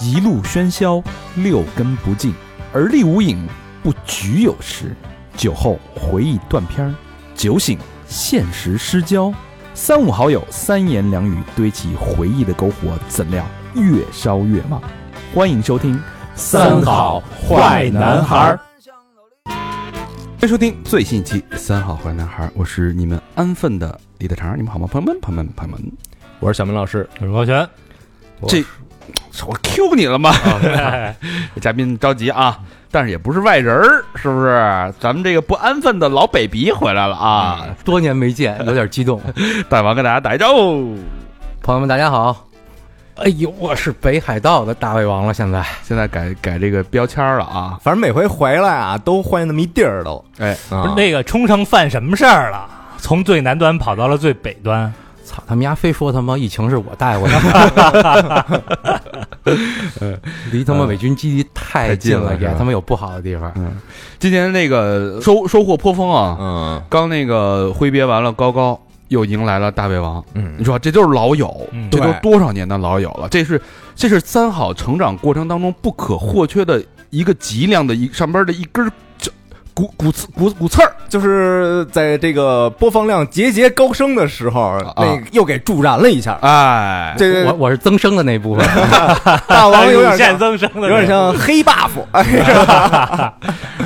一路喧嚣，六根不净，而立无影，不局有时。酒后回忆断片儿，酒醒现实失焦。三五好友，三言两语堆起回忆的篝火，怎料越烧越旺。欢迎收听《儿。欢迎收听最新一期《三好坏男孩》，我是你们安分的李大肠，你们好吗？朋友们，朋友们，朋友们，我是小明老师，我是高璇。我 Q 你了吗？哎嘉宾着急啊，但是也不是外人儿，是不是？咱们这个不安分的老 baby 回来了啊！哎多年没 见，有点激动。大王跟大家打一招呼。朋友们，大家好。哎呦，我是北海道的大胃王了，现在现在改改这个标签了啊！反正每回回来啊，都换那么一地儿都。哎，啊不是那个冲绳犯什么事儿了？从最南端跑到了最北端，操他们丫非说他妈疫情是我带过去的，离他妈美军基地太近太了，近了也是吧他妈有不好的地方。今年那个收收获颇丰啊！嗯刚那个挥别完了高高，又迎来了大胃王。你嗯，说这就是老友，嗯这都对多少年的老友了，这是这是三好成长过程当中不可或缺的一个脊梁的一上边的一根儿这骨骨刺骨骨刺儿，就是在这个播放量节节高升的时候，那个又给助燃了一下。哎，这我个我是增生的那部分，啊 大王有点战像，增生的，有点像黑 buff。哎，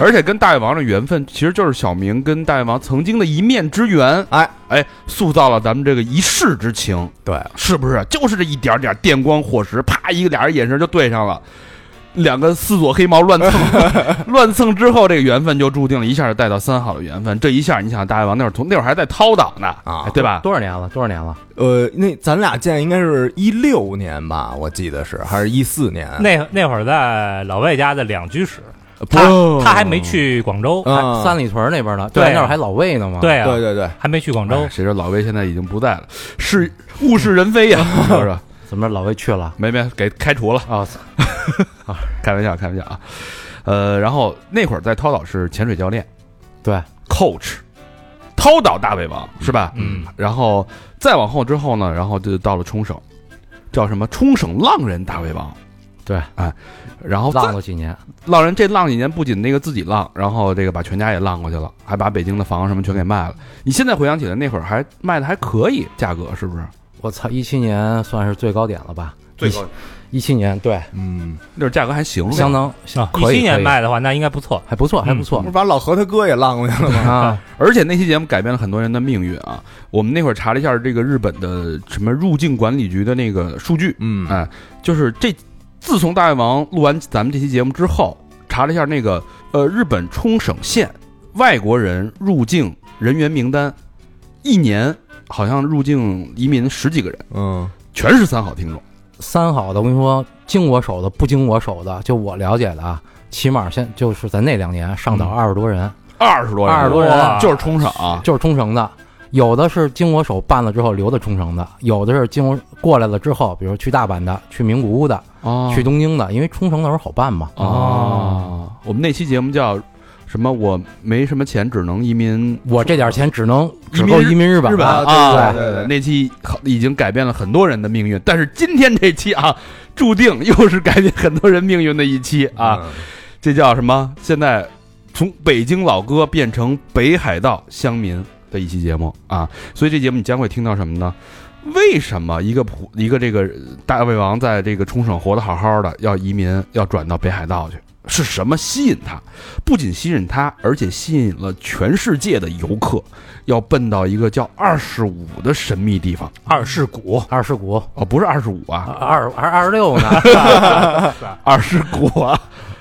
而且跟大胃王的缘分其实就是小明跟大胃王曾经的一面之缘，哎哎，塑造了咱们这个一世之情，对，是不是？就是这一点点电光火石，啪一个俩人眼神就对上了。两个四左黑毛乱 蹭，乱蹭之后，这个缘分就注定了，一下就带到三好的缘分。这一下，你想大胃王那会儿从那会儿还在涛岛呢，哎啊对吧？多少年了？多少年了？呃，那咱俩见应该是一六年吧，我记得是，还是一四年？那那会儿在老外家的两居室，不他他还没去广州，哦啊，三里屯那边呢？嗯对那会儿还老魏呢嘛。，对啊，对对对，还没去广州哎，谁知道老魏现在已经不在了，是物是人非呀， 是不是？怎么着老魏去了？没没给开除了，哦，开玩笑，开玩笑啊。呃，然后那会儿在涛岛是潜水教练对， ，coach，涛岛大胃王是吧？嗯，然后再往后之后呢，然后就到了冲绳，叫什么冲绳浪人大胃王。对，哎，然后再浪了几年。浪人这浪几年，不仅那个自己浪，然后这个把全家也浪过去了，还把北京的房什么全给卖了。你现在回想起来，那会儿还卖的还可以，价格是不是？我操，一七年算是最高点了吧？最高一七年，对，嗯，那会儿价格还行，相当啊，一可以七年可以嗯卖的话，那应该不错。还不错，还不错不是把老何他哥也浪过去了吗？啊。而且那期节目改变了很多人的命运啊！我们那会儿查了一下这个日本的什么入境管理局的那个数据，嗯哎，就是这，自从大胃王录完咱们这期节目之后，查了一下那个呃日本冲绳县外国人入境人员名单，一年好像入境移民十几个人，嗯，全是三好听众。三好的，我跟你说，经我手的，不经我手的，就我了解的啊，起码现就是咱那两年上岛二十多人，二十多人，二十多哇人就是冲绳啊，就是冲绳的，有的是经我手办了之后留的冲绳的，有的是经我过来了之后，比如去大阪的、去名古屋的、哦去东京的，因为冲绳那会儿好办嘛。哦。我们那期节目叫什么？我没什么钱，只能移民我这点钱只能移只民够移民日本日本了，哎啊，对对对对那期已经改变了很多人的命运，但是今天这期啊，注定又是改变很多人命运的一期啊，这叫什么？现在从北京老哥变成北海道乡民的一期节目啊，所以这节目你将会听到什么呢？为什么一个普一个这个大胃王在这个冲绳活得好好的，要移民要转到北海道去？是什么吸引他？不仅吸引他，而且吸引了全世界的游客，要奔到一个叫二十五的神秘地方二世谷，二世谷哦，不是二十五二啊，二还是二十六呢？二十谷啊，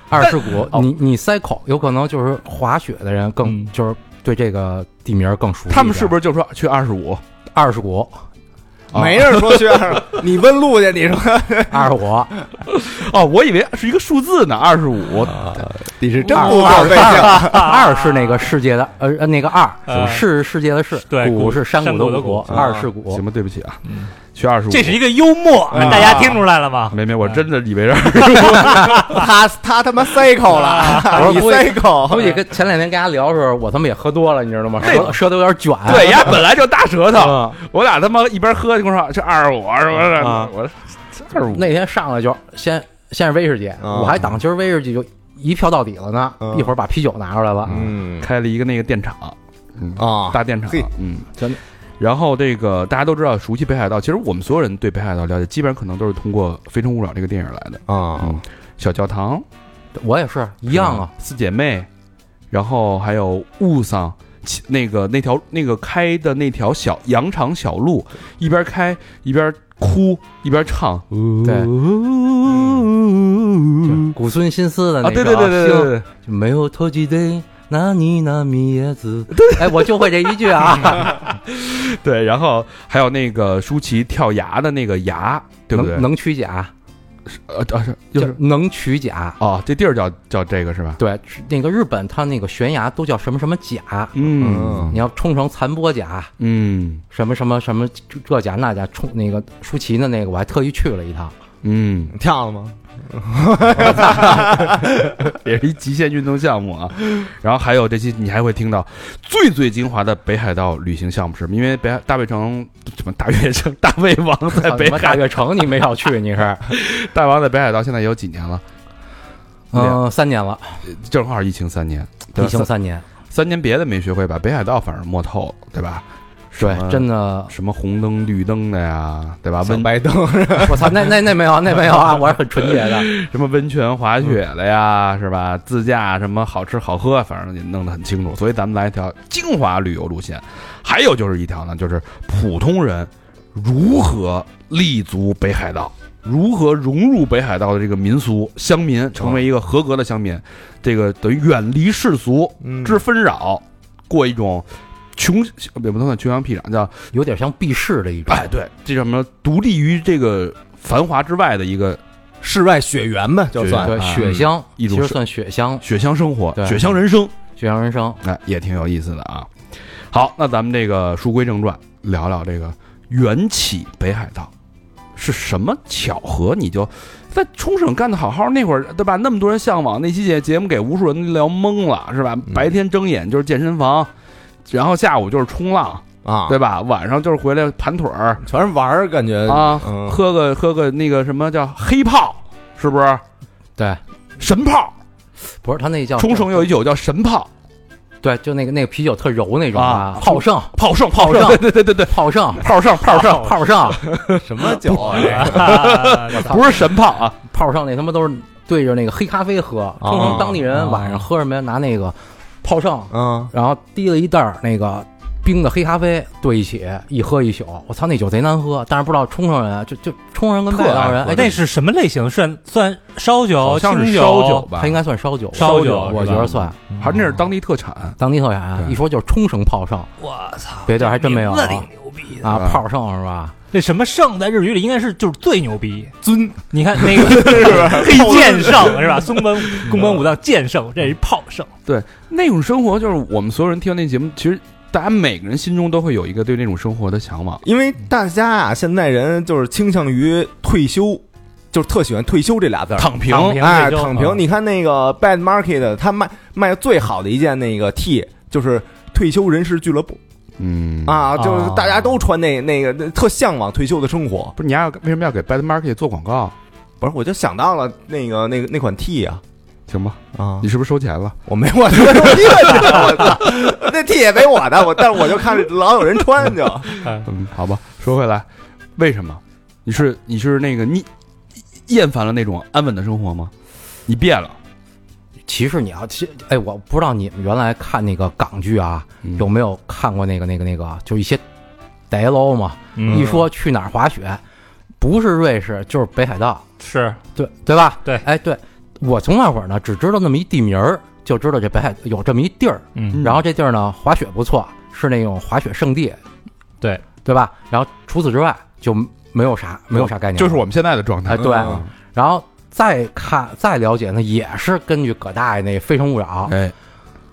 二世谷，哦你你塞口有可能就是滑雪的人更嗯就是对这个地名更熟悉一点。他们是不是就说去二十五？二 世谷？啊没人说去二十，你问路去，你说二啊十五。哦，我以为是一个数字呢，二十五。你是真二不够费劲。二二是那个世界的呃呃那个二啊呃是世界的世，对谷谷是山山谷谷的谷，谷二啊是谷行。吧，对不起啊，去二十五。这是一个幽默，啊大家听出来了吗？没没，我嗯真的以为是他他他妈塞口了，你我估计塞口，估计跟前两天跟大家聊的时候，我他妈也喝多了，你知道吗？对舌舌头有点卷。 啊对呀，本来就大舌头，嗯，我俩他妈一边喝一边说这二十五，什么什啊么，我二十五。啊那天上来就先先是威士忌，我还挡今儿威士忌就一票到底了呢，嗯一会儿把啤酒拿出来了，嗯开了一个那个电厂，啊，大电厂嘿，嗯，然后这个大家都知道，熟悉北海道，其实我们所有人对北海道了解，基本上可能都是通过《非诚勿扰》这个电影来的。啊，嗯，小教堂我也是一样啊，，嗯四姐妹，然后还有雾桑，其那个那条那个开的那条小羊肠小路，一边开一边哭一边唱对，嗯就古村新司的嗯啊，那个对对对对对就对，没有头几的那你那米叶子，哎，我就会这一句 啊，对，然后还有那个舒淇跳崖的那个崖，对不对能？能取甲，呃呃是就是能取甲。哦，这地儿叫叫这个是吧？对，那个日本它那个悬崖都叫什么什么甲，嗯你要冲绳残波甲，嗯什么什么什么这这甲那甲冲那个舒淇的那个，我还特意去了一 趟。嗯，你跳了吗？ 也是一极限运动项目啊。然后还有这期你还会听到最最精华的北海道旅行项目是什么？因为北海大卫城什么大悦城大胃 王在操北你妈大海悦城你没少去，你是？大王在北海道现在也有几年了， 嗯，三年了，正好疫情三年，对疫情三三年，三年别的没学会吧，北海道反而摸透了，对吧？对什，么真 的，什么红灯绿灯的呀，对吧？啊温白灯，我操，那那那没有，那没有 啊，我是很纯洁的。什么温泉滑雪的呀，是吧？自驾什么好吃好喝，反正也弄得很清楚。所以咱们来一条精华旅游路线，还有就是一条呢，就是普通人如何立足北海道，如何融入北海道的这个民俗，乡民成为一个合格的乡民，这个等于远离世俗嗯之纷扰，过一种穷也不能算穷乡僻壤，叫有点像避世的一种。哎对，这叫什么独立于这个繁华之外的一个室外雪原吧，就算对，嗯啊雪乡，一其种实是算雪乡，雪乡生活、对雪乡人生。雪乡人生。哎，也挺有意思的啊。好，那咱们这个书归正传，聊聊这个缘起北海道是什么巧合？你就在冲绳干得好好，那会儿对吧？那么多人向往，那期节节目给无数人聊懵了，是吧？嗯白天睁眼就是健身房，然后下午就是冲浪，啊，对吧？晚上就是回来盘腿儿全是玩儿，感觉啊，嗯 喝个喝个那个什么叫黑泡，是不是？对，神泡，不是他那叫冲绳有一酒叫神泡，对，就那个那个啤酒特柔那种啊泡盛，泡盛，泡泡盛，对盛对对对对，泡盛，泡盛，泡盛，泡盛，什么酒 啊？这哎个不是神泡啊，泡盛那他妈都是对着那个黑咖啡喝。冲绳当地啊人晚上喝什么呀？拿那个泡盛，嗯，然后滴了一袋儿那个冰的黑咖啡兑一起，一喝一宿。我操，那酒贼难喝，但是不知道冲绳人就就冲绳跟特北海道人，爱喝哎，那是什么类型？算算烧酒、好像清是烧酒吧，他应该算烧酒，烧酒我是觉吧得算还是那是当地特产。当地特产啊。对一说就是冲绳泡盛我操，别地儿还真没有啊那挺牛逼的。啊啊，泡盛是吧？那什么圣在日语里应该是就是最牛逼，尊你看那个 黑剑圣是吧？松本宫本武藏剑圣，这是一炮圣。那种生活就是我们所有人听完那节目，其实大家每个人心中都会有一个对那种生活的向往。因为大家啊，现在人就是倾向于退休，就是特喜欢退休这俩字儿。躺平，躺平哎，退休躺嗯平！你看那个 Bad Market，他卖卖最好的一件那个 T，就是退休人士俱乐部嗯，啊，就是啊大家都穿那那个特向往退休的生活。不是你要为什么要给 Bad Market 做广告？不是，我就想到了那个那个那款 T 啊行吧，啊你！是不是收钱了？我没我我操，那 T 也没我的，我但是我就看老有人穿就嗯，好吧。说回来，为什么你是你是那个你厌烦了那种安稳的生活吗？你变了，其实你要，其实哎，我不知道你们原来看那个港剧啊，嗯有没有看过那个那个那个，就一些逮喽嘛，嗯一说去哪儿滑雪，不是瑞士就是北海道，是对对吧？对哎对，我从那会儿呢，只知道那么一地名儿，就知道这北海有这么一地儿，嗯然后这地儿呢滑雪不错，是那种滑雪圣地，对对吧？然后除此之外就没有啥没有啥概念了，就是我们现在的状态哎。对嗯，然后再看再了解呢，也是根据葛大爷那《非诚勿扰》哎，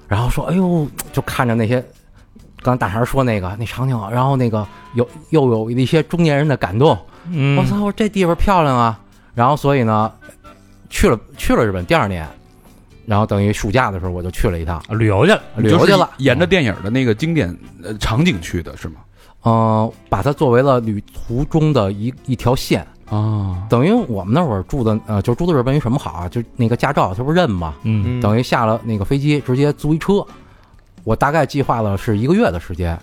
然后说：“哎呦，就看着那些，刚才大肠说那个那场景，然后那个有又有一些中年人的感动。嗯我操，我这地方漂亮啊！然后所以呢，去了去了日本第二年，然后等于暑假的时候我就去了一趟啊旅游去了，旅游去了就是，沿着电影的那个经典呃场景去的是吗？呃嗯、把它作为了旅途中的一一条线，啊，等于我们那会儿住的，呃，就是住的日本于什么好啊？就那个驾照，他不是认吗？嗯，等于于下了那个飞机，直接租一车。我大概计划了是一个月的时间，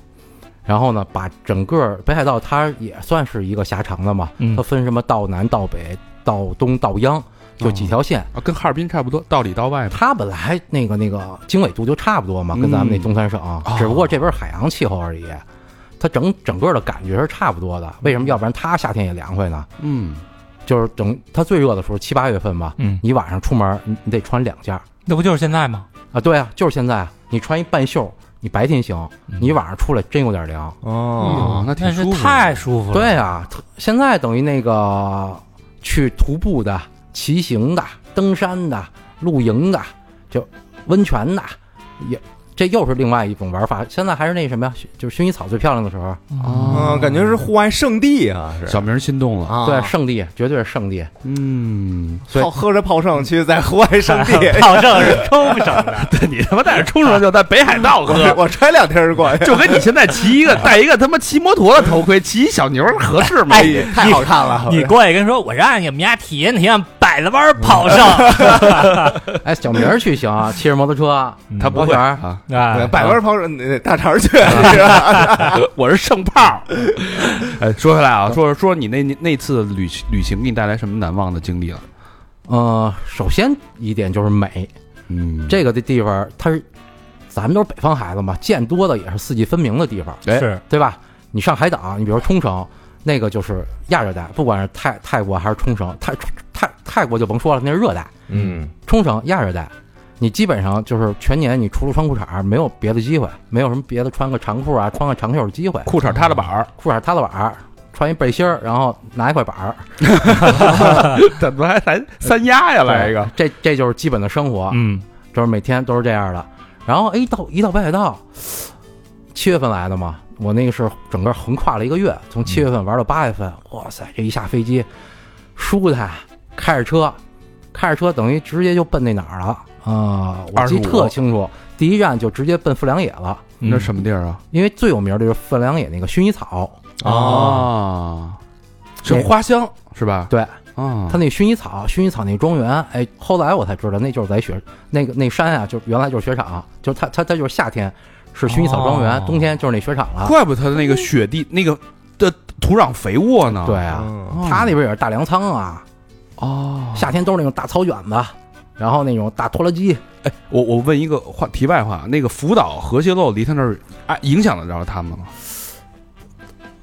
然后呢，把整个北海道它也算是一个狭长的嘛，嗯哦它分什么道南、道北、道东、道央，就几条线。啊跟哈尔滨差不多，到里到外吧。它本来那个那个经纬度就差不多嘛，跟咱嗯们那东三省，哦只不过这边海洋气候而已。它整整个的感觉是差不多嗯的，为什么？要不然它夏天也凉快呢？嗯，就是等它最热的时候，七八月份吧，嗯你晚上出门你你得穿两件儿那不就是现在吗？啊，对啊，就是现在啊，你穿一半袖，你白天行，你晚上出来真有点凉。哦，嗯那挺是舒服的太舒服了。对啊，特现在等于那个去徒步的、骑行的、登山的、露营的，就温泉的，也这又是另外一种玩法。现在还是那什么呀，就是薰衣草最漂亮的时候，啊，感觉是户外圣地啊，是小明心动了。啊，对，圣地绝对是圣地。嗯，对泡喝着泡盛去在户外圣地， 保证是抽不上的。对 你他妈带着冲绳就在北海道我喝， 我揣两天儿过 去，就跟你现在骑一 个戴一个他妈骑摩托的头盔，骑一小牛儿合适吗？哎太好看了，你过去跟说，我让你们家体验体验百子湾跑上哎，小明儿去行啊，骑着摩托车，他不会老啊小，对啊，百万跑呃大肠儿去是吧？啊 我是圣炮。 哎，说回来啊，说说你那那次旅行旅行给你带来什么难忘的经历了？呃，首先一点就是美，嗯，这个的地方它是，咱们都是北方孩子嘛，见多的也是四季分明的地方，哎是对吧？你上海岛，你比如冲绳，那个就是亚热带，不管是泰泰国还是冲绳，泰泰泰国就甭说了，那是热带，嗯，冲绳亚热带，你基本上就是全年你除了穿裤衩儿没有别的机会，没有什么别的穿个长裤啊、穿个长袖的机会，裤衩塌了板 儿，裤衩儿塌了板儿，穿一背心儿，然后拿一块板儿，怎么还来三丫呀？来一个，这这就是基本的生活，嗯，就是每天都是这样的。然后哎，到一到北海道，七月份来的嘛，我那个是整个横跨了一个月，从七月份玩到八月份，哇塞，这一下飞机舒坦，开着车，开着车等于直接就奔那哪儿了啊、我记得25特清楚，第一站就直接奔富良野了，那什么地儿啊？因为最有名的就是富良野那个薰衣草，啊，是花香是吧？对，啊，它那薰衣草，薰衣草那庄园，哎，后来我才知道那就是在雪那个那山啊，就原来就是雪场，就是它它它就是夏天是薰衣草庄园，哦冬天就是那雪场了。怪不得他的那个雪地那个的土壤肥沃哦呢。对啊，嗯它那边也是大粮仓啊，哦，夏天都是那种大草原子，然后那种大拖拉机，哎，我我问一个话题外话，那个福岛核泄漏离他那儿啊影响得着他们吗？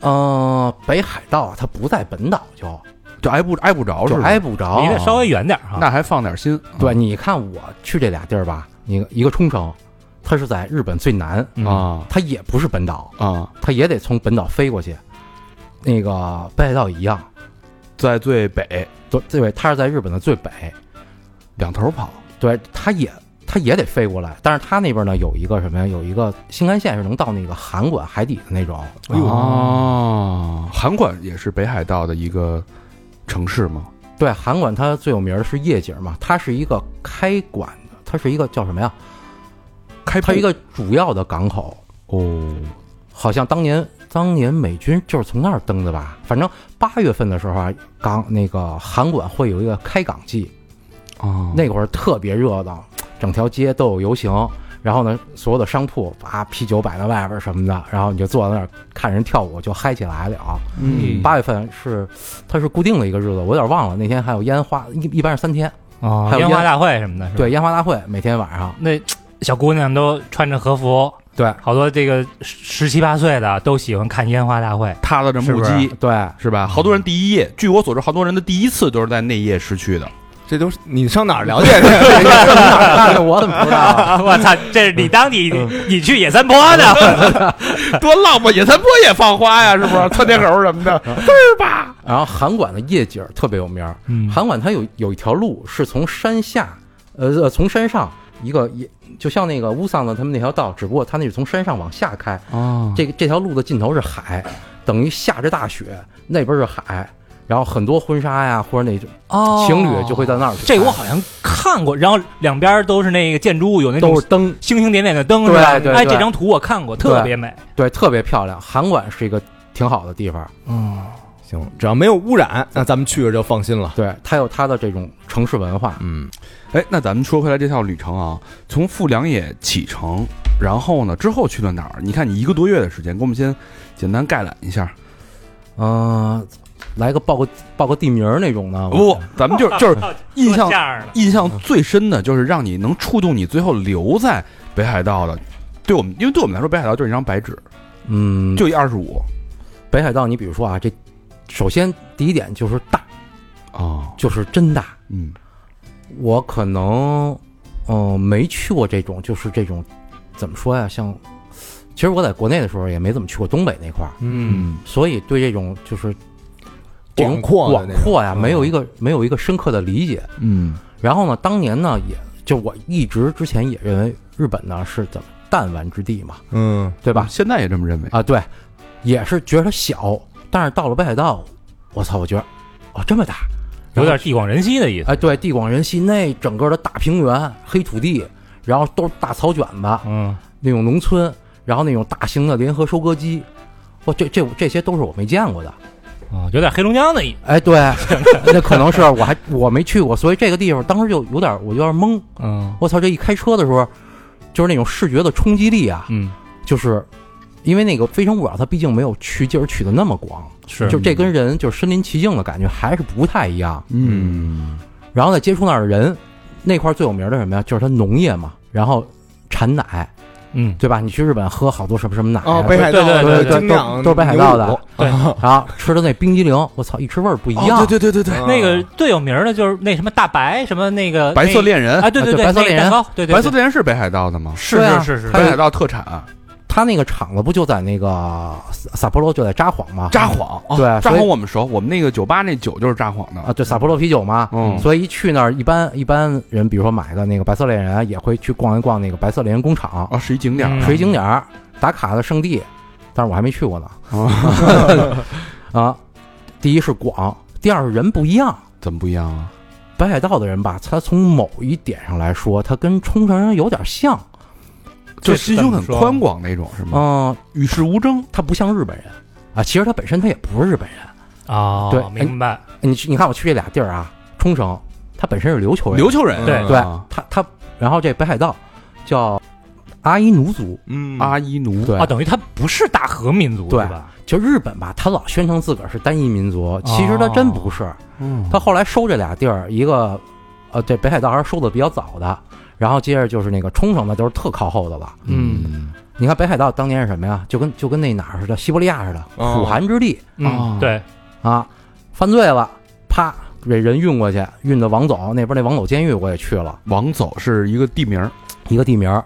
嗯、北海道它不在本岛就就挨不挨不着是就吧？挨不着离。得稍微远点儿哈。那还放点心。啊对，你看我去这俩地儿吧，一个一个冲绳，它是在日本最南，嗯啊它也不是本岛，啊，它也得从本岛飞过去。那个北海道一样，在最北对，这位他是在日本的最北，两头跑。对，他也他也得飞过来，但是他那边呢有一个什么呀？有一个新干线是能到那个韩国海底的那种，哦，函馆也是北海道的一个城市吗？对，韩馆它最有名的是夜景嘛，它是一个开馆的，它是一个叫什么呀？开它辟一个主要的港口，哦，好像当年当年美军就是从那儿登的吧？反正八月份的时候啊，港那个韩馆会有一个开港季，哦，那会儿特别热闹，整条街都有游行。然后呢，所有的商铺把啤酒摆在外边儿什么的，然后你就坐在那儿看人跳舞，就嗨起来了。嗯八月份是它是固定的一个日子，我有点忘了。那天还有烟花，一一般是三天，哦还有烟花烟大会什么的，是吧对，烟花大会每天晚上，那小姑娘都穿着和服，对好多这个十七八岁的都喜欢看烟花大会。踏了着木是屐对，是吧？好多嗯人第一夜，据我所知，好多人的第一次都是在那夜失去的。这都是你上哪儿了解去？那是我怎么知道啊？我操，这是你当你嗯你去野三坡呢？多浪漫！野餐坡也放花呀，是不是？窜天猴什么的，滋儿吧！然后韩馆的夜景儿特别有名儿，嗯韩馆它有有一条路是从山下，呃，呃从山上一个也就像那个乌桑的他们那条道，只不过它那是从山上往下开，哦，这个这条路的尽头是海，等于下着大雪，那边是海，然后很多婚纱呀或者那种哦情侣就会在那儿去拍，这我好像看过，然后两边都是那个建筑物，有那种都是灯，星星点点的灯，是对吧？对哎，对这张图我看过，特别美。对，特别漂亮。韩馆是一个挺好的地方，嗯， 行，只要没有污染，那咱们去着就放心了。对，它有它的这种城市文化。嗯，哎，那咱们说回来这趟旅程啊，从富良野启程，然后呢，之后去了哪儿？你看你一个多月的时间，给我们先简单概览一下。嗯、来个报个报个地名儿那种的，我不，咱们就就是印象这样的，印象最深的就是让你能触动你最后留在北海道的。对我们，因为对我们来说，北海道就是一张白纸，嗯，就一二十五北海道，你比如说啊，这首先第一点就是大，啊，就是真大。嗯，我可能嗯、呃没去过这种，就是这种怎么说呀？像其实我在国内的时候也没怎么去过东北那块儿，嗯，所以对这种就是这广种阔的广那种阔呀，没有一个没有一个深刻的理解。嗯，然后呢，当年呢，也就我一直之前也认为日本呢是怎么弹丸之地嘛，嗯，对对吧？吧？现在也这么认为。啊，对，也是觉得它小，但是到了北海道，我操，我觉得哦这么大，有点地广人稀的意思。哎，对，地广人稀，那整个的大平原、黑土地，然后都是大草卷子，嗯，那种农村，然后那种大型的联合收割机，哇，这这这些都是我没见过的。嗯啊，有点黑龙江的意思。哎，对， 那可能是我还我没去过，所以这个地方当时就有点我有点懵。啊嗯我操，这一开车的时候，就是那种视觉的冲击力啊，嗯，就是因为那个《非诚勿扰》，它毕竟没有去劲儿去的那么广，是就这跟人就是身临其境的感觉还是不太一样。嗯，然后再接触那儿的人，那块儿最有名的什么呀？就是它农业嘛，然后产奶，嗯，对吧？你去日本喝好多什么什么奶啊，哦，北海道对对对的对对精酿都是北海道的牛乳对啊然后吃的那冰激凌，我操，一吃味儿不一样。哦对对对对对，嗯嗯那个最有名儿的就是那什么大白什么那个白色那恋人，啊，对啊对对，白色那个恋蛋人糕，对对，白色对恋人是北海道的吗？是对啊是是是它北海道特产，啊他那个厂子不就在那个萨波罗就在札幌吗？札幌，哦对札所以幌我们熟，我们那个酒吧那酒就是札幌啊，的，对，萨波罗啤酒嘛。嗯所以一去那儿，一般一般人，比如说买个那个白色恋人，也会去逛一逛那个白色恋人工厂，啊，是一景点儿嗯水景点儿打卡的圣地，但是我还没去过呢。 啊，第一是广，第二是人不一样。怎么不一样啊？北海道的人吧，他从某一点上来说，他跟冲绳人有点像，就这心怎胸么很说宽广那种是吗？嗯、与世无争，他不像日本人啊。其实他本身他也不是日本人。哦，对明白，你去，你看我去这俩地儿啊，冲绳，他本身是琉球人，琉球人，对对啊他他，然后这北海道叫阿伊奴族，嗯阿伊奴，对啊，等于他不是大和民族，对是吧？就日本吧，他老宣称自个儿是单一民族，其实他真不是。嗯他后来收这俩地儿，一个呃，这北海道还是收的比较早的，然后接着就是那个冲绳的，就是特靠后的了。嗯你看北海道当年是什么呀？就跟就跟那哪儿似的，西伯利亚似的，哦苦寒之地哦嗯，对，啊，犯罪了，啪，给人运过去，运到王走那边那王走监狱，我也去了王走是一个地名儿，一个地名儿，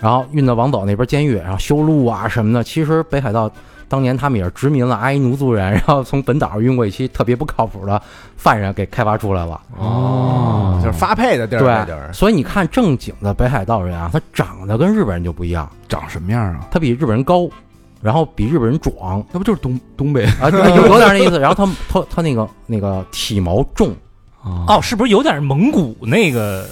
然后运到王走那边监狱，然后修路啊什么的。其实北海道当年他们也是殖民了阿伊奴族人，然后从本岛运过一批特别不靠谱的犯人给开发出来了。哦，就是发配的地儿，对那地儿所以你看正经的北海道人啊，他长得跟日本人就不一样，长什么样啊？他比日本人高，然后比日本人壮那不就是东东 北啊，对有点那意思。然后他他他那个那个体毛重，啊？哦，是不是有点蒙古那个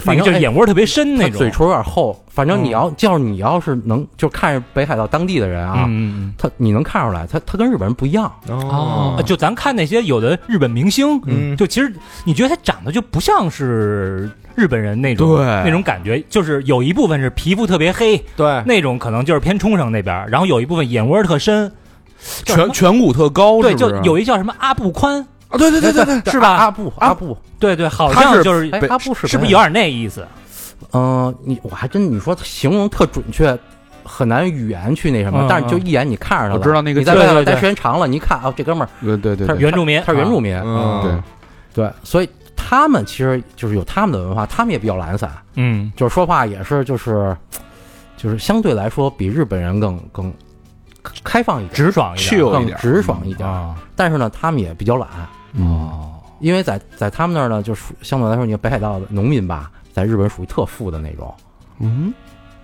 那反个正就是哎眼窝特别深那他种？嗯嘴唇有点厚。反正你要就是你要是能就看着北海道当地的人啊，嗯，嗯他你能看出来，他他跟日本人不一样。嗯啊，就咱看那些有的日本明星，哦嗯就其实你觉得他长得就不像是日本人那种对那种感觉，就是有一部分是皮肤特别黑，对，那种可能就是偏冲绳那边儿，然后有一部分眼窝特深，叫什颧么颧骨特高，对，是就不是有一叫什么阿布宽，啊，对对对对对，是吧阿布阿布，对对，好他是像就是哎，北阿布是是不是北有海点那意思？嗯，你我还真你说形容特准确，很难语言去那什么嗯，但是就一眼你看着他了，我知道那个你在对北海道对对哎待时间长了，你一看啊，这哥们儿对对对他对是原住民啊他是原住民，啊嗯对，对，所以他们其实就是有他们的文化，他们也比较懒散，嗯，就是说话也是就是就是相对来说比日本人更更开放一点，直爽一点 chill 一更点直爽一点。啊，但是呢，他们也比较懒，哦，因为在在他们那儿呢，就属相对来说，你北海道的农民吧，在日本属于特富的那种。嗯，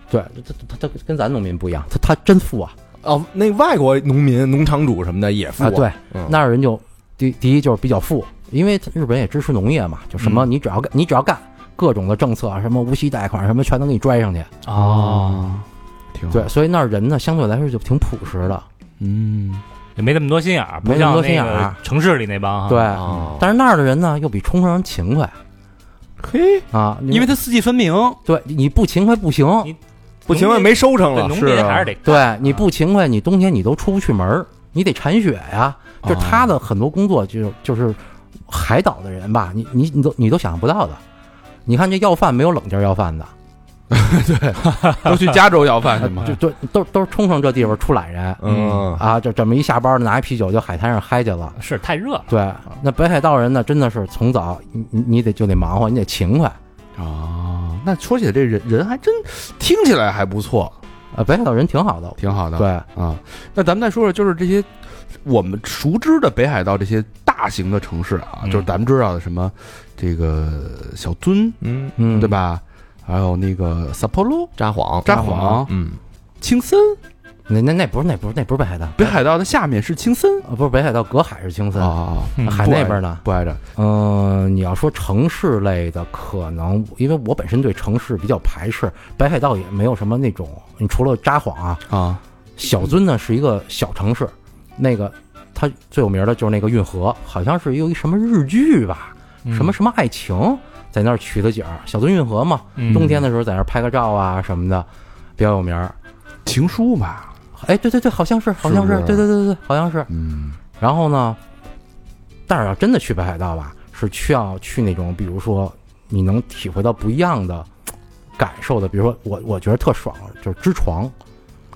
对，他他他跟咱农民不一样，他他真富啊！哦，那外国农民、农场主什么的也富啊，对，，嗯那儿人就第第一就是比较富，因为日本也支持农业嘛，就什么你只要干，你只要干各种的政策，啊什么无息贷款什么全能给你拽上去。哦，，挺好对，，所以那儿人呢相对来说就挺朴实的，嗯，也没那么多心眼儿，不没那么像多那心眼儿个城市里那帮哈。对，哦但是那儿的人呢，又比冲绳人勤快嘿，啊，因为它四季分明，对你不勤快不行，你不行了，没收成对了，农是民啊还是得对你不勤快，你冬天你都出不去门儿，你得铲雪呀。就是他的很多工作就就是海岛的人吧，你你你都你都想象不到的。你看这要饭没有冷地儿要饭的，都去加州要饭去啊嘛 就。就都都是冲绳这地方出懒人嗯，啊，就这么一下班拿一啤酒就海滩上嗨去了。是太热了，对，嗯那北海道人呢，真的是从早你你你得就得忙活，你得勤快。哦，那说起来这人人还真听起来还不错，呃，北海道人挺好的，挺好的。对，啊，那咱们再说说，就是这些我们熟知的北海道这些大型的城市啊，嗯就是咱们知道的什么这个小樽，嗯，嗯，对？吧？还有那个札幌、札幌，札幌幌、嗯，青森，那那那不是那不是那不是北海道，北海道的下面是青森呃不是北海道隔海是青森，啊，嗯海不挨那边呢？不挨着嗯，你要说城市类的，可能因为我本身对城市比较排斥，北海道也没有什么那种，你除了札幌啊，啊小樽呢是一个小城市，那个它最有名的就是那个运河，好像是有一什么日剧吧，嗯什么什么爱情，在那儿取的景儿，小樽运河嘛，嗯冬天的时候在那儿拍个照啊什么的，比较有名儿。情书吧，哎，对对对，好像是，好像是是，不是对对对对，好像是。嗯，然后呢，但是要真的去北海道吧，是需要去那种，比如说你能体会到不一样的感受的，比如说我我觉得特爽，就是支床、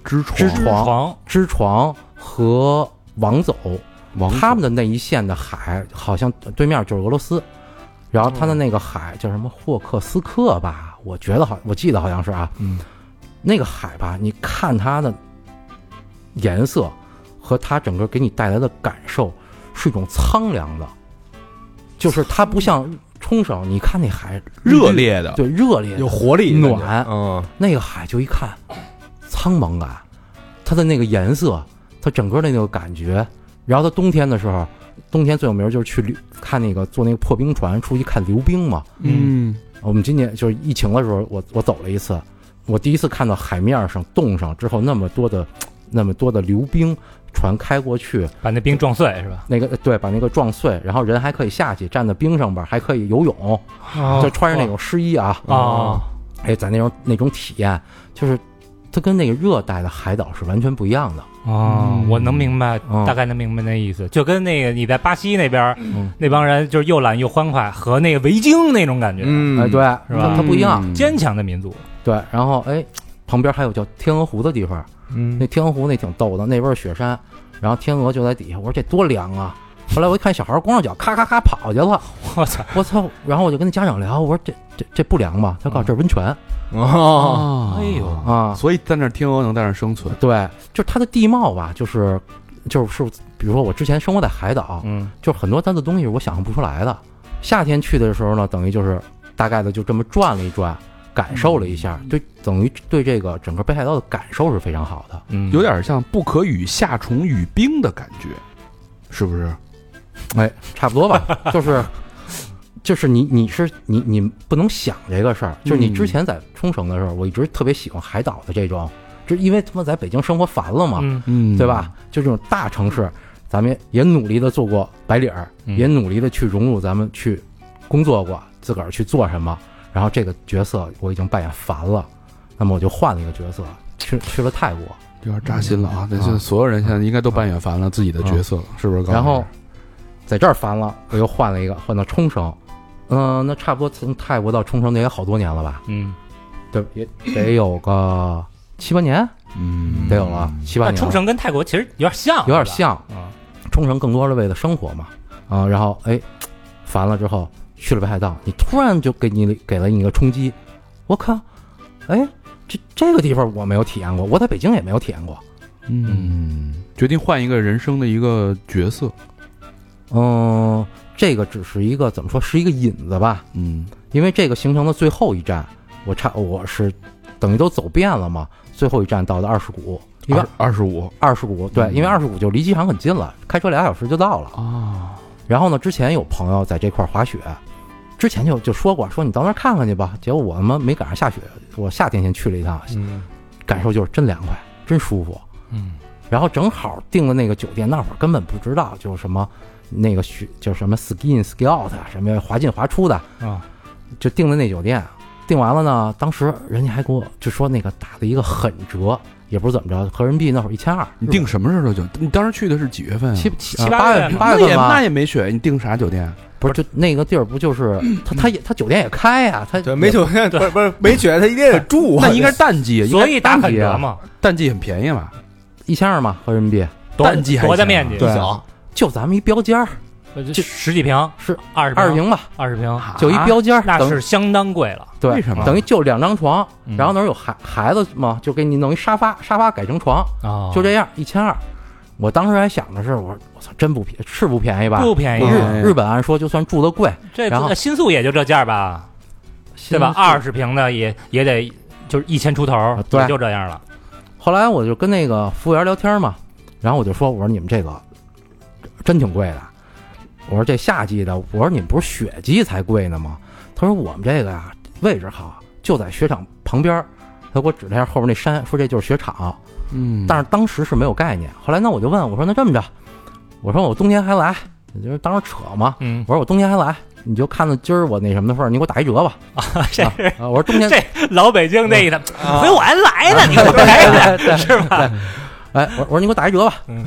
知床知之床床，支床和王走，王子他们的那一线的海好像对面就是俄罗斯，然后他嗯的那个海叫什么霍克斯克吧，我觉得好，我记得好像是啊，嗯，那个海吧，你看它的颜色和它整个给你带来的感受是一种苍凉的，就是它不像冲绳，你看那海热，烈的，对热烈有活力，暖感觉嗯，那个海就一看，苍茫感，它的那个颜色，它整个的那个感觉，然后它冬天的时候，冬天最有名就是去溜看那个坐那个破冰船出去看溜冰嘛。嗯，我们今年就是疫情的时候，我我走了一次，我第一次看到海面上冻上之后那么多的那么多的溜冰船开过去，把那冰撞碎是吧？那个对，把那个撞碎，然后人还可以下去站在冰上边，还可以游泳，哦就穿着那种湿衣啊，啊，哎，在那种那种体验，就是它跟那个热带的海岛是完全不一样的。哦，我能明白，嗯大概能明白那意思，就跟那个你在巴西那边儿嗯，那帮人就是又懒又欢快，和那个维京那种感觉，嗯，哎，对，是吧它它不一样。嗯坚强的民族，对，然后哎，旁边还有叫天鹅湖的地方，那嗯，天鹅湖那挺逗的，那边是雪山，然后天鹅就在底下，我说这多凉啊！后来我一看小孩光着脚咔咔咔跑去了，我操，我操！然后我就跟那家长聊，我说这这这不凉吧？他嗯告诉我这是温泉啊，哦，哎呦，啊，所以在那儿天鹅能在那儿生存，对，就是它的地貌吧，就是就是比如说我之前生活在海岛，嗯，就是很多它的东西是我想象不出来的。夏天去的时候呢，等于就是大概的就这么转了一转，感受了一下，对，等于对这个整个北海道的感受是非常好的。嗯有点像不可与夏虫语冰的感觉，是不是？哎，差不多吧， 就是就是你你是你你不能想这个事儿，就是你之前在冲绳的时候，我一直特别喜欢海岛的这种，就因为他妈在北京生活烦了嘛，嗯嗯对？吧？就这种大城市，咱们也努力的做过白领儿，嗯也努力的去融入咱们去工作过，自个儿去做什么。然后这个角色我已经扮演烦了，那么我就换了一个角色，去去了泰国。有点扎心了啊！那啊现在所有人现在应该都扮演烦了自己的角色，是不是？然后在这儿烦了，我又换了一个，换到冲绳。嗯、那差不多从泰国到冲绳得也好多年了吧？嗯，对，也得有个七八年，嗯，得有了七八那年了。冲绳跟泰国其实有点像，有点是吧，像，嗯冲绳更多是为了生活嘛，啊，然后哎，烦了之后去了北海道，你突然就给你给了你一个冲击，我靠，哎，这这个地方我没有体验过，我在北京也没有体验过，嗯，决定换一个人生的一个角色，嗯，这个只是一个怎么说是一个引子吧，嗯因为这个行程的最后一站，我差我是等于都走遍了嘛，最后一站到的二世谷，因为二二十五二世谷对，嗯因为二世谷就离机场很近了，开车俩小时就到了。啊，然后呢，之前有朋友在这块儿滑雪，之前就就说过，说你到那儿看看去吧。结果我他妈没赶上下雪，我夏天先去了一趟，嗯感受就是真凉快，真舒服。嗯，然后正好订的那个酒店，那会儿根本不知道就是什么那个学就是什么 ski in ski out 啊什么滑进滑出的啊，就订的那酒店。订完了呢，当时人家还给我就说那个打的一个狠折，也不知怎么着，合人民币那会儿一千二，你订什么时候的酒？你当时去的是几月份啊？七七七啊八八月月份八那月也份吧那，也没选，你订啥酒店？不是就那个地儿不就是嗯他他也他酒店也开呀，他对，没酒店，不是不是没酒店，他一定得住啊。那应该是淡季，所以打淡狠季折啊，嘛，淡季很便宜嘛。一千二嘛合人民币，多淡季还多大啊行面积？对啊就咱们一标间儿呃这这十几平是二十二十平吧，二十平，就一标间儿，啊那等是相当贵了。对，为什么等于就两张床，嗯然后那儿有孩孩子嘛，就给你弄一沙发，沙发改成床，啊就这样一千二。我当时还想的是，我说我操，真不便是不便宜吧？不便宜，嗯日日本按说就算住的贵，这然后新宿也就这价吧，对吧？二。十平的也也得就是一千出头，啊对也就这样了。后来我就跟那个服务员聊天嘛，然后我就说，我说你们这个真挺贵的，我说这夏季的，我说你们不是雪季才贵呢吗？他说我们这个呀、位置好，就在雪场旁边儿。他给我指了一下后边那山，说这就是雪场。嗯但是当时是没有概念。后来那我就问我说：“那这么着，我说我冬天还来，你就是当时扯嘛。嗯，我说我冬天还来，你就看到今儿我那什么的份儿，你给我打一折 吧。这是啊，我说冬天这老北京那个，啊嗯 回我还来了，你给我来了，是吧？哎，我我说你给我打一折吧。嗯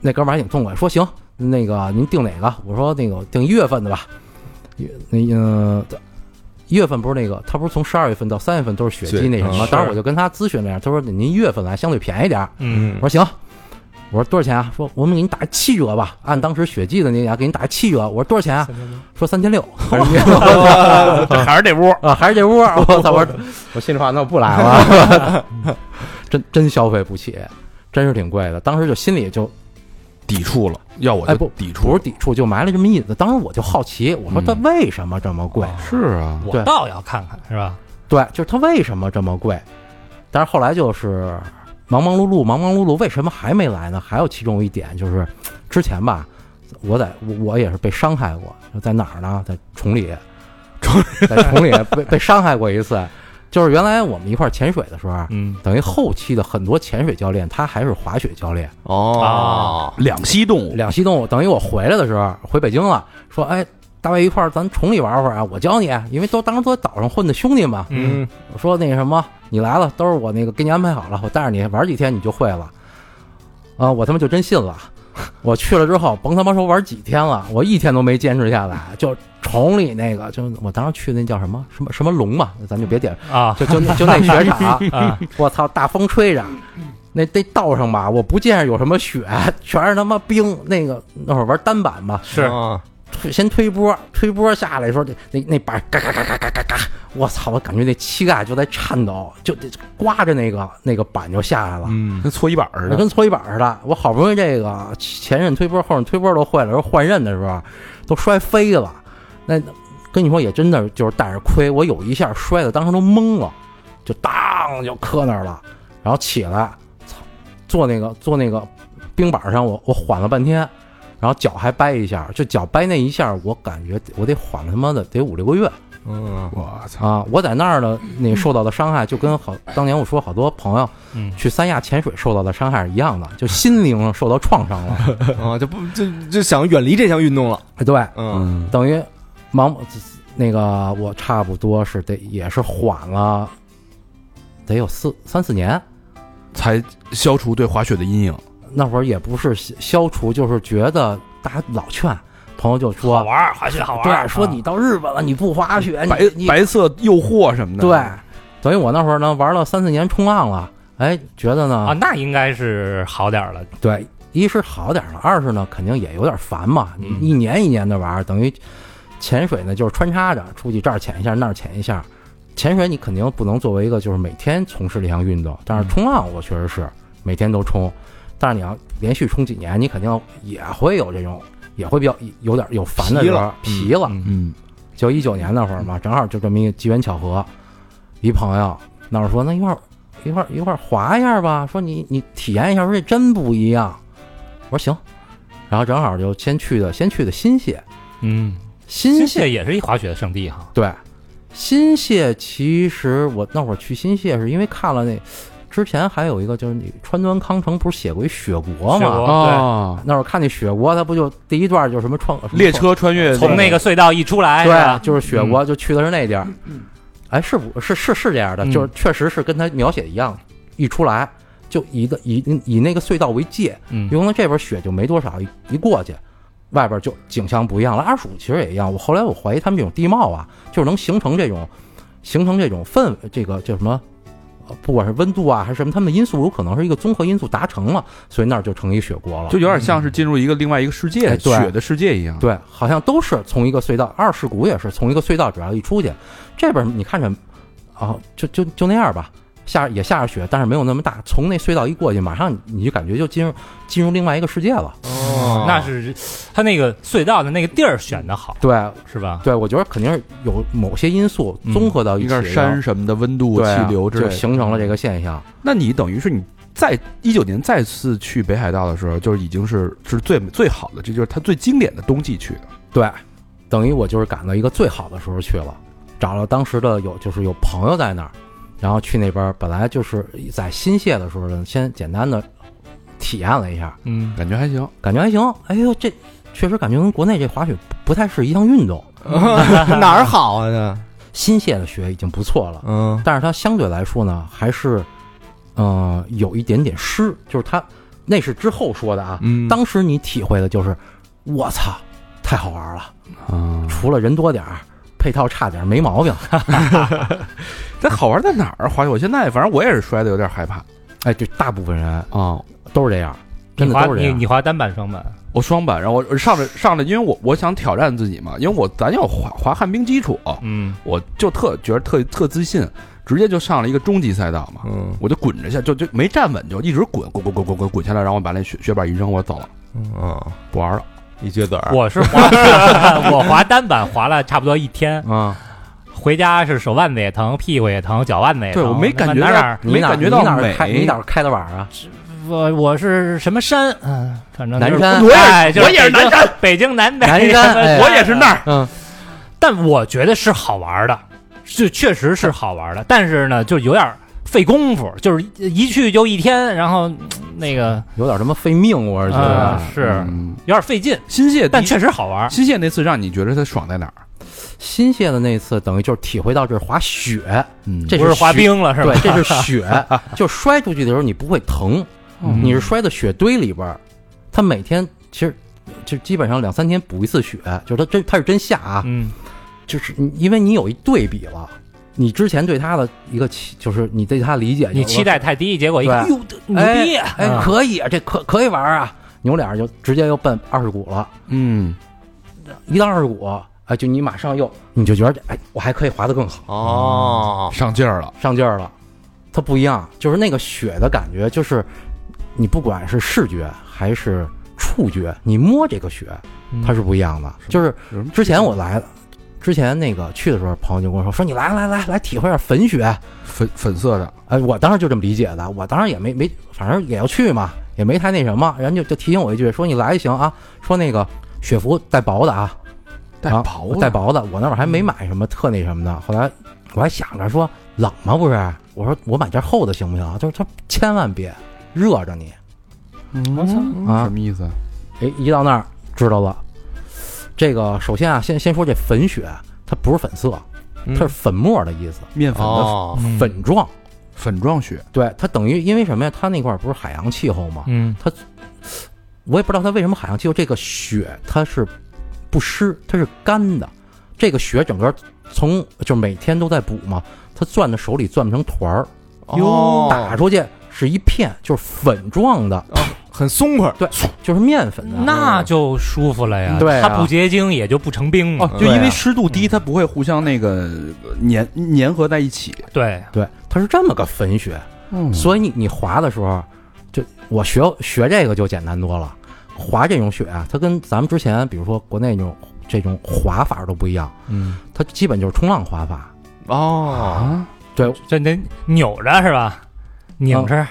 那哥们儿还挺痛快，说行，那个您定哪个？我说那个定一月份的吧。一那个一月份不是那个，他不是从十二月份到三月份都是雪季雪那什么？是当时我就跟他咨询了一下，他说您一月份来相对便宜点儿。嗯，我说行，我说多少钱啊？说我们给你打七折吧，按当时雪季的那家给你打七折。我说多少钱啊？说三千六， 啊 这还是这屋，啊，还是这屋儿。我操！我说我心里话，那我不来了， 真真消费不起，真是挺贵的。当时就心里就抵触了，要我哎就不抵触不。是抵触，就埋了这么一子。当时我就好奇，我说嗯它为什么这么贵？是啊，我对倒要看看，是吧？对，就是它为什么这么贵？但是后来就是忙忙碌碌，忙忙碌碌，为什么还没来呢？还有其中一点就是，之前吧，我在我我也是被伤害过，在哪儿呢？在崇礼，崇在崇礼被被伤害过一次，就是原来我们一块儿潜水的时候，啊嗯，等于后期的很多潜水教练他还是滑雪教练，哦，两栖动物，两栖动物。等于我回来的时候，回北京了，说哎。大卫一块儿，咱崇礼玩会儿啊！我教你，因为都当时都在岛上混的兄弟嘛。嗯，我说那什么，你来了，都是我那个给你安排好了，我带着你玩几天你就会了。啊、我他妈就真信了。我去了之后，甭他妈说玩几天了，我一天都没坚持下来，就崇礼那个，就我当时去那叫什么什么什么龙嘛，咱就别点，啊就就那就那雪场，啊， 我操，大风吹着，那那道上吧，我不见着有什么雪，全是他妈冰。那个那会儿玩单板嘛，是啊推先推波，推波下来的时候，那那那板儿嘎嘎嘎嘎嘎嘎嘎，我操！我感觉那膝盖就在颤抖，就得刮着那个那个板就下来了，嗯，跟搓衣板儿就似的。跟搓衣板似的。我好不容易这个前刃推波，后刃推波都会了，然后换刃的时候都摔飞了。那跟你说也真的就是带着亏，我有一下摔的，当时都懵了，就当就磕那儿了，然后起来，操，坐那个坐那个冰板上我，我缓了半天，然后脚还掰一下，就脚掰那一下，我感觉我得缓了他妈的得五六个月嗯，我操！啊！我在那儿呢，那受到的伤害就跟好当年我说好多朋友 嗯 去三亚潜水受到的伤害是一样的，就心灵上受到创伤了。 啊，就不就就想远离这项运动了，对，嗯嗯，等于忙那个我差不多是得也是缓了，得有四三四年。才消除对滑雪的阴影。那会儿也不是消消除，就是觉得大家老劝朋友就好说，玩儿，滑啊雪好玩儿。对，啊说你到日本了你不滑雪，白你你白色诱惑什么的，对，等于我那会儿呢玩了三四年冲浪了，哎，觉得啊啊，呢，那应该是好点儿了。对，一是好点儿了，二是呢肯定也有点烦嘛，你嗯一年一年的玩，等于潜水呢就是穿插着出去这儿潜一下那儿潜一下，潜水你肯定不能作为一个就是每天从事这项运动，但是冲浪我确实是每天都冲，但是你要连续冲几年，你肯定也会有这种。也会比较有点有烦的疲时候了，疲了，嗯嗯，就一九年那会儿嘛，正好就这么一个机缘巧合，一朋友那会儿说那一块儿一块儿一块儿滑一下吧，说你你体验一下，说这真不一样。我说行，然后正好就先去的先去的新泻，嗯，新新泻泻也是一滑雪的圣地哈。对，新泻其实我那会儿去新泻是因为看了那之前还有一个就是你川端康成不是写过一雪国雪吗国？啊，那会儿看那雪国，他不就第一段就是什么创什么列车穿越从那个隧道一出来，创是对，啊吧？就是嗯雪国就去的是那地儿。哎，是不是是是这样的？嗯就是确实是跟他描写一样，一出来就一个以以那个隧道为界，嗯因为这边雪就没多少，一一过去，外边就景象不一样了。二蜀其实也一样，我后来我怀疑他们这种地貌啊，就是能形成这种形成这种氛围，这个叫什么？呃不管是温度啊还是什么，他们的因素有可能是一个综合因素达成了，所以那儿就成一雪国了。就有点像是进入一个另外一个世界，哎对雪的世界一样。对，好像都是从一个隧道，二世谷也是从一个隧道，只要一出去，这边你看着，啊，就就就那样吧，下也下着雪，但是没有那么大。从那隧道一过去，马上你就感觉就进入进入另外一个世界了。哦那是他那个隧道的那个地儿选的好，对是吧？对，我觉得肯定是有某些因素嗯综合到一一起，个山什么的温度、对啊气流之类就的。形成了这个现象。那你等于是你在一九年再次去北海道的时候，就是已经是是最最好的，这就是它最经典的冬季去的。对，等于我就是赶到一个最好的时候去了，找了当时的有就是有朋友在那儿，然后去那边儿本来就是在新泻的时候呢，先简单的体验了一下，嗯，感觉还行，感觉还行。哎呦，这确实感觉跟国内这滑雪不不太是一项运动。 哪 儿好啊？这新泻的雪已经不错了，嗯但是它相对来说呢，还是嗯、呃有一点点湿，就是它那是之后说的啊。嗯当时你体会的就是，我操，太好玩了！嗯，除了人多点儿，配套差点儿没毛病。这好玩在哪儿？滑雪，我现在反正我也是摔的有点害怕哎，对，大部分人啊。都是这样，真你的滑都是这你样。你滑单板双板，我双板，然后我上来上来，因为我我想挑战自己嘛，因为我咱要滑滑旱冰基础，嗯，我就特觉得特特自信，直接就上了一个中级赛道嘛，嗯我就滚着下，就就没站稳，就一直滚滚滚滚滚滚滚下来，然后我把那雪雪板一扔，我走了，嗯，不玩了。一撅嘴儿，我是滑，我滑单板滑了差不多一天，啊，回家是手腕子也疼，屁股也疼，脚腕子也疼，对我没感觉哪到哪儿你没哪感觉到你哪美儿开你哪儿开的碗啊？我我是什么山？嗯，反正就是南山我我也是我也是南山，北京南北南山哎我也是那儿，儿，嗯，但我觉得是好玩的，是确实是好玩的，但是呢，就有点费功夫，就是一去就一天，然后嗯那个有点什么费命，我是觉得啊。是嗯有点费劲，新泻第一，但确实好玩。新泻那次让你觉得它爽在哪儿？新泻的那次，等于就是体会到这是滑雪，嗯这不是是滑雪冰了是吧对，？这是雪，就摔出去的时候你不会疼，嗯你是摔到雪堆里边儿。他每天其实就基本上两三天补一次雪，就是他真他是真下啊，嗯，就是你因为你有一对比了，你之前对他的一个期就是你对他理解，你期待太低，结果一哎对看，哟，这牛哎逼！哎嗯可以，这可可以玩啊，扭脸儿就直接又奔二十谷了，嗯，一到二十谷。哎，就你马上又，你就觉得，哎，我还可以滑得更好，哦，上劲儿了，上劲儿了。它不一样，就是那个雪的感觉，就是你不管是视觉还是触觉，你摸这个雪，它哦是不一样的。嗯就是之前我来了，之前那个去的时候，朋友就跟我说，说你来来来来体会一下粉雪。粉粉色的，哎，我当时就这么理解的，我当时也没没，反正也要去嘛，也没太那什么，人家就就提醒我一句，说你来就行啊，说那个雪服带薄的啊，带啊薄的带薄的，我那会儿还没买什么特那什么的，后来我还想着说冷吗？不是，我说我买件厚的行不行啊？就是他千万别热着你我操，嗯啊什！么意思？哎，一到那儿知道了，这个首先啊，先先说这粉雪，它不是粉色，嗯它是粉末的意思，面粉的哦，粉状。粉状雪，对，它等于因为什么呀？它那块儿不是海洋气候吗？嗯，我也不知道它为什么海洋气候这个雪它是不湿，它是干的。这个雪整个从就每天都在补嘛，它攥在手里攥不成团儿，嗯哟哦打出去是一片，就是粉状的，很松快，对，就是面粉啊的。那就舒服了呀。对啊它不结晶也就不成冰嘛。哦，就因为湿度低，它不会互相那个粘粘合在一起。对，对，它是这么个粉雪，嗯所以你你滑的时候，就我学学这个就简单多了。滑这种雪啊，它跟咱们之前比如说国内那种这种滑法都不一样，嗯，它基本就是冲浪滑法。哦，啊，对，这得扭着是吧？拧着，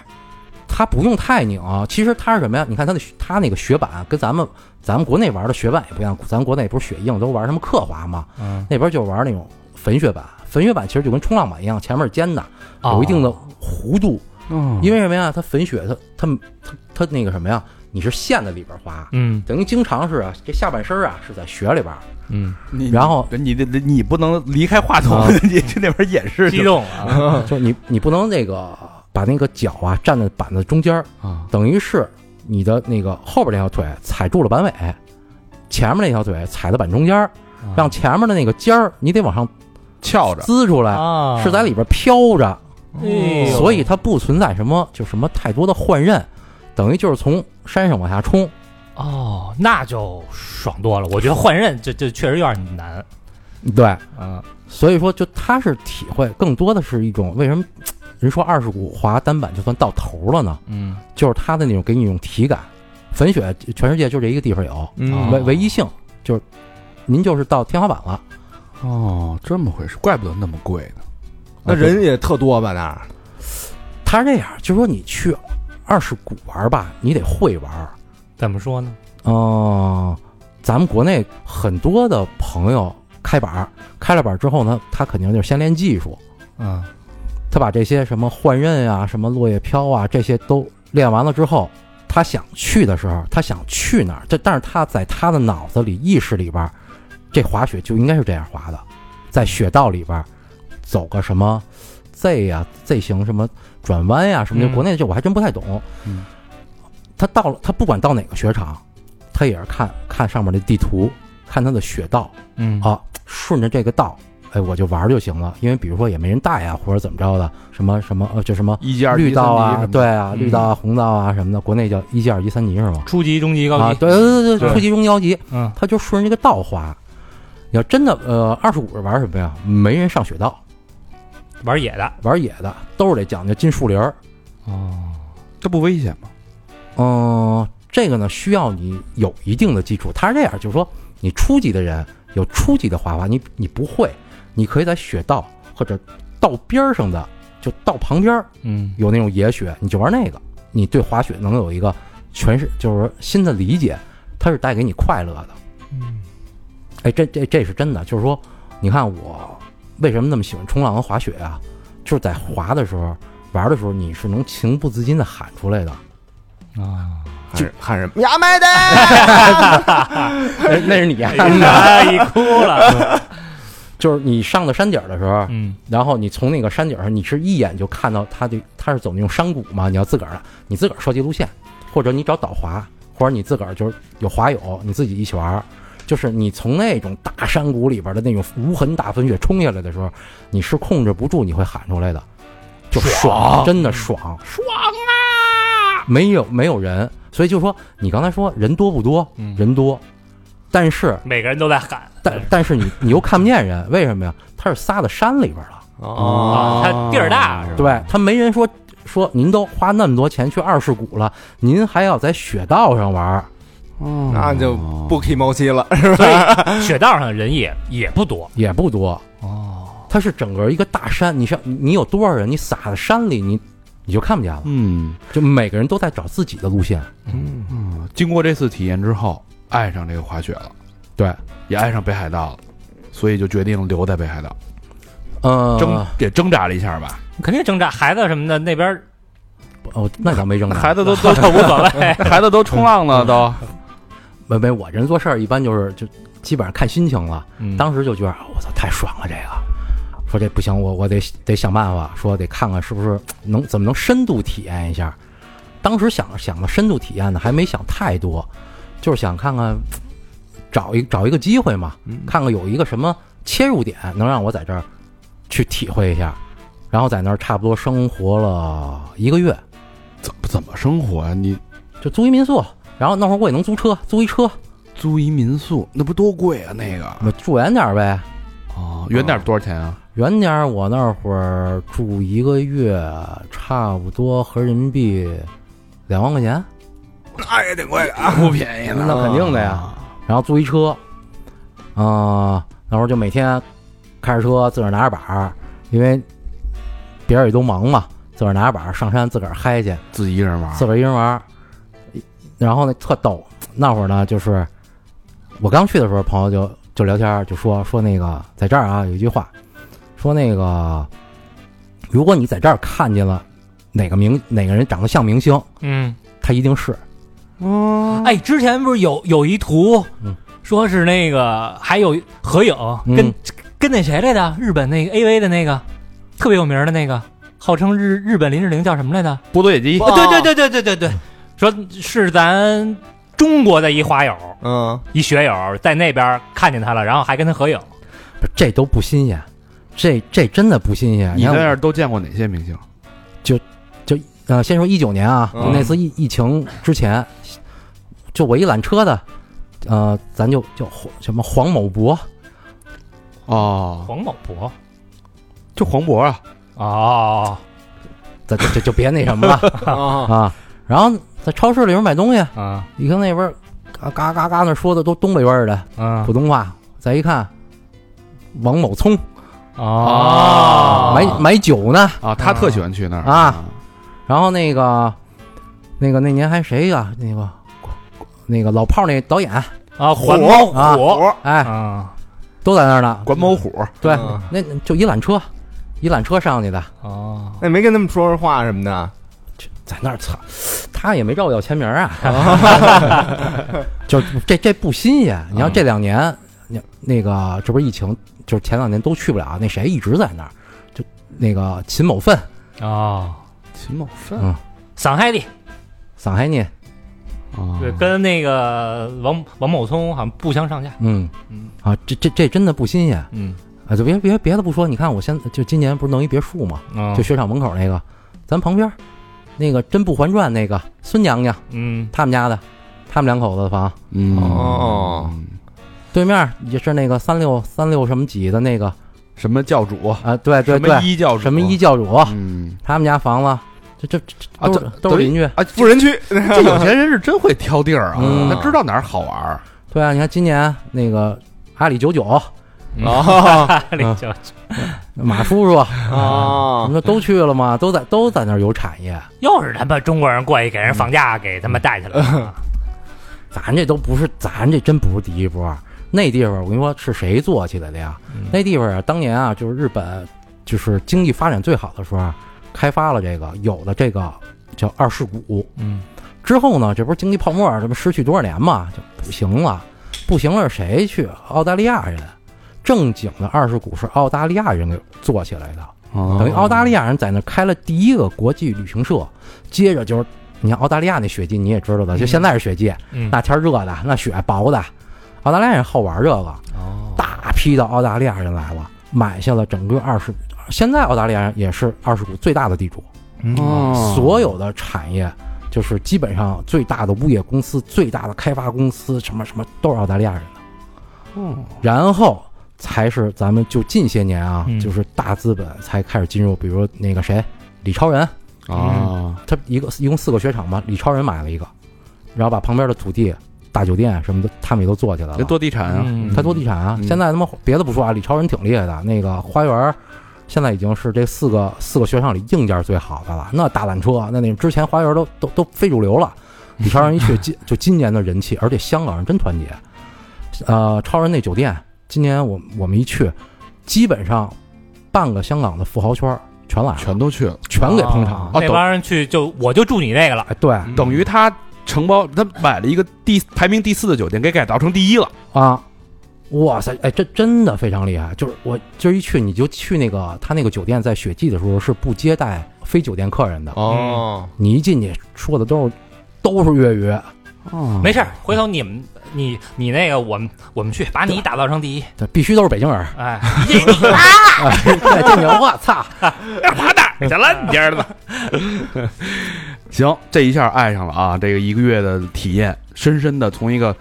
它不用太拧啊，其实它是什么呀？你看它的它那个雪板跟咱们咱们国内玩的雪板也不一样，咱国内不是雪硬，都玩什么刻滑嘛，嗯，那边就玩那种粉雪板。粉雪板其实就跟冲浪板一样，前面是尖的，哦有一定的弧度，嗯因为什么呀？它粉雪，它它它它那个什么呀？你是陷在里边滑，嗯等于经常是啊，这下半身啊是在雪里边，嗯，你然后你得你不能离开话筒， 你去那边演示激去动啊 了，就你你不能那个把那个脚啊站在板子中间儿，啊。等于是你的那个后边那条腿踩住了板尾，前面那条腿踩在板中间儿，啊让前面的那个尖儿你得往上翘着，滋出来，啊是在里边飘着，哎呦所以它不存在什么就什么太多的换刃，等于就是从山上往下冲。哦，那就爽多了。我觉得换刃这这确实有点难，对，嗯所以说就他是体会更多的是一种为什么人说二十五滑单板就算到头了呢？嗯，就是它的那种给你一种体感。粉雪全世界就这一个地方有，啊嗯唯唯一性就是您就是到天花板了。哦，这么回事，怪不得那么贵呢。嗯啊那人也特多吧那儿？他是这样，就说你去二世谷玩吧，你得会玩。怎么说呢？嗯、咱们国内很多的朋友开板儿，开了板儿之后呢，他肯定就是先练技术，嗯，啊他把这些什么换刃啊、什么落叶飘啊这些都练完了之后，他想去的时候，他想去哪儿，这但是他在他的脑子里、意识里边儿，这滑雪就应该是这样滑的，在雪道里边儿走个什么 Z 呀、Z 型什么转弯呀、什么的，嗯国内这我还真不太懂。嗯他到了，他不管到哪个雪场，他也是看看上面的地图，看他的雪道，嗯啊，顺着这个道，哎，我就玩儿就行了。因为比如说也没人带呀，或者怎么着的，什么什么呃，就什么一级、二级、绿道啊，三级什么对的，嗯啊，绿道啊、红道啊什么的，国内叫一级、二级、三级是吗？初级、中级、高啊，级，对对对对，对初级、中级、高级，嗯，他就顺着这个道滑。你要真的呃，二十五是玩什么呀？没人上雪道，玩野的，玩野的都是得讲究进树林儿。哦，这不危险吗？嗯，这个呢需要你有一定的基础。它是这样，就是说你初级的人有初级的滑法，你你不会，你可以在雪道或者道边儿上的，就道旁边儿嗯有那种野雪，你就玩那个，你对滑雪能有一个全是就是说新的理解，它是带给你快乐的。嗯哎，这这这是真的，就是说，你看我为什么那么喜欢冲浪和滑雪啊？就是在滑的时候、玩的时候，你是能情不自禁的喊出来的。啊，就看什么牙买的？ 那那是你、啊，哎阿姨哭了， 就是你上到山顶儿的时候，嗯然后你从那个山顶上，你是一眼就看到它的，它是走那种山谷嘛？你要自个儿的，你自个儿设计路线，或者你找导滑，或者你自个儿就是有滑友，你自己一起玩儿。就是你从那种大山谷里边的那种无痕大粉雪冲下来的时候，你是控制不住你会喊出来的，就爽，真的爽，爽啊！没有没有人，所以就说你刚才说人多不多？嗯，人多，但是每个人都在喊，但但是你你又看不见人，为什么呀？他是撒到山里边了，啊，哦，他地儿大是吧？对他没人说说您都花那么多钱去二世谷了，您还要在雪道上玩儿，那就不 K 毛期了。所以雪道上人也也不多也不多。 哦，它是整个一个大山，你像你有多少人，你撒在山里，你你就看不见了，嗯就每个人都在找自己的路线。嗯，经过这次体验之后，爱上这个滑雪了，对，也爱上北海道了，所以就决定留在北海道，呃，挣也挣扎了一下吧。肯定挣扎，孩子什么的那边儿哦，那倒没挣扎，孩 子都都无所谓，孩子都冲浪了，都没没，我这人做事儿一般就是就基本上看心情了。嗯当时就觉得啊我操太爽了这个，说这不行，我我得得想办法，说得看看是不是能怎么能深度体验一下。当时想想的深度体验呢，还没想太多，就是想看看找一找一个机会嘛，看看有一个什么切入点能让我在这儿去体会一下。然后在那儿差不多生活了一个月，怎么怎么生活呀、你就租一民宿，然后那会儿我也能租车，租一车，租一民宿那不多贵啊？那个我住远点儿呗，哦，远点多少钱啊？远点儿，我那会儿住一个月，差不多合人民币两万块钱， 那也挺贵的啊。不便宜哦那肯定的呀。然后租一车，啊、那会儿就每天开着车，自个儿拿着板儿，因为别人也都忙嘛，自个儿拿着板儿上山，自个儿嗨去，自己一个人玩自儿，个儿一人玩儿。然后呢，特逗，那会儿呢，就是我刚去的时候，朋友就就聊天儿，就说说那个在这儿啊，有一句话，说那个如果你在这儿看见了哪个明哪个人长得像明星，嗯，他一定是。哎，之前不是有有一图嗯，说是那个还有合影嗯跟跟那谁来的？日本那个 AV 的那个特别有名的那个，号称日日本林志玲叫什么来着？波多野结衣啊对对对对对对对，说是咱中国的一花友，嗯，一学友在那边看见他了，然后还跟他合影。不是这都不新鲜，这这真的不新鲜。你看在我那儿都见过哪些明星？呃，先说一九年啊，嗯那次疫疫情之前，就我一缆车的，呃，咱就叫黄什么黄某博，哦，黄某博就黄渤啊，哦，咱就就就别那什么了啊。然后在超市里边买东西，嗯一听那边儿嘎嘎嘎嘎那说的都东北味儿啊的嗯普通话，再一看王某聪哦买买酒呢，啊，他特喜欢去那儿啊，然后那个那个那年还谁呀、那个那个老炮儿那导演，啊火环保啊火哎，啊都在那儿呢。管某虎，对嗯，那就一缆车，一缆车上去的，哦，那哎没跟他们说说话什么的，在那儿操，他也没找我要签名啊， 就这这不新鲜。嗯你要这两年，那那个这不是疫情，就是前两年都去不了，那谁一直在那儿，就那个秦某奋、哦，秦某芬嗯上海的，桑海涅，啊对，跟那个王王某聪好像不相上下。嗯嗯啊，这这这真的不新鲜嗯，啊！就别别别的不说，你看我现在就今年不是弄一别墅嘛，嗯就雪场门口那个，咱旁边儿那个《真不还传》那个孙娘娘嗯他们家的，他们两口子的房。嗯哦，对面也是那个三六三六什么几的那个什么教主，啊，对对什对么，一教主，什么一教主，嗯他们家房子，这这这啊都这是都是等于邻居。 啊，富人区，这有些人是真会挑地儿啊，嗯他知道哪儿好玩儿。对啊，你看今年那个阿里九九 哦李啊教马叔啊叔，我哦们，说都去了嘛，都在都在那儿有产业，又是他妈中国人过去给人放嗯假，给他们带去了。咱这都不是，咱这真不是第一波。那地方我跟你说是谁做起来的呀？嗯那地方啊，当年啊，就是日本就是经济发展最好的时候啊，开发了这个有了这个叫二世谷，嗯之后呢，这不是经济泡沫，这不失去多少年嘛，就不行了，不行了，谁去？澳大利亚人，正经的二世谷是澳大利亚人给做起来的，哦等于澳大利亚人在那开了第一个国际旅行社，接着就是。你看澳大利亚那雪季你也知道的，就嗯现在是雪季，嗯那天儿热的，那雪薄的，澳大利亚人好玩这个，哦大批的澳大利亚人来了，买下了整个二十，现在澳大利亚人也是二十股最大的地主，哦所有的产业就是基本上最大的物业公司、最大的开发公司，什么什么都是澳大利亚人的，哦然后才是咱们就近些年啊，嗯就是大资本才开始进入，比如那个谁，李超人，啊，他一个一共四个雪场嘛，李超人买了一个，然后把旁边的土地、大酒店什么的，他们也都做起来了人。做地产啊，嗯哎他做地产啊，嗯现在他妈别的不说啊，李超人挺厉害的，那个花园儿现在已经是这四个四个雪场里硬件儿最好的了。那大缆车，那那之前花园都都都非主流了，李超人一去今就今年的人气，而且香港人真团结。呃，超人那酒店，今年我我们一去，基本上半个香港的富豪圈儿全来了，全都去了，全啊给捧场。哦啊那帮人去就我就住你那个了。哎，对嗯等于他承包，他买了一个第排名第四的酒店，给改造成第一了。啊，哇塞，哎，这真的非常厉害。就是我今儿一去，你就去那个他那个酒店，在雪季的时候是不接待非酒店客人的。哦，你一进去说的都是都是粤语，哦没事儿，回头你们你你那个我们我们去把你打造成第一。这必须都是北京人。 哎哎，再进去，我操！爬哪儿去了？你儿子？ 行，这一下爱上了啊！这个一个月的体验，深深的从一个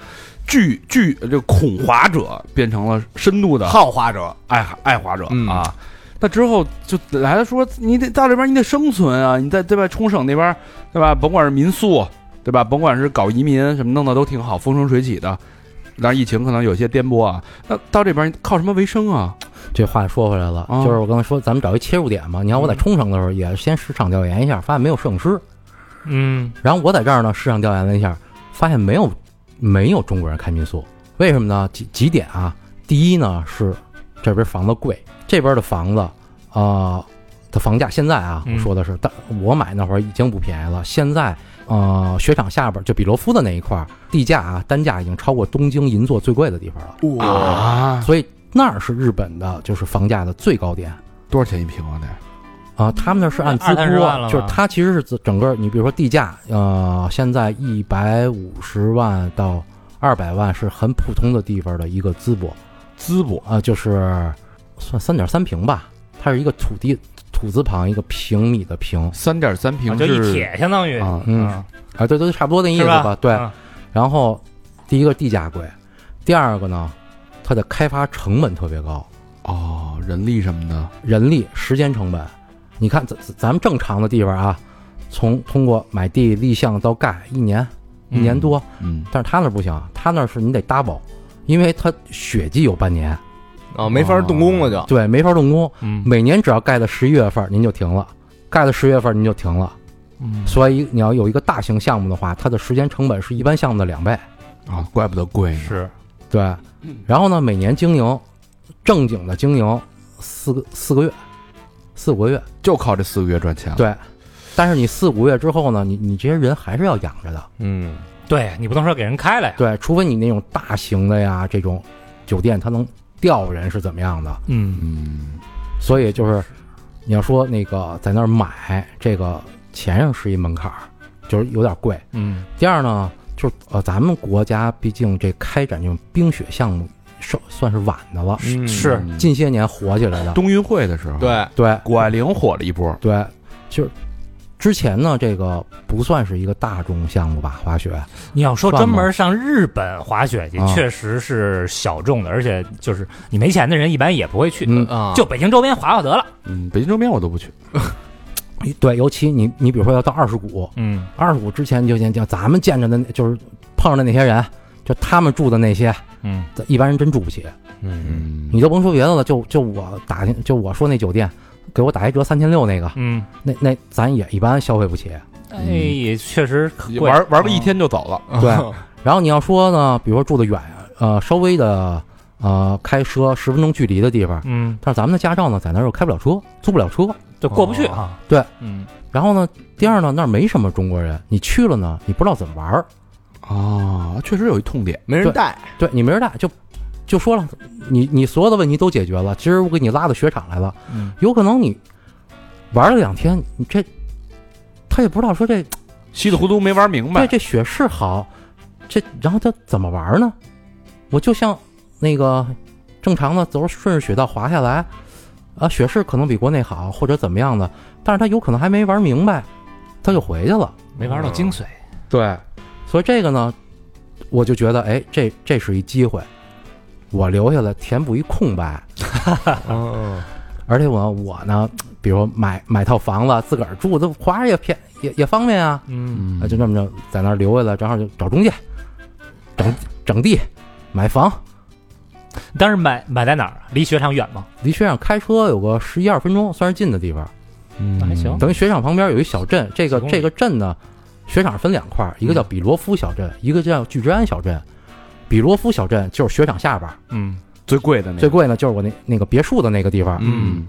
惧惧这恐华者变成了深度的好花者，爱爱华者嗯啊。那之后就来了说，你得到这边你得生存啊，你在对吧？冲绳那边对吧？甭管是民宿对吧？甭管是搞移民什么弄的都挺好，风生水起的。但是疫情可能有些颠簸啊。那到这边靠什么为生啊？这话说回来了，啊就是我刚才说，咱们找一切入点嘛。你看我在冲绳的时候，也先市场调研一下，发现没有摄影师。 嗯然后我在这儿呢，市场调研了一下，发现没有没有中国人开民宿，为什么呢？几几点啊？第一呢是这边房子贵，这边的房子啊、呃，它它房价现在啊，嗯我说的是，但我买那会儿已经不便宜了。现在，呃，雪场下边儿就比罗夫的那一块儿，地价啊单价已经超过东京银座最贵的地方了，嗯哦啊，所以那儿是日本的就是房价的最高点。多少钱一平啊？那啊，他们那是二按资三十估万啊，了就是吧它其实是整整个，你比如说地价，呃，现在一百五十万到二百万是很普通的地方的一个淄博，淄博啊，就是算三点三平吧，它是一个土地土字旁一个平米的平三点三平就一是铁相当于，啊，嗯，嗯啊，对对，差不多那意是思吧？对，嗯然后第一个地价贵，第二个呢，它的开发成本特别高，哦，人力什么的，人力、时间成本。你看咱咱咱们正常的地方啊，从通过买地立项到盖一年一年多，嗯，但是他那儿不行，啊他那儿是你得 double，因为他雪季有半年，啊，没法动工了就。对，没法动工。嗯每年只要盖到十一月份儿您就停了，盖到十月份儿您就停了。嗯，所以你要有一个大型项目的话，它的时间成本是一般项目的两倍。啊，怪不得贵呢，是对，然后呢，每年经营，正经的经营四个四个月，四五个月。就靠这四个月赚钱了。对，但是你四五个月之后呢，你你这些人还是要养着的。嗯，对你不能说给人开了呀，对，除非你那种大型的呀，这种酒店它能调人是怎么样的。嗯，嗯，所以就是你要说那个在那儿买这个钱上是一门槛儿，就是有点贵。嗯，第二呢，就是呃，咱们国家毕竟这开展这种冰雪项目是算是晚的了，嗯是嗯近些年火起来的。冬运会的时候，，对，对谷爱凌火了一波，对，就是之前呢，这个不算是一个大众项目吧，滑雪。你要说算专吗门上日本滑雪去啊，确实是小众的，而且就是你没钱的人一般也不会去，嗯啊，就北京周边滑滑得了，嗯，北京周边我都不去，对，尤其你你比如说要到二十谷，嗯二十谷之前就先就咱们见着的那，就是碰上的那些人，就他们住的那些，嗯，咱一般人真住不起。嗯嗯，你就甭说别的了，就就我打听，就我说那酒店给我打一折三千六那个，嗯，那那咱也一般消费不起。哎，也确实贵玩玩个一，天就走了，对，然后你要说呢，比如说住的远，呃，稍微的呃开车十分钟距离的地方，嗯，但是咱们的驾照呢，在那儿又开不了车，租不了车。就过不去啊，对，嗯，然后呢，第二呢，那儿没什么中国人，你去了呢，你不知道怎么玩儿，啊，确实有一痛点，没人带，对你没人带，就就说了，你你所有的问题都解决了，今儿我给你拉到雪场来了，嗯有可能你玩了两天，你这他也不知道说这稀里糊涂没玩明对白，这雪是好，这然后他怎么玩儿呢？我就像那个正常的走顺着雪道滑下来，啊，雪是可能比国内好或者怎么样的，但是他有可能还没玩明白，他就回去了。没玩到精髓，对，所以这个呢，我就觉得，哎，这这是一机会，我留下来填补一空白。嗯，而且我我呢，比如买买套房子，自个儿住，这滑着也便也也方便啊，嗯嗯啊，就这么着在那儿留下来，正好就找中介，整整地，买房，但是买买在哪儿？离雪场远吗？离雪场开车有个十一二分钟，算是近的地方。嗯那还行等于雪场旁边有一小镇，这个几公里这个镇呢，雪场分两块儿，一个叫比罗夫小镇，一个叫聚之安小镇。比罗夫小镇就是雪场下边儿，嗯最贵的那个最，贵呢就是我那那个别墅的那个地方，嗯，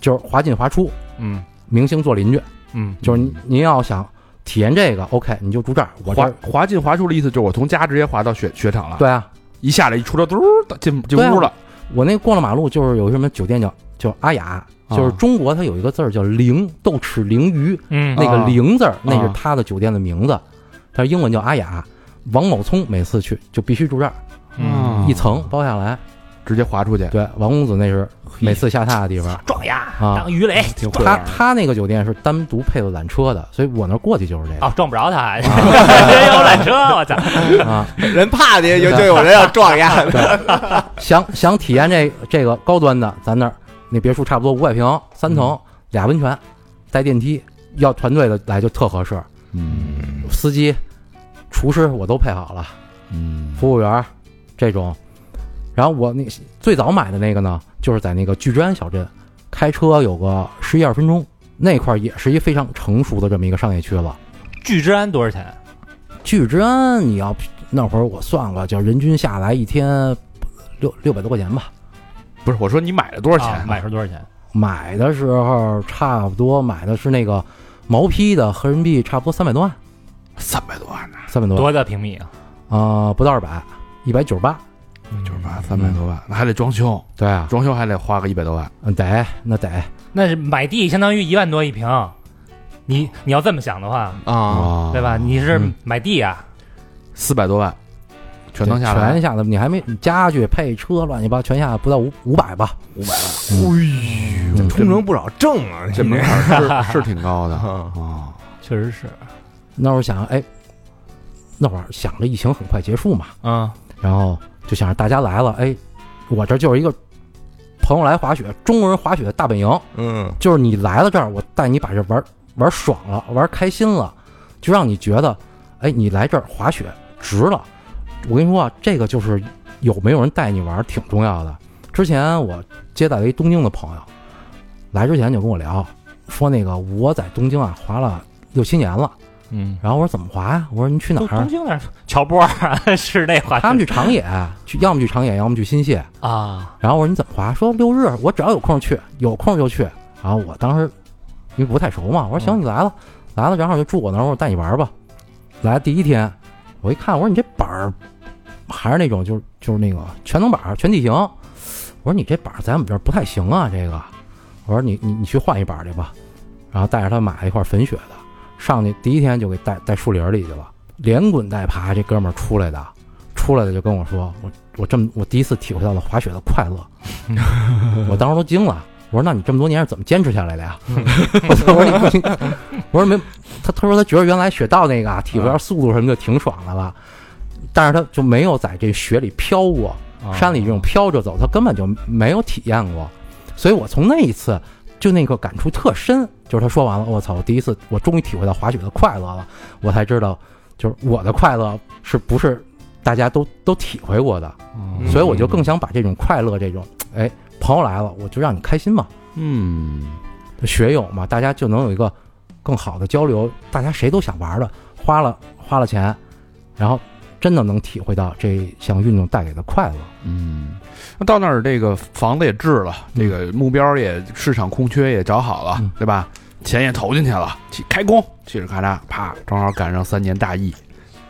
就是滑进滑出，嗯明星做邻居。嗯就是您您要想体验这个，OK，你就住这儿，我这滑儿。滑进滑出的意思就是我从家直接滑到雪雪场了，对啊，一下来一出车，嘟儿到进进对啊屋了，我那过了马路就是有什么酒店叫叫阿啊雅，就是中国它有一个字儿叫灵，豆豉鲮鱼，嗯那个啊灵字儿，那是他的酒店的名字，但是英文叫阿雅。王某聪每次去就必须住这儿，啊嗯，一层包下来。直接滑出去，对，王公子那是每次下榻的地方。撞呀，啊当鱼雷挺会他玩儿的他那个酒店是单独配了缆车的，所以我那儿过去就是这啊，撞不着 他，人有缆车，我操，个啊。人怕你，有就有人要 撞呀，想想体验这这个高端的，咱那儿那别墅差不多五百平，三层，俩温泉，带电梯，要团队的来就特合适。嗯司机、厨师我都配好了，嗯服务员儿这种。然后我那最早买的那个呢，就是在那个巨安小镇，开车有个十一二分钟，那块儿也是一非常成熟的这么一个商业区了。聚之安多少钱？巨安你要那会儿我算了，就人均下来一天六六百多块钱吧。不是，我说你买了多少钱啊？买是多少钱？买的时候差不多买的是那个毛坯的，合人民币差不多三百多万，三百多万呢，三百多多万大平米啊？啊、不到二百，一百九十八。九十八，三百多万，那还得装修，对啊，装修还得花个一百多万。嗯得那得那是买地相当于一万多一平，你你要这么想的话，啊，对吧？你是嗯买地啊，四百多万，全能对下来全下来，你还没你家具配车乱七八，全下来不到五五百吧？嗯哎这充成不少挣啊，这门这槛儿是是挺高的啊啊。嗯确实是，那会儿想，哎，那会儿想着疫情很快结束嘛，嗯，然后就想着大家来了，哎，我这就是一个朋友来滑雪，中国人滑雪的大本营，嗯就是你来了这儿，我带你把这玩玩爽了，玩开心了，就让你觉得，哎，你来这儿滑雪值了。我跟你说啊，这个就是有没有人带你玩挺重要的。之前我接待了一东京的朋友，来之前就跟我聊，说那个我在东京啊滑了 六七年了，嗯，然后我说怎么滑啊呀？我说你去哪 东儿东？京那儿乔波 儿啊室内滑雪他们去长野，啊去要么去长野，要么去新泻。啊，然后我说你怎么滑？说六日我只要有空去，有空就去。然后我当时因为不太熟嘛，我说行，你来了，来了正好就住我那儿，我说我带你玩吧。来第一天，我一看，我说你这板儿还是那种就是就是那个全能板儿全地形，我说你这板儿在我们这儿不太行啊，这个，我说你你你去换一板儿去吧。然后带着他买了一块粉雪的，上去第一天就给带带树林里去了，连滚带爬，这哥们儿出来的，出来的就跟我说，我我这么我第一次体会到了滑雪的快乐，我当时都惊了。我说：“那你这么多年是怎么坚持下来的呀？” 我说：“你不我说没，他他说他觉得原来雪道那个啊，体会到速度什么就挺爽的了，但是他就没有在这雪里飘过，啊山里这种飘着走，他根本就没有体验过。所以我从那一次就那个感触特深，就是他说完了，我操，我第一次我终于体会到滑雪的快乐了，我才知道，就是我的快乐是不是大家都都体会过的，嗯所以我就更想把这种快乐这种，哎，朋友来了，我就让你开心嘛，嗯，学友嘛，大家就能有一个更好的交流，大家谁都想玩的，花了花了钱，然后真的能体会到这项运动带给的快乐。嗯，那到那儿这个房子也置了，这个目标也市场空缺也找好了，嗯对吧？钱也投进去了，起开工，嘁哩咔嚓，啪，正好赶上三年大疫。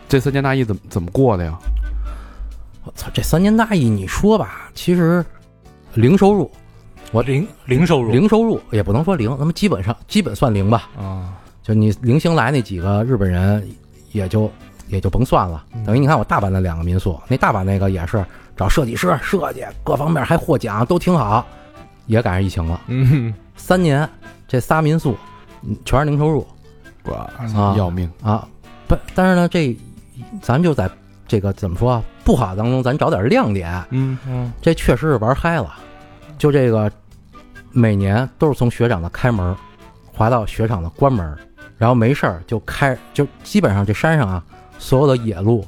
这三年大疫怎么怎么过的呀？我操，这三年大疫，你说吧，其实零收入，我零零收入零收入也不能说零，那么基本上基本算零吧。啊，就你零星来那几个日本人，也就也就甭算了。嗯等于你看我大阪的两个民宿，那大阪那个也是找设计师设计，各方面还获奖，都挺好，也赶上疫情了。嗯，三年这仨民宿嗯全是零收入哇啊要命！啊，不，但是呢，这咱们就在这个怎么说啊不好当中，咱找点亮点。嗯嗯这确实是玩嗨了。就这个，每年都是从雪场的开门，滑到雪场的关门，然后没事儿就开，就基本上这山上啊，所有的野路，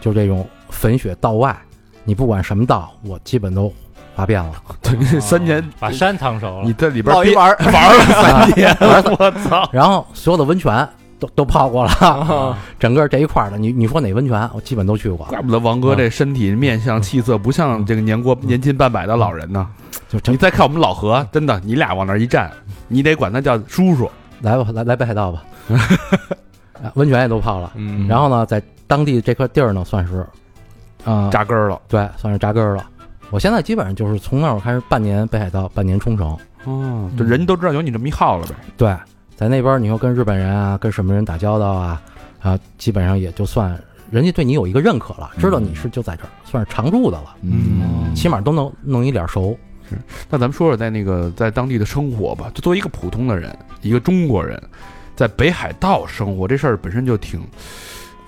就这种粉雪道外，你不管什么道，我基本都滑遍了。对， 三年把山藏熟你了，在里边报一憋玩儿玩了三年， 我操，然后所有的温泉都都泡过了， 整个这一块儿的，你你说哪温泉，我基本都去过，怪不得王哥这身体面相气色不像这个年过年近半百的老人呢。就真你再看我们老何，真的，你俩往那儿一站，你得管他叫叔叔。来吧，来来北海道吧，啊温泉也都泡了。嗯然后呢，在当地这块地儿呢，算是，啊、扎根儿了。对，算是扎根儿了。我现在基本上就是从那会儿开始，半年北海道，半年冲绳。哦，就人都知道有你这么一号了呗。对，在那边儿你又跟日本人啊，跟什么人打交道啊，啊，基本上也就算人家对你有一个认可了，知道你是就在这儿算是常住的了，嗯起码都能弄一脸熟。那咱们说说在那个在当地的生活吧。就作为一个普通的人，一个中国人，在北海道生活这事儿本身就挺，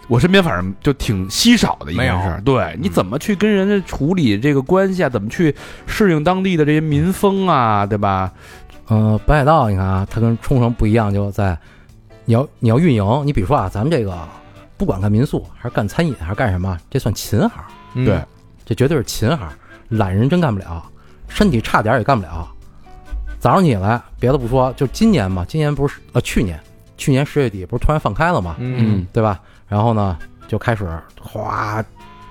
我身边反正就挺稀少的一件事儿。对，你怎么去跟人家处理这个关系啊？怎么去适应当地的这些民风啊？对吧？嗯、北海道你看啊，它跟冲绳不一样，就在你要你要运营，你比如说啊，咱们这个不管干民宿还是干餐饮还是干什么，这算勤行。嗯对，这绝对是勤行，懒人真干不了，身体差点儿也干不了。早上起来，别的不说，就今年嘛，今年不是呃去年，去年十月底不是突然放开了嘛，嗯，对吧？然后呢，就开始哗，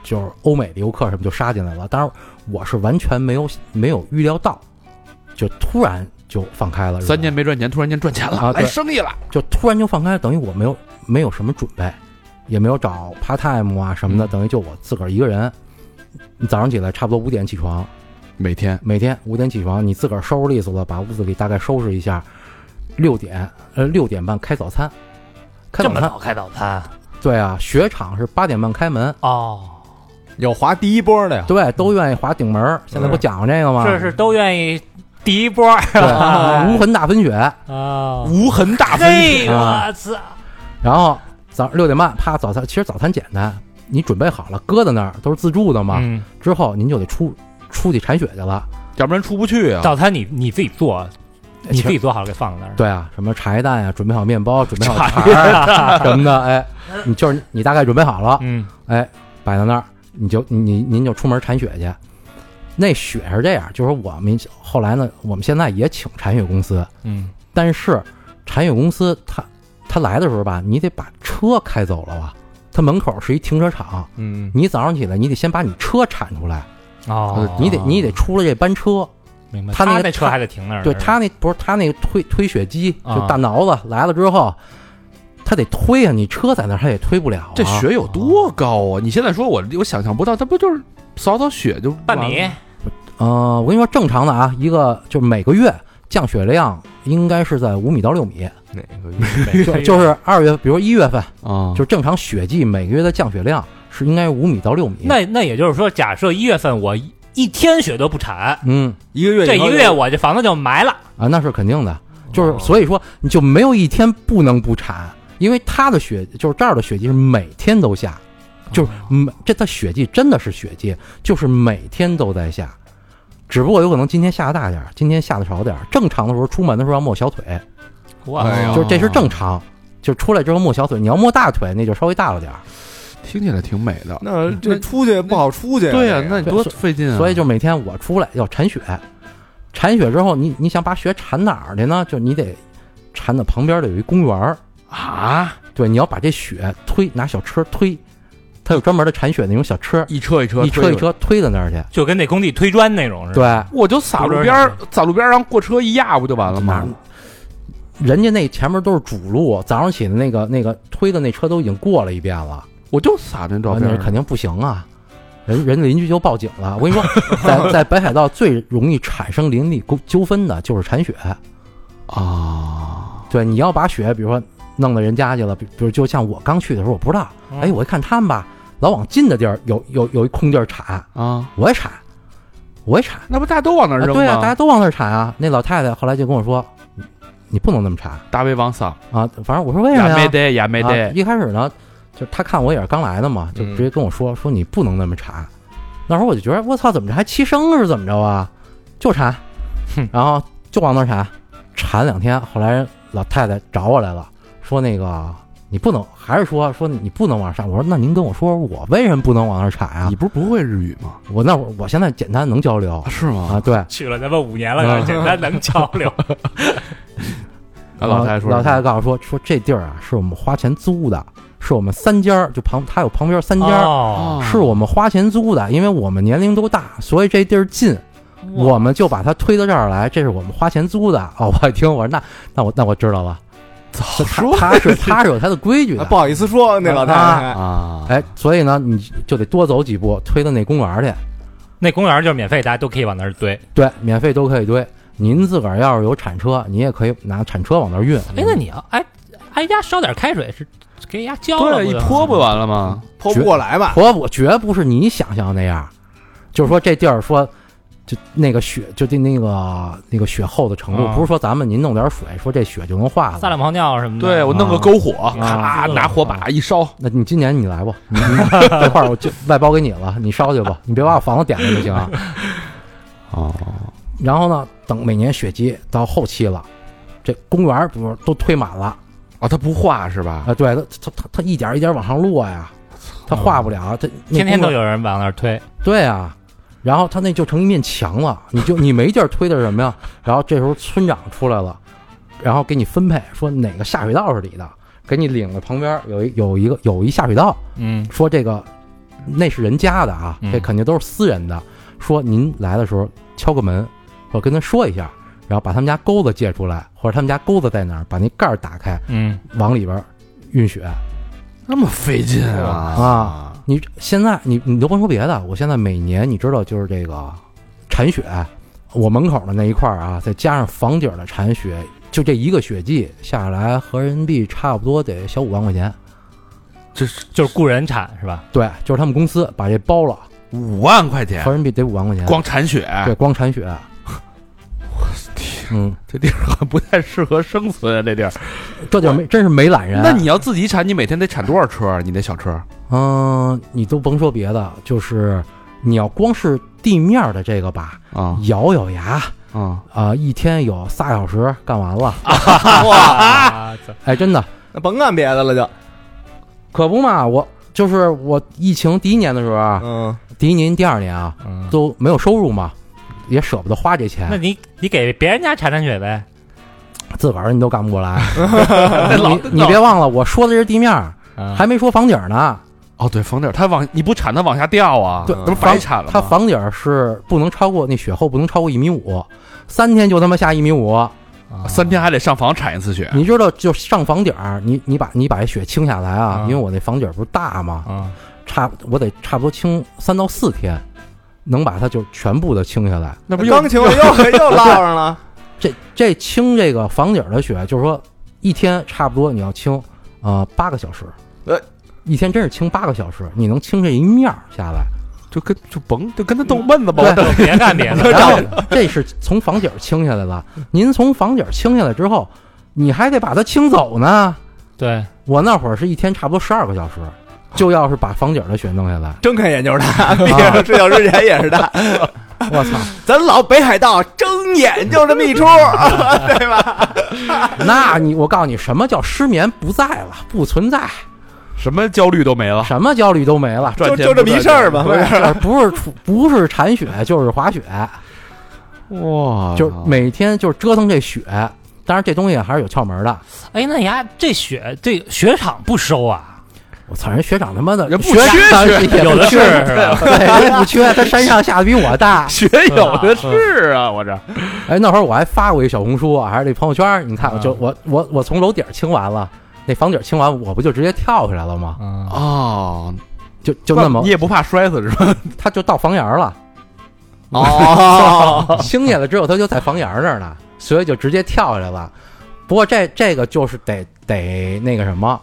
就是欧美的游客什么就杀进来了。当然，我是完全没有没有预料到，就突然就放开了，是吧三年没赚钱，突然间赚钱了，啊来对生意了，就突然就放开了，等于我没有没有什么准备，也没有找 part time 啊什么嗯的，等于就我自个儿一个人。你早上起来差不多五点起床，每天每天五点起床，你自个儿收拾利索了，把屋子里大概收拾一下。六点，呃，六点半开早餐，开这早么餐早。开早餐对啊，雪场是八点半开门，哦，有滑第一波的呀，对，都愿意滑顶门儿。现在不讲这个吗？这是都愿意第一波 对啊无痕大喷雪。啊，无痕大嘿，啊我操，然后早六点半，啪，早餐。其实早餐简单，你准备好了，搁在那儿都是自助的嘛。嗯，之后您就得出出去铲雪去了。要不然出不去啊。早餐你你自己做，你自己做好了给放在那儿。对啊，什么茶叶蛋呀、准备好面包，准备好肠儿什么的，哎，你就是你大概准备好了，嗯，哎，摆在那儿，你就你您就出门铲雪去。那雪是这样，就是我们后来呢，我们现在也请铲雪公司，嗯，但是铲雪公司他他来的时候吧，你得把车开走了啊。他门口是一停车场，嗯，你早上起来你得先把你车铲出来，哦，呃你得你得出了这班车，明白，他那那个车还得停那儿，对是吧他那不是他那个推推雪机，啊就大挠子来了之后，他得推啊，你车在那儿他也推不了、啊。这雪有多高啊？你现在说我我想象不到，它不就是扫扫雪就半 完了米吗，呃，我跟你说，正常的啊，一个就是每个月降雪量应该是在五米到六米，哪个就就是二月，比如说一月份，啊？就是正常雪季每个月的降雪量是应该五米到六米。那那也就是说，假设一月份我一一天雪都不铲，嗯一个月这以一后个就月我这房子就埋了。啊，那是肯定的，就是所以说你就没有一天不能不铲，因为它的雪就是这儿的雪季是每天都下，就是每这它雪季真的是雪季，就是每天都在下，只不过有可能今天下的大点儿，今天下的少点儿。正常的时候出门的时候要没小腿，哇，哎呦就是这是正常。就出来之后没小腿，你要没大腿那就稍微大了点儿，听起来挺美的。那这出去不好出去呀，对呀、这个那你多费劲啊！所以就每天我出来要铲雪，铲雪之后你你想把雪铲哪儿去呢？就你得铲到旁边的有一公园儿，啊，对，你要把这雪推，拿小车推，它有专门的铲雪那种小车，一车一车，一车一，车推到那儿去。就跟那工地推砖那种似的。对，我就撒路边儿，撒路边儿，然后过车一压不就完了吗？人家那前面都是主路，早上起的那个那个推的那车都已经过了一遍了，我就撒那照片那儿，肯定不行啊。人人邻居就报警了。我跟你说， 在在北海道最容易产生邻里纠纠纷的就是铲雪。啊，对，你要把雪，比如说弄到人家去了，比比如就像我刚去的时候，我不知道，哦嗯哎，我一看他们吧，老往近的地儿有有有一空地儿铲，啊，我也铲，我也铲。那不大家都往那儿啊，扔吗？对啊，大家都往那儿铲啊。那老太太后来就跟我说，你你不能那么铲大胃王撒，啊。反正我说为什也么没呀？得，也没啊得，一开始呢，就她看我也是刚来的嘛，就嗯直接跟我说、说你不能那么铲。那时候我就觉得我操，怎么着还七生是怎么着啊？就铲，然后就往那儿铲，铲两天。后来老太太找我来了，说那个你不能，还是说说你不能往上。我说那您跟我说，我为什么不能往那儿铲啊你？不是不会日语吗？我那会儿我现在简单能交流啊，是吗？啊，对。去了咱们五年了，简单能交 流。啊老太太说，老太太告诉我说，说这地儿啊是我们花钱租的，是我们三家儿就旁，它有旁边三家儿，哦，啊是我们花钱租的，因为我们年龄都大，所以这地儿近，哦我们就把它推到这儿来，这是我们花钱租的。哦，我一听，我说那 那我那我知道了，早他说他是他是有他的规矩 啊的不，好意思说那老太太，啊！哎，所以呢你就得多走几步，推到那公园儿去，那公园就是免费，大家都可以往那儿堆。对，免费都可以堆。您自个儿要是有铲车，你也可以拿铲车往那儿运。哎，那你要挨挨家烧点开水是给家浇了对，不一就，泼不完了吗？泼不过来吧？婆婆绝不是你想象那样，就是说这地儿说，就那个雪，就那那个那个雪厚的程度，啊不是说咱们您弄点水，说这雪就能化撒了。两泡尿什么的。对我弄个篝火，嗯啊咔拿火把一烧，那你今年你来吧， 你你这块儿我就外包给你了，你烧去吧，你别把我房子点了就行啊。 哦，然后呢，等每年雪季到后期了，这公园儿比如都推满了啊，它不化是吧？啊，对，它它它它一点儿一点儿往上落呀，它化不了，它那天天公园都有人往那儿推。对啊，然后他那就成一面墙了，你就你没地儿推的什么呀？然后这时候村长出来了，然后给你分配说哪个下水道是你的，给你领到旁边有一有一个有一下水道，嗯，说这个那是人家的啊，嗯这肯定都是私人的。说您来的时候敲个门，或者跟他说一下，然后把他们家钩子借出来，或者他们家钩子在哪儿，把那盖儿打开，嗯，往里边儿运血。那么费劲啊！啊！你现在你你都甭说别的，我现在每年你知道就是这个铲雪，我门口的那一块儿啊，再加上房顶的铲雪，就这一个雪季下来，合人民币差不多得小五万块钱。就是雇人产是 吧？对，就是他们公司把这包了，五万块钱合人民币得五万块钱。光铲雪，对，光铲雪。嗯，这地儿 不太适合生存啊！这地儿，这就没真是没懒人。那你要自己铲，你每天得铲多少车啊？你那小车嗯，你都甭说别的，就是你要光是地面儿的这个吧，啊咬咬牙啊！啊、一天有仨小时干完了。哇，啊，哎，真的那甭干别的了就，可不嘛！我就是我疫情第一年的时候啊，嗯，第一年、第二年啊嗯都没有收入嘛，也舍不得花这那钱，你你给别人家铲铲雪呗，自个儿你都干不过来。呃你你别忘了，我说的是地面儿，嗯还没说房顶儿呢。哦，对，房顶儿它往你不铲它往下掉啊，对那不是白铲了吗？它房顶儿是不能超过那雪厚，不能超过一米五，三天就他妈下一米五。三天还得上房铲一次雪，你知道，就上房顶儿，你你把你把这雪清下来嗯啊，因为我那房顶儿不是大嘛，啊，差我得差不多清三到四天，能把它就全部的清下来。那不又钢琴又又落上了，这这清这个房顶儿的雪，就是说一天差不多你要清呃八个小时，呃，一天真是清八个小时，你能清这一面儿下来。就跟就甭就跟他逗闷子吧，对我就别干别 的，然后这是从房顶儿清下来的，您从房顶儿清下来之后，你还得把它清走呢。对，我那会儿是一天差不多十二个小时，就要是把房顶儿的雪弄下来，睁开眼就是他，闭上睡觉之前也是他，我操，咱老北海道睁眼就这么一出，对吧？那你我告诉你，什么叫失眠不在了，不存在，什么焦虑都没了，什么焦虑都没了。 赚就钱就这么一事儿吧，不是不是出不是铲雪就是滑雪，哇就是每天就是折腾这雪。当然这东西还是有窍门的。哎，那呀，这雪这雪场不收啊？我操，人学长他妈的人不学缺长雪 也 有不的是缺，是吧？对，人也不缺，他山上下的比 我大。雪有的是啊，我这哎，那会儿我还发过一小红书啊，还是那朋友圈儿，你看，嗯就我我我从楼顶儿清完了，那房顶儿清完，我不就直接跳下来了吗？嗯，哦，就就那么你，也不怕摔死是吧？他就到房檐儿了， 哦，清下来之后，他就在房檐儿那儿呢，所以就直接跳下来了。不过这这个就是得得那个什么，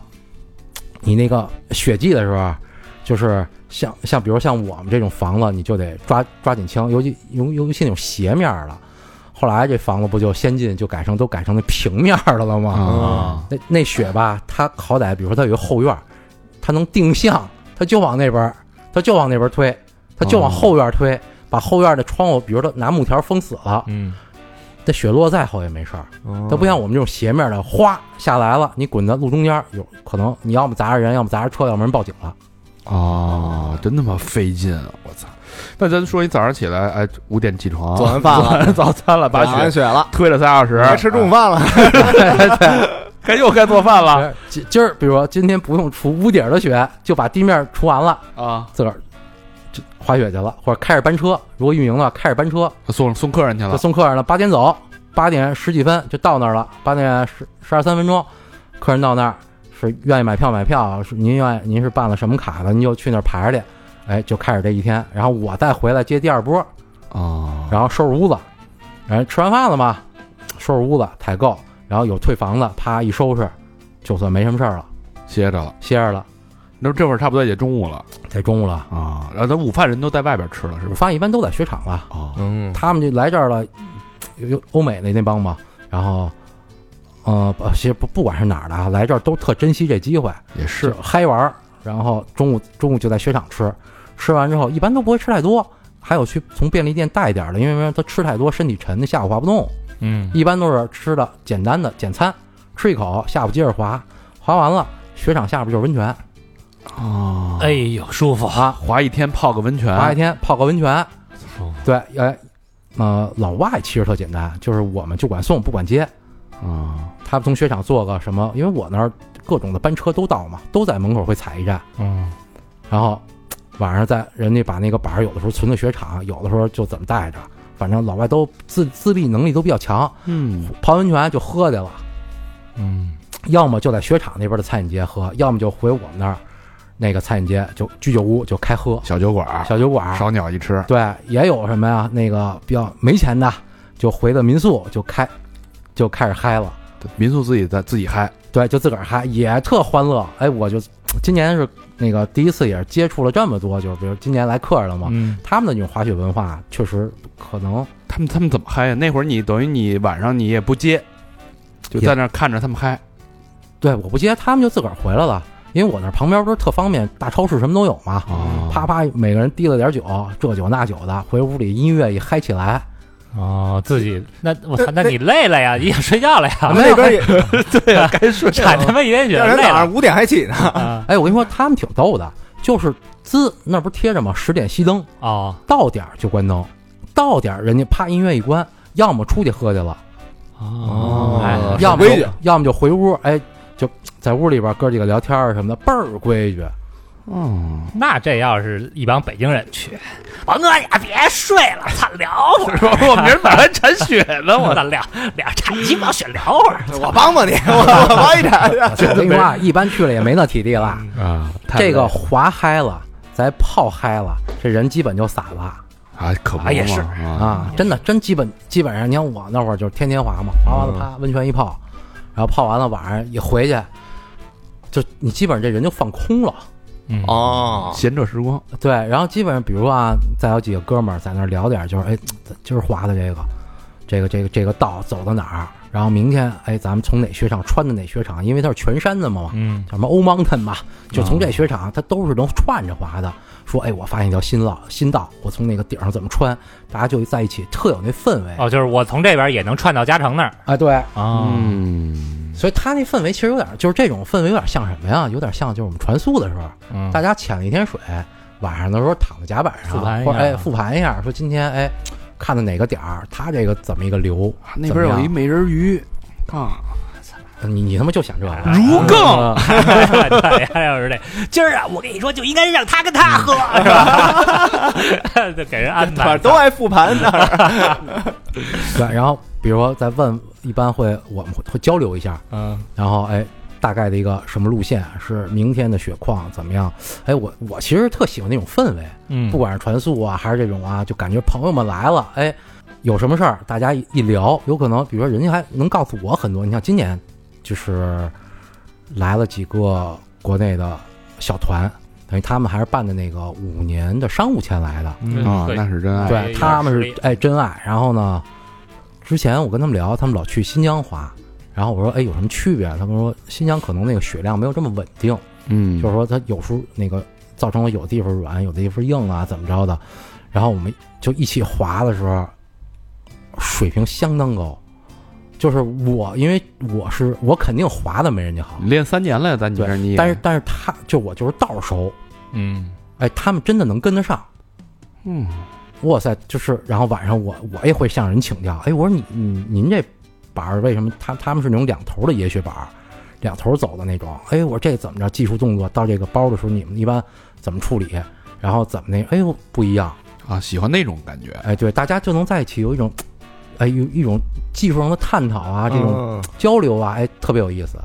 你那个雪季的时候，啊就是像像比如像我们这种房子，你就得抓抓紧清，尤其尤尤其那种斜面儿的。后来这房子不就先进就改成都改成那平面儿的了吗？啊，那那雪吧，它好歹比如说它有一个后院儿，它能定向，它就往那边儿，它就往那边儿推，它就往后院儿推，把后院儿的窗户，比如说拿木条封死了，嗯，这雪落再厚也没事儿，哦嗯它不像我们这种斜面的，哗下来了，你滚在路中间儿，有可能你要么砸着人，要么砸着车，要么人报警了。哦，真他妈费劲啊！我操，那咱说你早上起来，哎，五点起床，做完饭了做完 早餐了，把哎打完雪雪了，推了三小时，该吃中午饭了，该又该做饭了今今儿比如说今天不用除屋顶儿的雪，就把地面儿除完了，啊，自个儿就滑雪去了，或者开着班车，如果运营的话开着班车，送送客人去就了，送客人了，八点走，八点十几分就到那儿了，八点十十二三分钟，客人到那儿是愿意买票买票，是您愿您是办了什么卡的，您就去那儿排去，哎，就开始这一天，然后我再回来接第二波，啊，然后收拾屋子，然后吃完饭了嘛，收拾屋子采购，然后有退房的，啪一收拾，就算没什么事儿了，歇着了。歇着了，那这会儿差不多也中午了得中午了，啊，然后咱午饭人都在外边吃了，是午不是？饭一般都在雪场了。哦，嗯，他们就来这儿了，有有欧美的那帮嘛，然后，呃，不其实不不管是哪儿的啊，来这儿都特珍惜这机会，也是就，嗨玩儿，然后中午中午就在雪场吃，吃完之后一般都不会吃太多，还有去从便利店带一点儿的，因为他吃太多身体沉，下午滑不动，嗯，一般都是吃的简单的简餐，吃一口，下午接着滑，滑完了雪场下边就是温泉哦，哎，呦，舒服，啊，滑一天泡个温泉，滑一天泡个温泉，舒服，对，哎，呃，老外其实特简单，就是我们就管送不管接。啊，他们从雪场坐个什么？因为我那儿各种的班车都到嘛，都在门口会踩一站，嗯，然后嘖晚上在人家把那个板儿有的时候存到雪场，有的时候就怎么带着，反正老外都自自闭能力都比较强，嗯泡温泉就喝去了，嗯，要么就在雪场那边的餐饮街喝，要么就回我们那儿那个餐饮街就居酒屋就开喝，小酒馆儿，小酒馆儿烧鸟一吃，对，也有什么呀？那个比较没钱的，就回到民宿就开，就开始嗨了。对民宿自己在自己嗨，对，就自个儿嗨，也特欢乐。哎，我就今年是那个第一次，也是接触了这么多，就是比如今年来客人了嘛，嗯他们的那种滑雪文化确实可能他们他们怎么嗨呀？那会儿你等于你晚上你也不接，就也在那儿看着他们嗨。对，我不接，他们就自个儿回来了。因为我那旁边不是特方便，大超市什么都有嘛，哦啪啪，每个人提了点酒，这酒那酒的，回屋里音乐一嗨起来，哦，自己那我操，那你累了 呀？你想睡觉了呀？那边也该 睡，铲他妈一天第雪二天累早上了五点还起呢，啊！哎，我跟你说，他们挺逗的，就是滋那不是贴着吗？十点熄灯，哦到点儿就关灯，到点儿人家啪音乐一关，要么出去喝去了，哦哎要么啊规矩就要么就回屋，哎，就在屋里边哥几个聊天儿什么的，倍儿规矩。嗯，那这要是一帮北京人去，王哥呀，别睡了，操，聊会儿， 我明儿晚上铲雪呢， 我我俩俩差鸡毛雪聊会儿，我 帮帮你，我我帮一点。我跟你说啊，一般去了也没那体力了，啊，太这个累了滑嗨了，咱泡嗨了，这人基本就散了啊，可不啊也嘛是啊，啊！真的，真基本基本上，你看我那会儿就是天天滑嘛，滑完了啪温泉一泡，然后泡完了晚上一回去，就你基本上这人就放空了。嗯哦，闲者时光，对，然后基本上，比如说啊，再有几个哥们儿在那儿聊点儿，就是哎，咱今儿滑的这个，这个这个这个道走到哪儿，然后明天哎，咱们从哪雪场穿的哪雪场，因为它是全山的嘛，嗯叫什么欧 mountain 嘛，就从这雪场，它都是能串着滑的。说哎，我发现一条新道，新道，我从那个顶上怎么穿，大家就在一起，特有那氛围。哦，就是我从这边也能串到嘉诚那儿哎，对，啊嗯，所以他那氛围其实有点，就是这种氛围有点像什么呀？有点像就是我们传速的时候，嗯大家潜了一天水，晚上的时候躺在甲板上，复盘一下啊或者哎复盘一下，说今天哎看的哪个点儿，他这个怎么一个流，啊那边有一美人鱼啊，你你他妈就想这个，啊如更，嗯 对，还有是这，今儿啊，我跟你说，就应该让他跟他喝，是吧？ 就给人安反 排正都爱复盘那儿。 对，然后比如说再问，一般会我们会会交流一下，嗯，然后哎大概的一个什么路线是明天的雪况怎么样？哎，我我其实特喜欢那种氛围，嗯不管是传速啊还是这种啊，就感觉朋友们来了，哎，有什么事儿大家一一聊，有可能比如说人家还能告诉我很多。你像今年就是来了几个国内的小团，等于他们还是办的那个五年的商务签来的，啊，那是真爱，嗯对对他们是哎真爱。然后呢，之前我跟他们聊，他们老去新疆滑。然后我说，哎，有什么区别？他们说新疆可能那个雪量没有这么稳定，嗯，就是说它有时候那个造成了有的地方软，有的地方硬啊，怎么着的。然后我们就一起滑的时候，水平相当高。就是我，因为我是我肯定滑的没人家好，你练三年了，咱你这你对，也，但是但是他就我就是道熟，嗯哎，他们真的能跟得上。嗯，哇塞，就是然后晚上我我也会向人请教，哎，我说你你您这板儿为什么他他们是那种两头的野雪板儿，两头走的那种，哎，我说这怎么着技术动作到这个包的时候你们一般怎么处理，然后怎么那哎呦不一样，啊，喜欢那种感觉，哎，对，大家就能在一起有一种，哎有一种技术上的探讨啊，这种嗯交流啊，哎，特别有意思，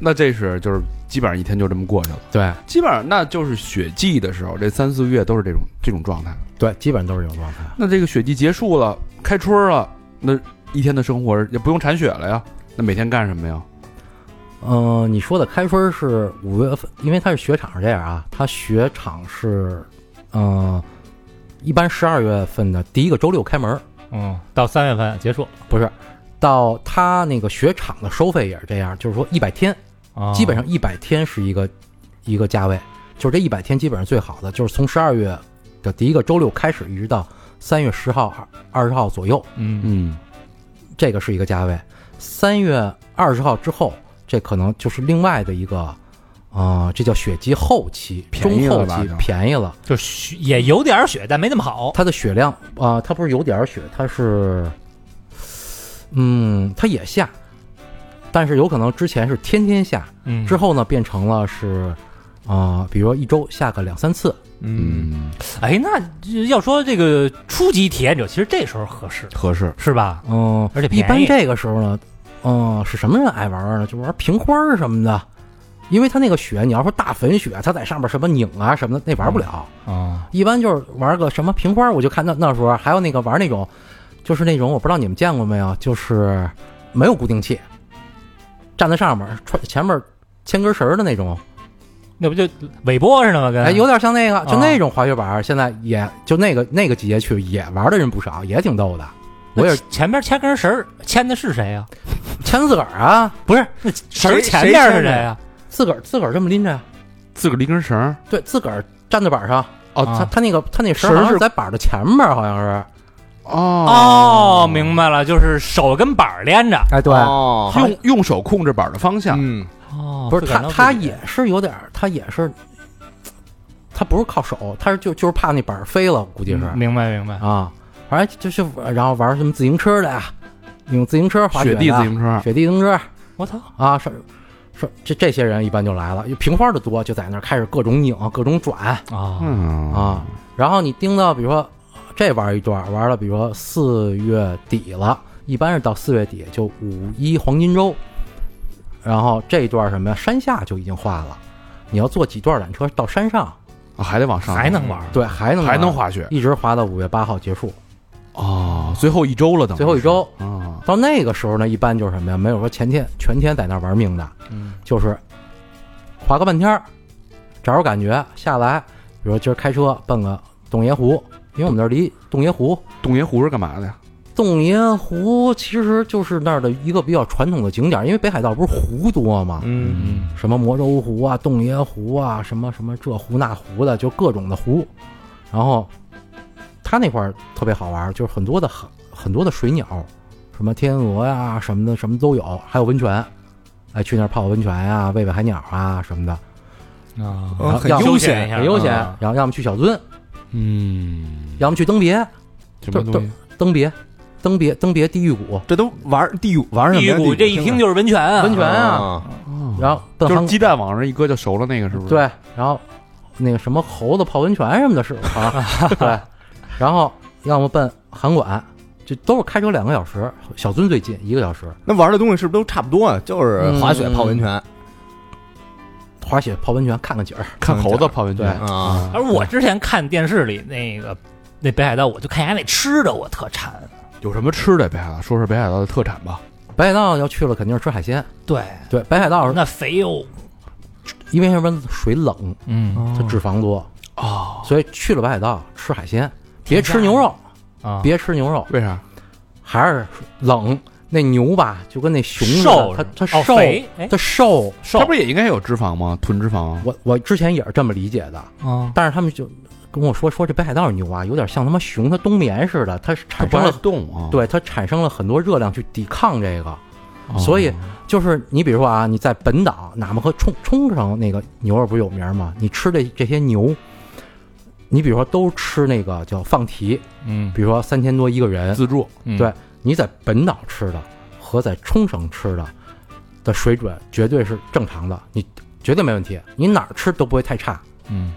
那这是就是基本上一天就这么过去了，对基本上那就是雪季的时候，这三四个月都是这种这种状态。对，基本上都是这种状态。那这个雪季结束了，开春儿了，那一天的生活也不用铲雪了呀，那每天干什么呀？嗯、你说的开春是五月份，因为它是雪场是这样啊，它雪场是，嗯、一般十二月份的第一个周六开门，嗯，到三月份结束，不是，到它那个雪场的收费也是这样，就是说一百天，啊啊基本上一百天是一个一个价位，就是这一百天基本上最好的，就是从十二月的第一个周六开始，一直到三月十号、二二十号左右，嗯嗯，这个是一个价位。三月二十号之后，这可能就是另外的一个，啊、这叫雪季后期、便宜了中后吧期就便宜了。就是雪也有点雪，但没那么好。它的雪量啊、它不是有点儿雪，它是，嗯，它也下，但是有可能之前是天天下，嗯呃之后呢变成了是，啊、比如说一周下个两三次，嗯，哎，那这要说这个初级体验者，其实这时候合适，合适。是吧？嗯，而且便宜一般这个时候呢，嗯，是什么人爱玩儿呢？就玩平花儿什么的，因为它那个雪，你要说大粉雪，它在上面什么拧啊什么的，那玩不了。啊，一般就是玩个什么平花儿，我就看那那时候还有那个玩那种，就是那种我不知道你们见过没有，就是没有固定器，站在上面穿前面牵根绳儿的那种，那不就尾波似的吗？跟哎，有点像那个，就啊那种滑雪板儿，现在也就那个那个季节去也玩的人不少，也挺逗的。我也前边牵根绳儿牵的是谁呀？啊牵自个儿啊，不是，那绳儿谁前边是谁牵的呀？自个儿自个儿这么拎着呀，自个儿一根绳儿，对，自个儿站在板上。哦他啊他那个他那绳绳儿儿好像是在板儿的前面儿，好像是。哦哦，明白了，就是手跟板儿连着。哎，对哦，用用手控制板的方向，嗯，哦不是他他也是有点儿，他也是，他不是靠手，他是就就是怕那板儿飞了，估计是嗯明白明白。啊。反正就是然后玩什么自行车的呀，用自行车滑雪的地自行车，雪地啊自行车我操，啊，是是这这些人一般就来了，平花的多，就在那儿开始各种拧、各种转啊嗯啊。然后你盯到，比如说这玩一段，玩了，比如说四月底了，一般是到四月底就五一黄金周，然后这一段什么呀，山下就已经化了。你要坐几段缆车到山上，啊还得往上，还能玩儿？对，还能还能滑，滑雪一直滑到五月八号结束。哦，最后一周了，等于最后一周是啊，到那个时候呢，一般就是什么呀？没有说前天全天在那儿玩命的，嗯就是滑个半天儿，找找感觉下来。比如说今儿开车奔个洞爷湖，因为我们那儿离洞爷湖，洞爷湖是干嘛的呀？洞爷湖其实就是那儿的一个比较传统的景点儿，因为北海道不是湖多嘛，嗯，嗯，什么魔州湖啊、洞爷湖啊，什么什么这湖那湖的，就各种的湖。然后它那块儿特别好玩儿，就是很多的很很多的水鸟，什么天鹅呀、什么的，什么都有，还有温泉。哎，去那儿泡个温泉呀、喂喂海鸟啊什么的，啊，嗯很要悠休闲一哎下闲，很悠闲啊嗯。然后要么去小樽，嗯，要么去登别，什么东西？哦登别，登别，登别地狱谷，这都玩儿地狱玩儿什地么狱呀？谷这一听就是温泉啊，温泉啊，啊，然后奔就是韩鸡蛋往上一搁就熟了，那个是不是？对，然后那个什么猴子泡温泉什么的是啊， 对，然后要么奔韩馆，就都是开车两个小时，小樽最近一个小时，那玩儿的东西是不是都差不多啊？就是嗯滑雪、泡温泉滑雪泡温泉看看景儿，看猴子泡温泉嗯对啊，而我之前看电视里那个那北海道，我就看人家那吃的，我特馋。有什么吃的？北海道，说说北海道的特产吧。北海道要去了肯定是吃海鲜，对，对，北海道那肥油，因为什么水冷，嗯它脂肪多，哦，所以去了北海道吃海鲜，别天价吃牛肉，啊，别吃牛肉，为啥？还是冷。那牛吧，就跟那熊似瘦的，它它哦瘦，肥哎它瘦。瘦它不是也应该有脂肪吗？囤脂肪。啊我我之前也是这么理解的，啊，但是他们就跟我说说这北海道牛啊，有点像他妈熊它冬眠似的，它是它产不生爱了动啊，对它产生了很多热量去抵抗这个，哦所以就是你比如说啊，你在本岛，哪怕和冲冲绳那个牛肉不是有名吗？你吃这这些牛，你比如说都吃那个叫放题，嗯比如说三千多一个人，自助嗯对你在本岛吃的和在冲绳吃的的水准绝对是正常的，你绝对没问题，你哪儿吃都不会太差。嗯，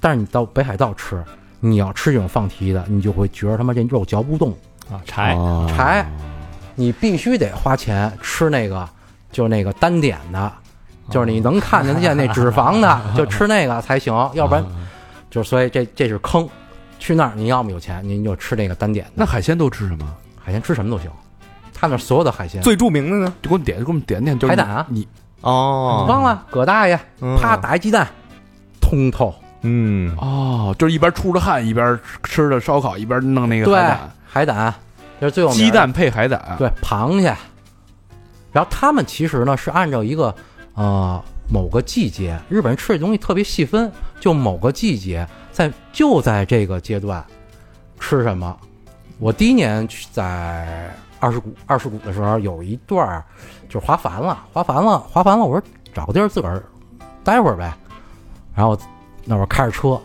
但是你到北海道吃，你要吃这种放题的，你就会觉得他妈这肉嚼不动，啊，柴哦柴，你必须得花钱吃那个，就是那个单点的，就是你能看得见那脂肪的，就吃那个才行，要不然就所以这这是坑。去那儿你要么有钱，您就吃那个单点那的，海鲜都吃什么？海鲜吃什么都行。他那儿所有的海鲜，最著名的呢？就给我点，给我们点点，就是海胆啊你哦，忘了葛大爷，啪嗯，打一鸡蛋，通透。嗯，哦，就是一边出着汗一边吃着烧烤，一边弄那个对海胆，，海胆，这是最有名的鸡蛋配海胆，对，螃蟹。然后他们其实呢是按照一个呃某个季节，日本人吃这东西特别细分，就某个季节在就在这个阶段吃什么。我第一年去在二世谷二世谷的时候，有一段儿就是划烦了，划烦了，划烦了。我说找个地儿自个儿待会儿呗。然后那会儿开着车，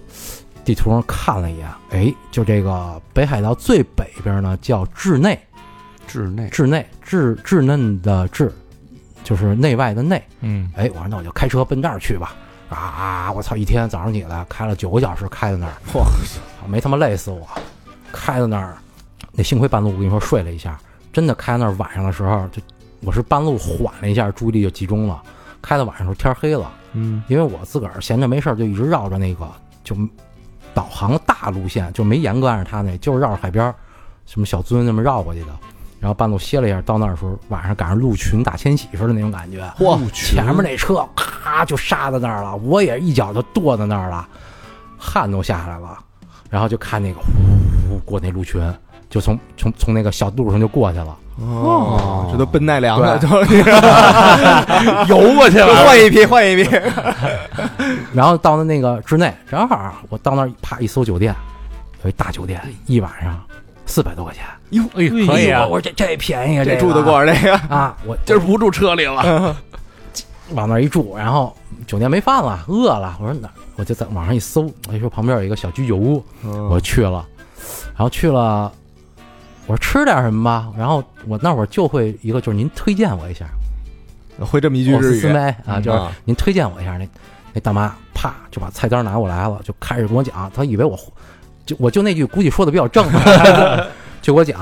地图上看了一眼，哎，就这个北海道最北边呢叫稚内，治内稚内稚稚嫩的稚，就是内外的内。嗯哎，我说那我就开车奔那儿去吧。啊啊！我操，一天早上起来开了九个小时，开在那儿，嚯，没他妈累死我，开在那儿，那幸亏半路我跟你说睡了一下，真的开到那儿晚上的时候，就我是半路缓了一下，注意力就集中了，开到晚上的时候天黑了。嗯因为我自个儿闲着没事儿，就一直绕着那个就导航大路线，就没严格按照它那，就是绕着海边儿什么小樽那么绕过去的。然后半路歇了一下，到那儿的时候晚上赶上鹿群大迁徙似的那种感觉，嚯，哦前面那车咔就刹在那儿了，我也一脚就跺在那儿了，汗都下来了，然后就看那个呼过那鹿群，就从从从那个小路上就过去了。哦，这都奔奈良了，就对 游过去了，换一批，换一批。然后到了那个之内，正好啊我到那儿啪一搜酒店，有一大酒店，一晚上四百多块钱，哟，哎呦，可以啊我，说这这便宜啊，这这住得过这个？啊！ 我今儿不住车里了，往那儿一住，然后酒店没饭了，饿了，我说哪儿？我就在网上一搜，哎，说旁边有一个小居酒屋，我去了，然后去了，我说吃点什么吧，然后我那会儿就会一个，就是您推荐我一下，我会这么一句我是日四语妹啊，就是啊您推荐我一下。那那大妈啪就把菜单拿过来了，就开始跟我讲，她以为我就我就那句估计说的比较正， 就给我讲，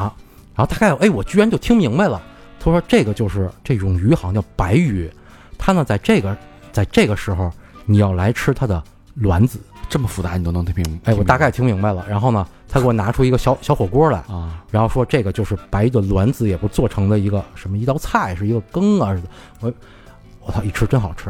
然后大概哎我居然就听明白了，她说这个就是这种鱼好像叫白鱼，它呢在这个在这个时候你要来吃它的卵子，这么复杂你都能听明白？哎我大概听明白了，然后呢她给我拿出一个小小火锅来，啊，然后说这个就是白的卵子，也不是做成的一个什么一道菜，是一个羹啊。是我我操，一吃真好吃。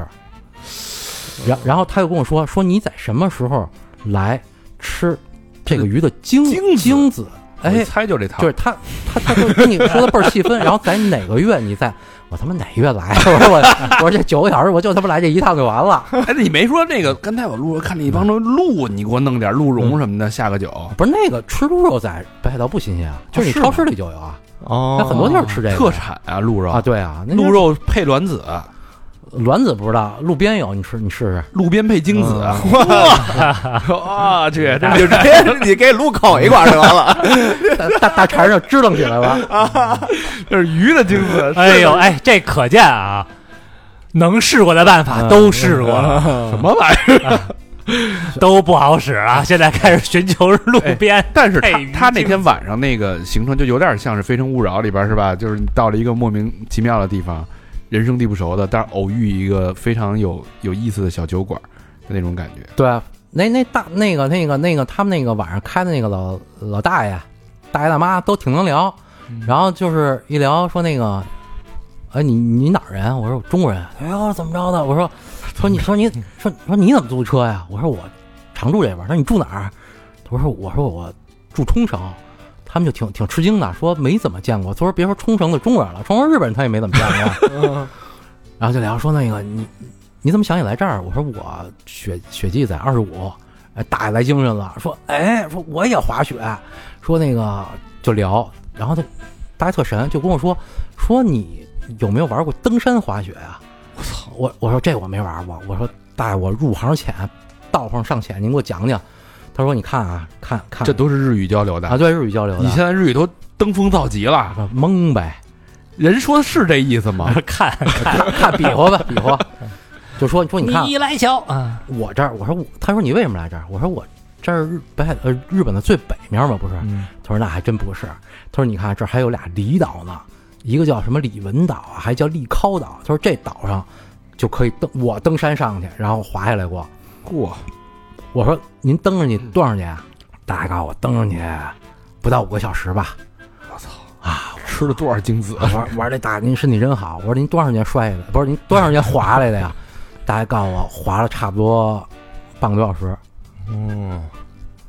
然然后他又跟我说说你在什么时候来吃这个鱼的精精子精子？我一哎，猜就这套，就是他他他就跟你说的倍儿 细分，然后在哪个月你在。我他妈哪月来？啊 我说我，我说这九个小时，我就他妈来这一趟就完了。哎，你没说那个？刚才我路上看见一帮种鹿，你给我弄点鹿茸什么的下个酒，不是那个吃猪肉在北海道不新鲜啊，就是你哦是吗超市里就有啊，那哦很多地儿吃这个特产啊，鹿肉啊，，对啊，那鹿肉配卵子，卵子不知道，路边有，你吃你试试。路边配精子，嗯哇，这个真 你就直接 你给撸口一块儿就完了。大大大肠上支棱起来了，这是鱼的精 子，哎呦，哎，这可见啊，能试过的办嗯法都试过了，什么玩意儿？都不好使啊。现在开始寻求路哎边，但是他配鱼他那精天晚上那个行程就有点像是《非诚勿扰》里边是吧？就是你到了一个莫名其妙的地方，人生地不熟的，但是偶遇一个非常有有意思的小酒馆的那种感觉。对啊，那那大那个那个那个他们那个晚上开的那个老老大爷、大爷大妈都挺能聊，然后就是一聊说那个，哎你你哪儿人？我说我中国人。哎呦怎么着的？我说说你说你说说你怎么租车呀？我说我常住这边儿。他说你住哪儿？啊我说我说我住冲绳。他们就挺挺吃惊的，说没怎么见过。他说别说冲绳的中国人了，冲绳日本人他也没怎么见过。 然后就聊说那个你你怎么想起来这儿？我说我雪雪季在二十五，哎，大爷来精神了，说哎，说我也滑雪，说那个就聊，然后他大爷特神，就跟我说说你有没有玩过登山滑雪啊？我操！我我说这我没玩过，我说大爷我入行浅，道行尚浅，您给我讲讲。他说你看啊，看看这都是日语交流的。啊，对日语交流的，你现在日语都登峰造极了，说懵呗，人说是这意思 吗？看，看比划吧，比划，就说说你看啊你来瞧啊， 我这儿，我说我，他说你为什么来这儿？我说我这儿日北海呃日本的最北面嘛，不是？嗯他说那还真不是。他说你看这儿还有俩离岛呢，一个叫什么李文岛啊，还叫利尻岛。他说这岛上就可以登，我登山上去，然后滑下来过。嚯，我说您登上去多少年啊？大概我登上去不到五个小时吧。吃了多少精子？我说 我说这大爷您身体真好。我说您多长时间摔下来？不是您多长时间滑下来的呀？大爷告诉我滑了差不多半个多小时。嗯，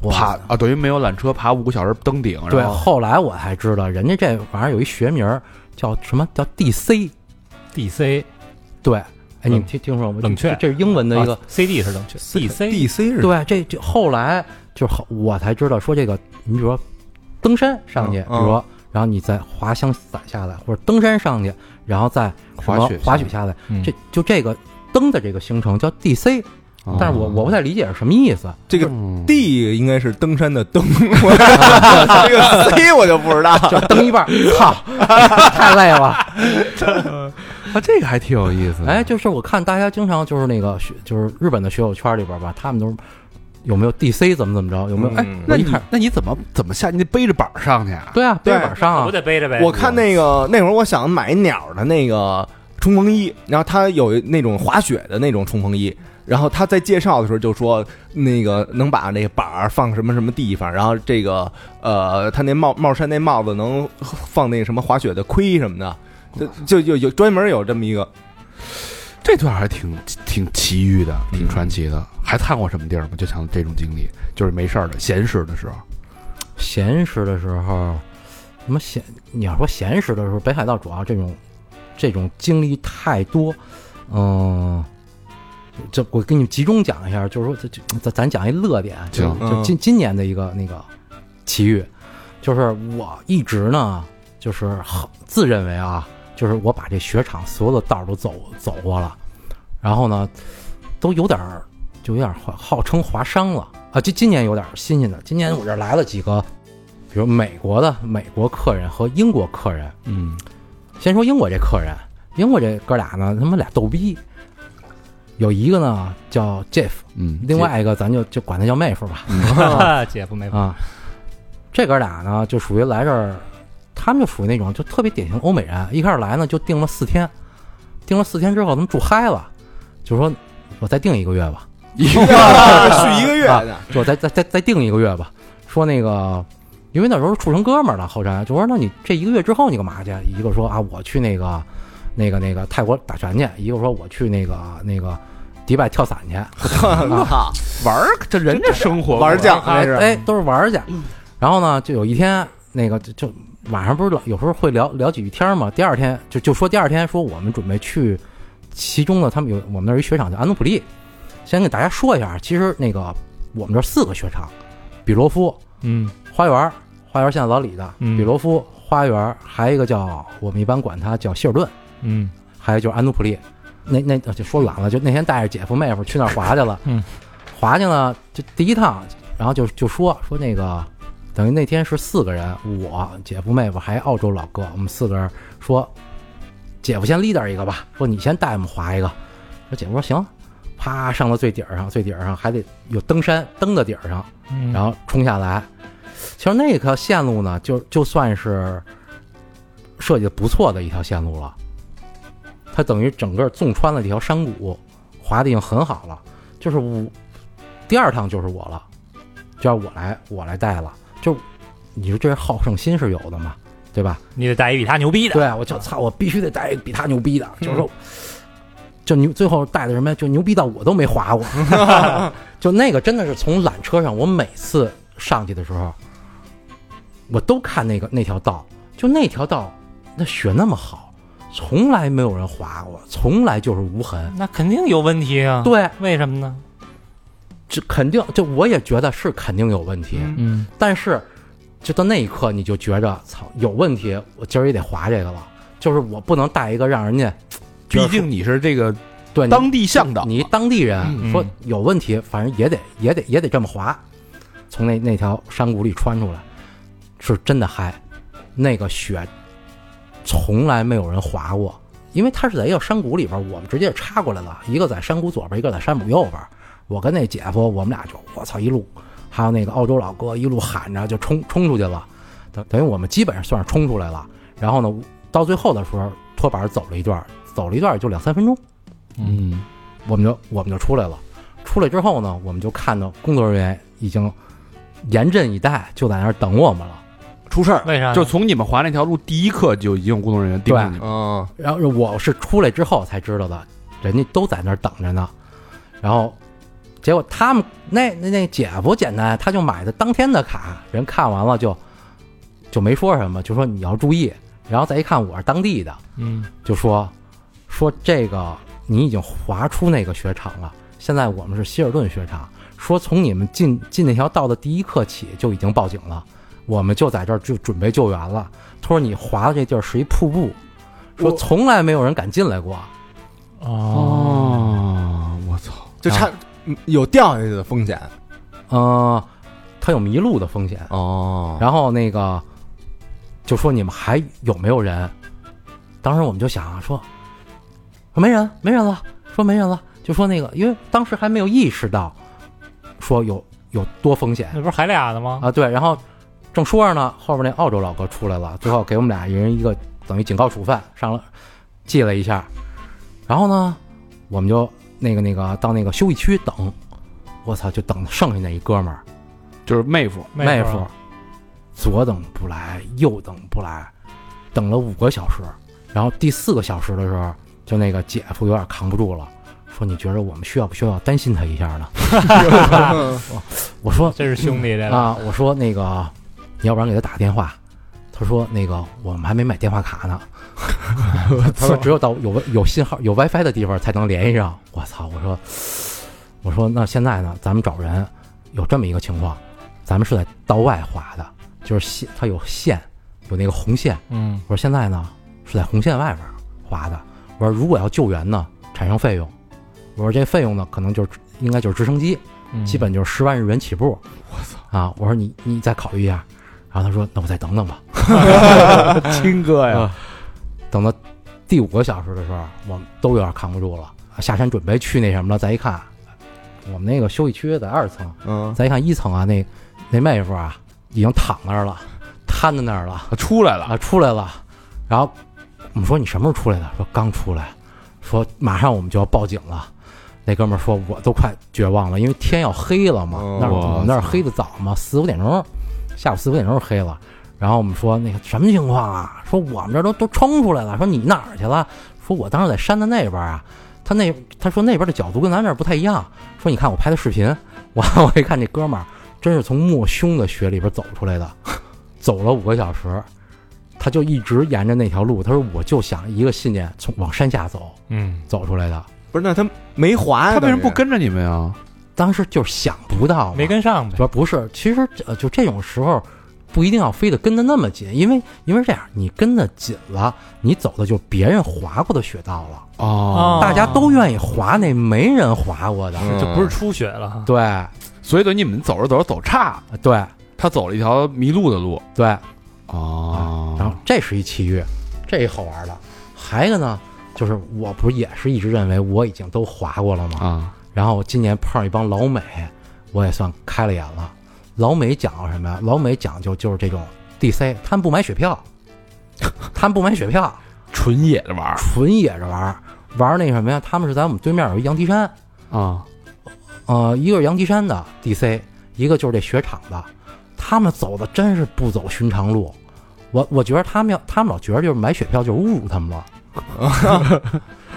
我爬啊，等于没有缆车，爬五个小时登顶，对，然后后来我才知道，人家这玩意儿有一学名儿叫什么叫 DC。 DC 对，哎，你冷听听说过吗？嗯冷却这这是英文的一个。啊 CD 是正确，DC DC 是对，这这后来就是后我才知道说这个，你比如说登山上去，嗯嗯比如说，然后你再滑翔伞下来，或者登山上去，然后再什么滑雪下来滑雪下来，嗯这就这个登的这个行程叫 DC。哦但是我我不太理解是什么意思。这个嗯 D 应该是登山的 登，我这个 C 我就不知道。就蹬一半，操， 太累了。啊，这个还挺有意思的。哎，就是我看大家经常就是那个学，就是日本的学友圈里边吧，他们都是有没有 DC 怎么怎么着，有没有？哎哎，，那我一你看那你怎么怎么下？你得背着板儿上去啊？对啊，对背板上我啊，得背着呗。我看那个那会儿，我想买鸟的那个冲锋衣，然后他有那种滑雪的那种冲锋衣，然后他在介绍的时候就说，那个能把那板儿放什么什么地方，然后这个呃，他那帽帽衫那帽子能放那什么滑雪的盔什么的，就就有有专门有这么一 个，这段还挺挺奇遇的，挺嗯传奇的。还看过什么地儿吗？就像这种经历，就是没事儿的闲时的时候。闲时的时候，什么闲？你要说闲时的时候，北海道主要这种这种经历太多，嗯。这我给你们集中讲一下，就是说，这这咱咱讲一乐点，就行就今今年的一个那个奇遇，就是我一直呢，就是很自认为啊，就是我把这雪场所有的道儿都走走过了，然后呢，都有点儿就有点儿号号称划伤了啊。今今年有点儿新鲜的，今年我这儿来了几个，比如美国的美国客人和英国客人。嗯，先说英国这客人，英国这哥俩呢，他妈俩逗逼，有一个呢叫 Jeff，嗯，另外一个咱就就管他叫妹夫吧。个 姐夫没法啊，这哥俩呢就属于来这儿，他们就属于那种就特别典型欧美人。一开始来呢就订了四天，订了四天之后他们住嗨了，就说我再订一个月吧， 续一个月的，就再再再再订一个月吧。说那个，因为那时候处成哥们儿了，后山就说那你这一个月之后你干嘛去？一个说啊我去那个那个那个泰国打拳去，一个说我去那个那个迪拜跳伞去。啊 我操，玩儿，这人家生活啊玩儿酱那哎是，哎，都是玩儿去。然后呢，就有一天，那个就就晚上不是老有时候会聊聊几句天儿嘛。第二天就就说第二天说我们准备去，其中呢他们有我们那儿一雪场叫安努普利，先给大家说一下，其实那个我们这儿四个雪场，比罗夫嗯，花园儿，花园儿现在老李的，嗯比罗夫花园儿，还有一个叫我们一般管它叫希尔顿，嗯还有就是安努普利，那那呃就说远了，就那天带着姐夫妹夫去那儿滑去了，嗯，滑去呢，就第一趟，然后就就说说那个，等于那天是四个人，我姐夫妹夫还澳洲老哥，我们四个人说，姐夫先 leader 一个吧，说你先带我们滑一个，说姐夫说行，啪上到最顶儿上，最顶儿上还得有登山登到顶儿上，嗯，然后冲下来。其实那条线路呢，就就算是设计的不错的一条线路了。它等于整个纵穿了一条山谷，滑的已经很好了。就是我第二趟就是我了，就要我来我来带了。就你说这是好胜心是有的嘛，对吧？你得带一比他牛逼的，对，啊我就操，我必须得带一个比他牛逼的，就是说，就牛最后带的什么呀？就牛逼到我都没滑过，就那个真的是从缆车上，我每次上去的时候，我都看那个那条道，就那条道那雪那么好，从来没有人滑过，从来就是无痕。那肯定有问题啊。，对，为什么呢？这肯定，就我也觉得是肯定有问题，嗯嗯，但是就到那一刻，你就觉着操有问题，我今儿也得滑这个了，就是我不能带一个让人家毕竟你是这个对你当地向导，你当地嗯人啊说有问题，反正也得也得也得这么滑，从那那条山谷里穿出来，是真的嗨。那个雪从来没有人滑过，因为它是在一个山谷里边，我们直接就插过来了，一个在山谷左边，一个在山谷右边。我跟那姐夫，我们俩就我操一路，还有那个澳洲老哥一路喊着就冲冲出去了，等等于我们基本上算是冲出来了。然后呢，到最后的时候拖板走了一段，走了一段也就两三分钟。嗯，我们就我们就出来了。出来之后呢，我们就看到工作人员已经严阵以待，就在那儿等我们了。出事儿，为啥呢？就从你们滑那条路第一刻就已经有工作人员盯着你们，嗯，然后我是出来之后才知道的，人家都在那儿等着呢。然后结果他们那那那姐夫简单，他就买的当天的卡，人看完了就就没说什么，就说你要注意。然后再一看我是当地的，嗯，就说说这个你已经划出那个雪场了，现在我们是希尔顿雪场，说从你们进进那条道的第一刻起就已经报警了，我们就在这儿就准备救援了。他说你划的这地儿是一瀑布，说我从来没有人敢进来过，哦，哦，我操，就差嗯有掉下去的风险呃，它有迷路的风险。哦然后那个就说你们还有没有人？当时我们就想啊，说说没人，没人了，说没人了，就说那个，因为当时还没有意识到说有有多风险那不是还俩呢吗？啊，对，然后正说着呢，后边那澳洲老哥出来了，最后给我们俩一人一个等于警告处分，上了记了一下，然后呢，我们就那个那个到那个休息区等，我操，就等剩下那一哥们儿。就是妹夫，妹夫夫，左等不来，右等不来，等了五个小时，然后第四个小时的时候，就那个姐夫有点扛不住了，说你觉得我们需要不需要担心他一下呢？嗯我说这是兄弟这个，啊，我说那个，你要不然给他打个电话。他说那个我们还没买电话卡呢，他说只有到有 wi- 有信号有 WiFi 的地方才能联系上。我操！我说我说那现在呢，咱们找人有这么一个情况，咱们是在道外划的，就是线它有线有那个红线。嗯，我说现在呢是在红线外边划的。我说如果要救援呢，产生费用。我说这费用呢，可能就是应该就是直升机，嗯基本就是十万日元起步。我操！啊，我说你你再考虑一下，然后他说那我再等等吧。亲哥呀，等到第五个小时的时候，我们都有点扛不住了，下山准备去那什么了。再一看，我们那个休息区在二层，嗯，再一看一层啊，那那妹夫啊已经躺那儿了，瘫在那儿了他出来了，啊，出来了。然后我们说你什么时候出来的？说刚出来，说马上我们就要报警了。那哥们儿说我都快绝望了，因为天要黑了嘛，哦那儿我我们那儿黑的早嘛，四五点钟，下午四五点钟就黑了。然后我们说那个什么情况啊？说我们这都都冲出来了。说你哪儿去了？说我当时在山的那边啊。他那他说那边的角度跟咱这儿不太一样。说你看我拍的视频，我 我一看这哥们儿真是从莫凶的雪里边走出来的，走了五个小时，他就一直沿着那条路。他说我就想一个信念，从往山下走嗯，走出来的。不是，那他没滑呀？他为什么不等于？跟着你们呀？当时就是想不到嘛，没跟上呗，说不是，其实呃，就这种时候，不一定要非得跟得那么紧，因为因为这样，你跟得紧了，你走的就别人滑过的雪道了，哦，大家都愿意滑那没人滑过的。嗯就不是初雪了哈。对所以等于你们走着走着走岔了，对他走了一条迷路的路，对，哦然后这是一奇遇，这一好玩的。还有一个呢，就是我不是也是一直认为我已经都滑过了吗？啊，然后今年碰上一帮老美，我也算开了眼了。老美讲究什么呀？老美讲究就是这种 DC，他们不买雪票，他们不买雪票，纯野着玩儿纯野着玩儿，玩儿那什么呀？他们是在我们对面有一羊蹄山，啊，呃，一个是羊蹄山的 DC，一个就是这雪场的，他们走的真是不走寻常路。我我觉得他们要，他们老觉得就是买雪票就是侮辱他们了。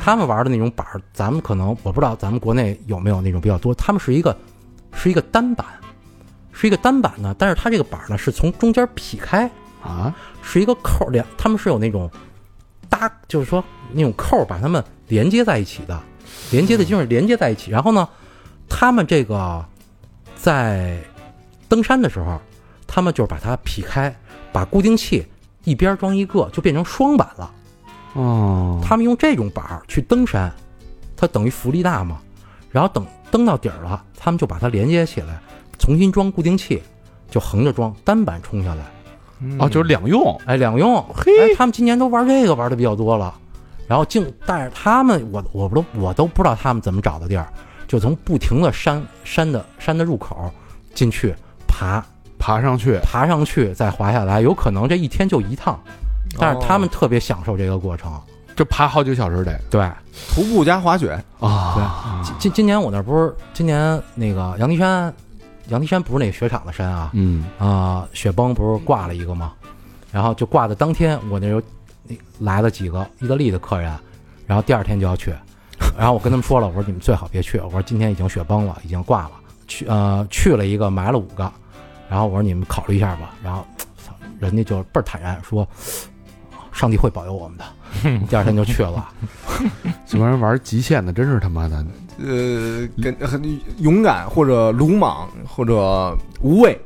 他们玩的那种板儿，咱们可能我不知道，咱们国内有没有那种比较多。他们是一个是一个单板，是一个单板呢，但是它这个板儿呢是从中间劈开，啊，是一个扣儿连，他们是有那种搭，就是说那种扣儿把它们连接在一起的，连接的就是连接在一起。然后呢，他们这个在登山的时候，他们就是把它劈开，把固定器一边装一个，就变成双板了。哦，他们用这种板儿去登山，它等于浮力大嘛。然后等登到底儿了，他们就把它连接起来，重新装固定器，就横着装，单板冲下来。哦，就是两用，哎，两用，嘿、哎，他们今年都玩这个玩的比较多了，然后竟但是他们，我我不都我都不知道他们怎么找的地儿，就从不停的山山的山的入口进去爬，爬上去，爬上去再滑下来，有可能这一天就一趟，但是他们哦特别享受这个过程。这爬好几个小时得对，徒步加滑雪，啊，今今今年我那不是今年那个羊蹄山，羊蹄山不是那个雪场的山啊，嗯，啊、雪崩不是挂了一个吗？然后就挂的当天，我那有那来了几个意大利的客人，然后第二天就要去，然后我跟他们说了，我说你们最好别去，我说今天已经雪崩了，已经挂了，去呃去了一个埋了五个，然后我说你们考虑一下吧，然后操人家就倍儿坦然说，上帝会保佑我们的，第二天就去了，这帮人玩极限的，真是他妈的呃，跟很勇敢或者鲁莽或者无畏，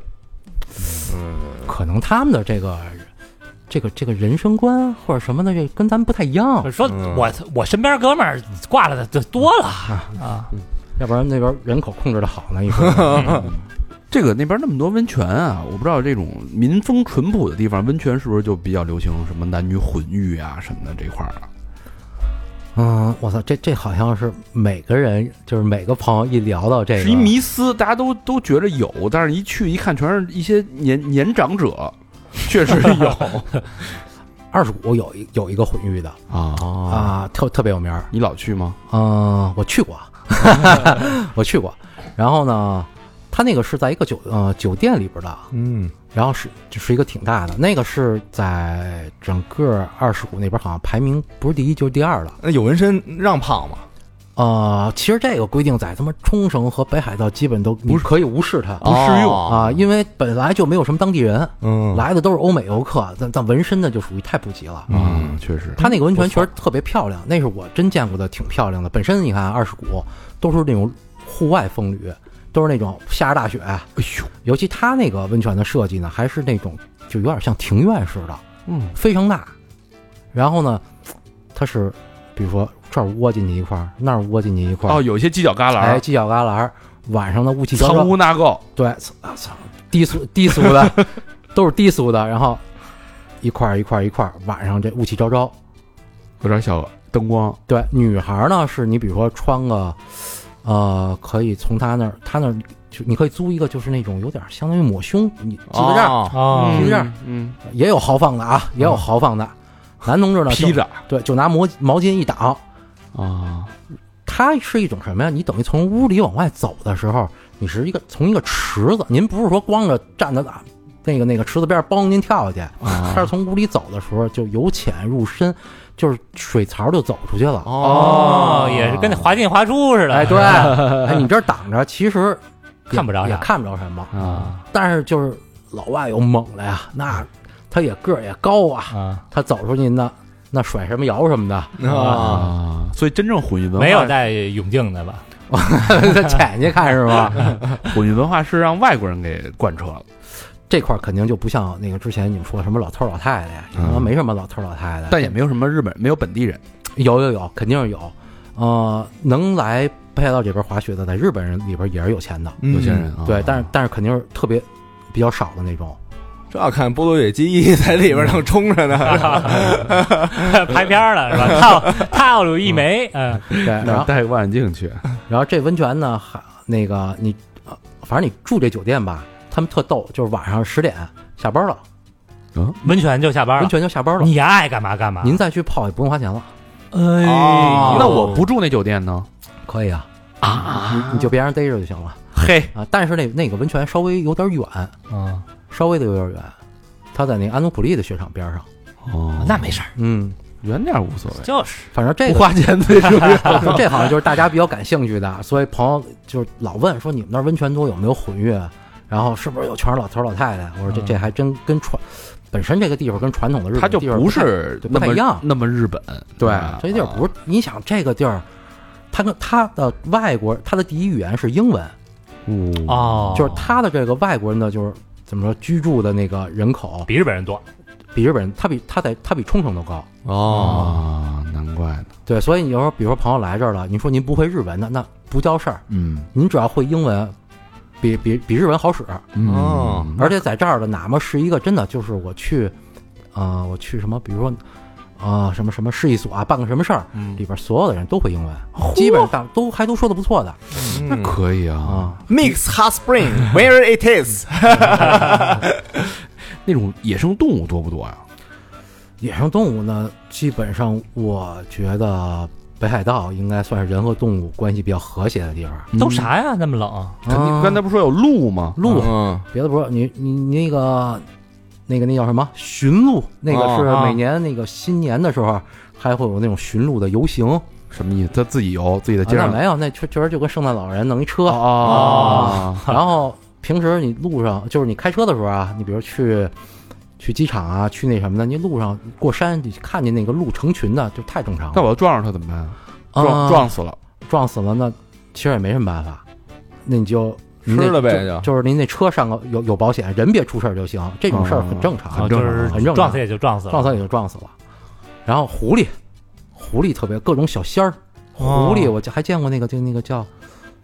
可能他们的这个这个这个人生观或者什么的，这跟咱们不太一样我，说嗯嗯我我身边哥们儿挂了的就多了啊，要不然那边人口控制的好呢，一说这个那边那么多温泉啊，我不知道这种民风淳朴的地方，温泉是不是就比较流行什么男女混浴啊什么的这块儿啊？嗯，我操，这这好像是每个人，就是每个朋友一聊到这个，是一迷思，大家都都觉着有，但是一去一看，全是一些年年长者，确实有 二十五有一有一个混浴的啊。啊，特特别有名儿。你老去吗？嗯，我 去过，我去过。然后呢，他那个是在一个酒呃酒店里边的，嗯，然后是就是一个挺大的，那个是在整个二十五那边好像排名不是第一就是第二了。那有纹身让泡吗？呃，其实这个规定在他妈冲绳和北海道基本都不是可以无视它不适用哦啊，因为本来就没有什么当地人，嗯，来的都是欧美游客，但但纹身的就属于太普及了。嗯，确实，它那个温泉确实特别漂亮，那是我真见过的，挺漂亮的。本身你看二十谷都是那种户外风旅，都是那种下着大雪，哎呦，尤其它那个温泉的设计呢，还是那种就有点像庭院似的，嗯，非常大。然后呢，它是比如说这儿窝进去一块儿，那儿窝进去一块儿，哦，有一些犄角旮旯哎，儿，犄角旮旯儿，晚上的雾气飘藏飘，污纳垢，对，操操，低俗低俗的，都是低俗的，然后一块儿一块儿一块儿，晚上这雾气昭昭。有点小灯光，对，女孩儿呢是你比如说穿个，呃，可以从她那儿，她那儿就你可以租一个，就是那种有点相当于抹胸，你系在这儿、哦哦嗯就这样，嗯，也有豪放的啊，也有豪放的。男同志呢，哦披就着对，就拿毛毛巾一挡，啊，它是一种什么呀？你等于从屋里往外走的时候，你是一个从一个池子，您不是说光着站在那那个那个池子边儿嘣您跳下去，它是从屋里走的时候就由浅入深，就是水槽就走出去了。哦，也是跟那滑进滑出似的。哎，对，哎，你这儿挡着，其实也看不着啥也看不着什么。啊，但是就是老外有猛的呀，那他也个儿也高啊，啊，他走出去那那甩什么摇什么的， 啊，啊，所以真正混浴文化没有戴泳镜的吧？他潜去看是吧？混浴文化是让外国人给贯彻了，这块儿肯定就不像那个之前你们说什么老头儿老太太呀，什么没什么老头儿老太太，但也没有什么日本，没有本地人，有有有，肯定是有。呃，能来北海道这边滑雪的，在日本人里边也是有钱的，嗯有些人啊，对，但是但是肯定是特别比较少的那种。这要看波多野结衣在里边正冲着呢，拍片儿了是吧？套套路一枚，嗯，对，然那后戴哎望远镜去，然后这温泉呢，还那个你，呃反正你住这酒店吧，他们特逗，就是晚上十点下班了，温泉就下班温了，泉就下班了，你爱干嘛干嘛。您再去泡也不用花钱了，哎哦那我不住那酒店呢，可以啊。啊，你就别让人逮着就行了嘿，啊！但是那那个温泉稍微有点远，嗯，稍微的有点远，他在那个安努普利的雪场边上。哦那没事儿，嗯，远点儿无所谓，就是反正这不个花钱最重要。这好像就是大家比较感兴趣的，所以朋友就是老问说你们那儿温泉多有没有混浴，啊然后是不是有全是老头老太啊太？我说这嗯这还真跟传本身这个地方跟传统的日本它就地方不太是对那不太么一样那么日本，对啊，这地儿不是你想这个地儿，它跟它的外国它的第一语言是英文，啊，哦就是它的这个外国人的就是怎么说居住的那个人口比日本人多，比日本人，他比他在他比冲绳都高。哦，难怪呢，对，所以你要说，比如说朋友来这儿了，你说您不会日文，那那不叫事儿。嗯您只要会英文，比比比日文好使。嗯哦而且在这儿的，哪怕是一个真的，就是我去，呃，我去什么，比如说，呃，什么什么市一所啊，办个什么事儿，里边所有的人都会英文，基本上都还都说的不错的那可以啊，啊。嗯 Mix hot spring where it is，那种野生动物多不多呀？野生动物呢，基本上我觉得北海道应该算是人和动物关系比较和谐的地方。都啥呀？那么冷，肯定，啊刚才不是说有鹿吗？鹿，嗯别的不说，你你你那个那个那叫什么驯鹿，那个哦是啊每年那个新年的时候。还会有那种驯鹿的游行，啊什么意思？它自己游，自己在街那上啊没有，那确确实就跟圣诞老人弄一车，哦， 然后平时你路上就是你开车的时候啊，你比如去去机场啊，去那什么的，你路上过山，你看见那个鹿成群的，就太正常那了。我要撞上它怎么办啊？啊撞撞死了，撞死了那其实也没什么办法，那你就吃您那了呗就就是您那车上个有有保险，人别出事儿就行，这种事儿很正常，啊就是很正常撞死也就撞死了，撞死也就撞死了。然后狐狸，狐狸特别各种小仙儿，狐狸我就还见过那个就那个叫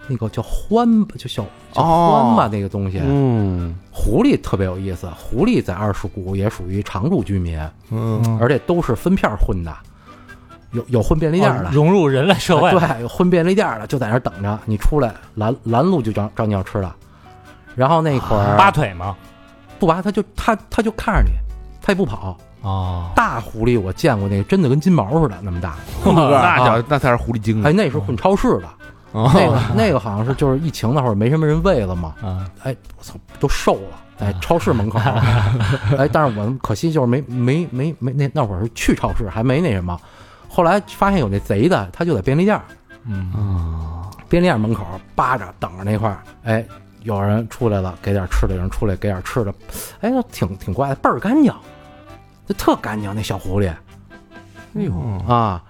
那个叫獾吧，就小叫哦獾吧，那个东西。嗯，狐狸特别有意思，狐狸在二世谷也属于常住居民，嗯而且都是分片儿混的，有有混便利店儿的，融入人类哦社会，对，有混便利店儿的就在那儿等着你出来，拦拦路就找找你要吃的。然后那会儿扒腿嘛。不拔，他就他他就看着你，他也不跑。哦，大狐狸我见过那个真的跟金毛似的那么大，那叫那才是狐狸嗯精啊呢哎，那时候混超市的，那哦个那个好像是就是疫情那会儿没什么人喂了嘛，啊，哎，我操，都瘦了，哎，超市门口， 哎，但是我们可惜就是没没没没那那会儿是去超市还没那什么，后来发现有那贼的，他就在便利店儿，嗯，便利店门口扒着等着那块儿，哎，有人出来了给点吃的，有人出来给点吃的，哎，那挺挺怪的，倍儿干净，就特干净那小狐狸哎呦，啊，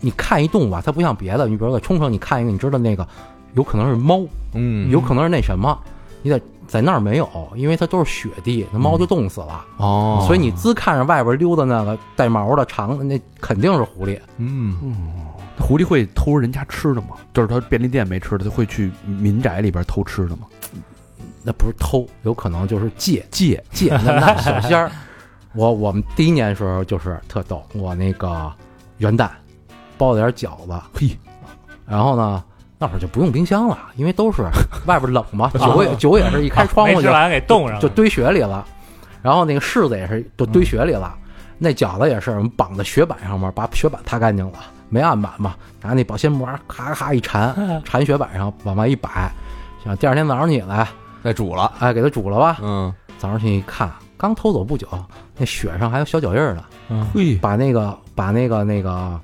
你看一动物啊，它不像别的，你比如在冲绳你看一个，你知道那个有可能是猫，嗯有可能是那什么，你在在那儿没有，因为它都是雪地，那猫就冻死了。哦所以你只看着外边溜达那个带毛的长的，那肯定是狐狸。嗯狐狸会偷人家吃的吗？就是它便利店没吃的，它会去民宅里边偷吃的吗？那不是偷，有可能就是借借，借那那小仙儿。我我们第一年的时候就是特逗，我那个元旦包了点饺子，嘿，然后呢那会儿就不用冰箱了，因为都是外边冷嘛，酒也酒也是一开窗户没就吃完给冻上了，就堆雪里了，然后那个柿子也是就堆雪里了，那饺子也是我们绑在雪板上面，把雪板擦干净了，没案板嘛，拿那保鲜膜咔咔一缠， 缠雪板上，往外一摆，想第二天早上起来，再煮了，哎，给它煮了吧。嗯早上去一看，刚偷走不久，那雪上还有小脚印儿呢，嘿，把那个把那个那个嗯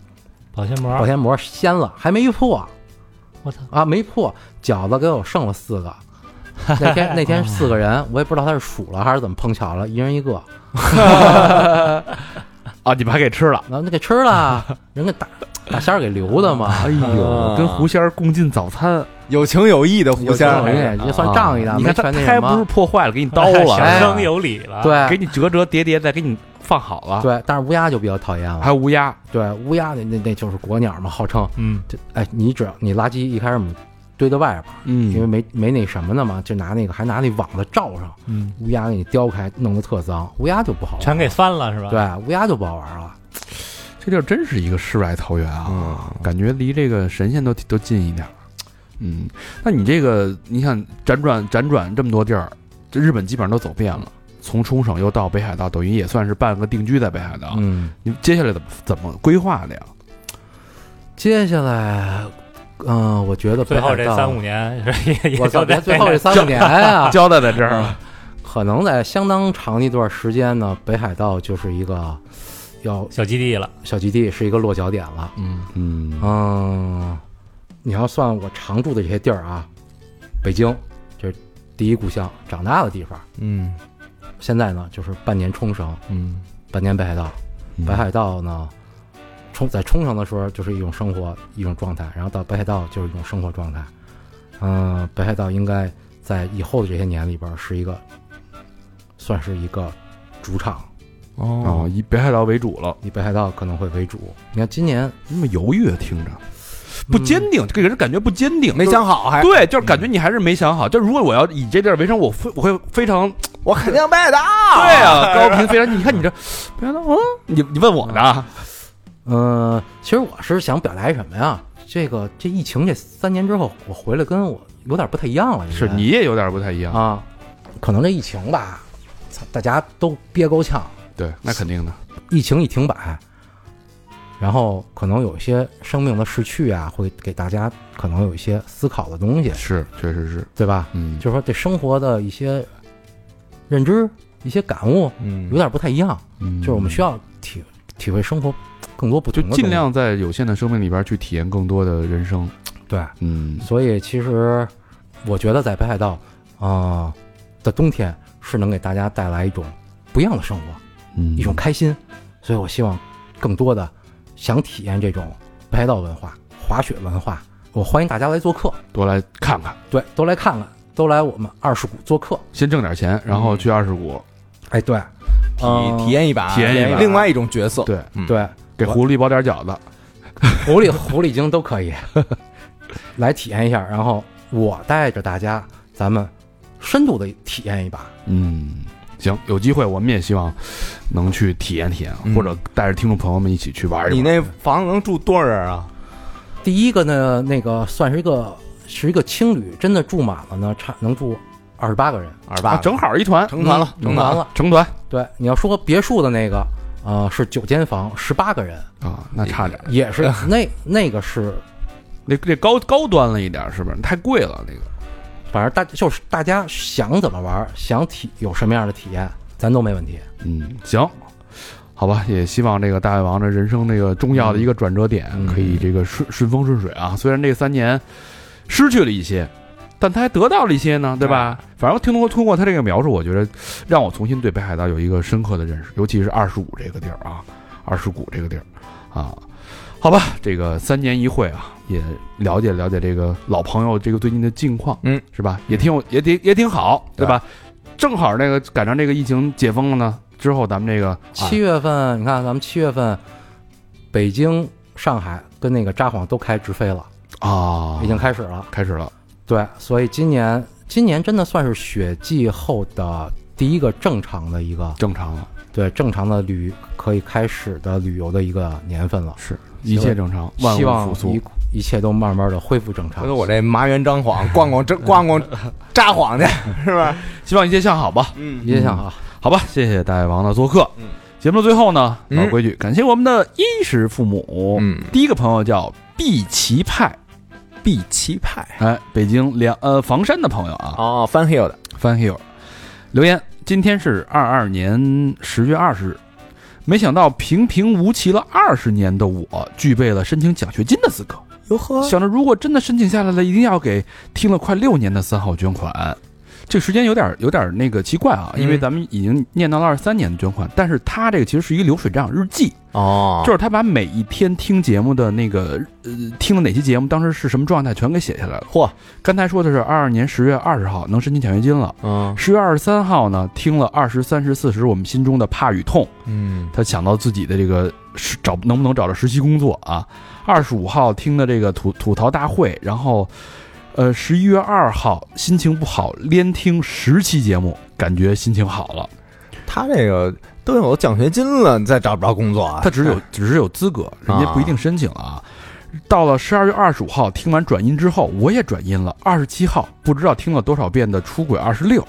保鲜保膜，鲜膜掀了，还没破我操，啊，没破，饺子给我剩了四个。 那天那天四个人，我也不知道他是数了还是怎么碰巧了，一人一个，啊，你把它给吃了。然后那给吃 了，人给大大仙儿给留的嘛。哎呦，啊跟狐仙儿共进早餐，有情有义的狐仙儿，啊人也算仗义的，你没看全它那胎什不是么。破坏了，给你刀了，小哎生有理了，，给对你折折叠叠，再给你放好了。，对，但是乌鸦就比较讨厌了还。有乌鸦，对，乌鸦那那那就是国鸟嘛，号称嗯，这哎，你只要你垃圾一开始我们堆到外边儿，因为嗯，没没那什么的嘛，就拿那个还拿那网子罩上，嗯乌鸦给你叼开，弄得特脏，乌鸦就不好玩。全给翻了是吧？，对，乌鸦就不好玩了。这地儿真是一个世外桃源啊。嗯感觉离这个神仙都都近一点儿。嗯，那你这个，你想辗转辗转这么多地儿，这日本基本上都走遍了，从冲绳又到北海道，等于也算是半个定居在北海啊道。嗯，你接下来怎么怎么规划的呀？接下来，嗯、我觉得最后这北海道三五，年也也我就操，在别最后这三五年 啊，交代在这儿了。可能在相当长一段时间呢，北海道就是一个要小基地了，小基地，是一个落脚点了。嗯，嗯嗯，你要算我常住的这些地儿啊，北京这是第一故乡，长大的地方。嗯现在呢，就是半年冲绳，嗯半年北海道。嗯北海道呢，冲在冲绳的时候就是一种生活一种状态，然后到北海道就是一种生活状态。嗯，北海道应该在以后的这些年里边儿是一个，算是一个主场，嗯哦，以北海道为主了，以北海道可能会为主。你看今年那么犹豫啊，听着不坚定，给人感觉不坚定，没就是想好还，对，就是感觉你还是没想好。就是如果我要以这地儿为生，我非我会非常我肯定拜的， 对啊，高频非常。你看你这 北海道，嗯，你你问我呢？嗯，其实我是想表达一什么呀？这个这疫情这三年之后，我回来跟我有点不太一样了。是应该你也有点不太一样，啊，可能这疫情吧，操大家都憋够呛。对，那肯定的。疫情一停摆，然后可能有一些生命的逝去啊，会给大家可能有一些思考的东西，是，确实是，对吧？嗯，就是说对生活的一些认知、一些感悟嗯有点不太一样，就是我们需要要体体会生活更多不嗯就同的东西，尽量在有限的生命里边去体验更多的人生，对。嗯所以其实我觉得在北海道啊、呃的冬天是能给大家带来一种不一样的生活，嗯一种开心。所以我希望更多的想体验这种北海道文化、滑雪文化，我欢迎大家来做客，多来看看，对，都来看看，都来我们二世谷做客。先挣点钱，然后去二世谷，哎，对，体体验一把，哦体验一把另外一种角色，对，嗯对，给我狐狸包点饺子， 狐狸、狐狸精都可以来体验一下，然后我带着大家，咱们深度的体验一把。嗯，行，有机会我们也希望能去体验体验，嗯或者带着听众朋友们一起去玩一玩。你那房子能住多少人啊？第一个呢，那个算是一个是一个青旅，真的住满了呢，差能住二十八个人，二十啊八，，正好一团，成团了，成团团了。了。成团对，你要说别墅的那个，呃，是九间房，十八个人，啊，那差点，也是那那个是，那那高高端了一点，是不是？太贵了那个。反正大就是大家想怎么玩，想体有什么样的体验，咱都没问题。嗯，行，好吧，也希望这个大胃王的人生这个重要的一个转折点，嗯可以这个顺顺风顺水啊。虽然这三年失去了一些，但他还得到了一些呢，对吧？哎反正听通过通过他这个描述，我觉得让我重新对北海道有一个深刻的认识，尤其是二十五这个地儿啊，二十谷这个地儿啊。好吧，这个三年一会啊，也了解了解这个老朋友这个最近的近况，嗯，是吧？也挺有，也挺也挺好，对对吧？正好那个赶上这个疫情解封了呢，之后咱们这个七月份，你看咱们七月份，北京、上海跟那个札幌都开直飞了，啊已经开始了。开始了，对，所以今年今年真的算是雪季后的第一个正常的一个正常了，对正常的旅可以开始的旅游的一个年份了，是一切正常，万希物望复苏一。一切都慢慢的恢复正常回头。我这麻原 张晃逛逛这逛逛札幌去，是不是？希望一切向好吧，嗯，音响啊，好吧，谢谢大胃王的做客。嗯，节目的最后呢，嗯老规矩，感谢我们的衣食父母。嗯，第一个朋友叫毕奇派，碧琪派哎，北京梁呃房山的朋友啊，哦，Fan Hill 的， Fan Hill 留言：今天是二二年十月二十日，没想到平平无奇了二十年的我，具备了申请奖学金的资格。哟呵，想着如果真的申请下来了，一定要给听了快六年的三号捐款。这个时间有点有点那个奇怪啊，嗯因为咱们已经念到了二三年的捐款，但是他这个其实是一个流水账日记，哦，就是他把每一天听节目的那个呃听了哪期节目，当时是什么状态全给写下来了。嚯，刚才说的是二二年十月二十号能申请奖学金了，嗯十月二十三号呢，听了二十三十四十我们心中的怕与痛，嗯，他想到自己的这个是找能不能找到实习工作啊。二十五号听的这个吐吐槽大会，然后，呃，十一月二号心情不好，连听十期节目，感觉心情好了。他这个都有奖学金了，你再找不着工作啊？他只有只是有资格，人家不一定申请啊。到了十二月二十五号听完转音之后，我也转音了。二十七号不知道听了多少遍的《出轨二十六》。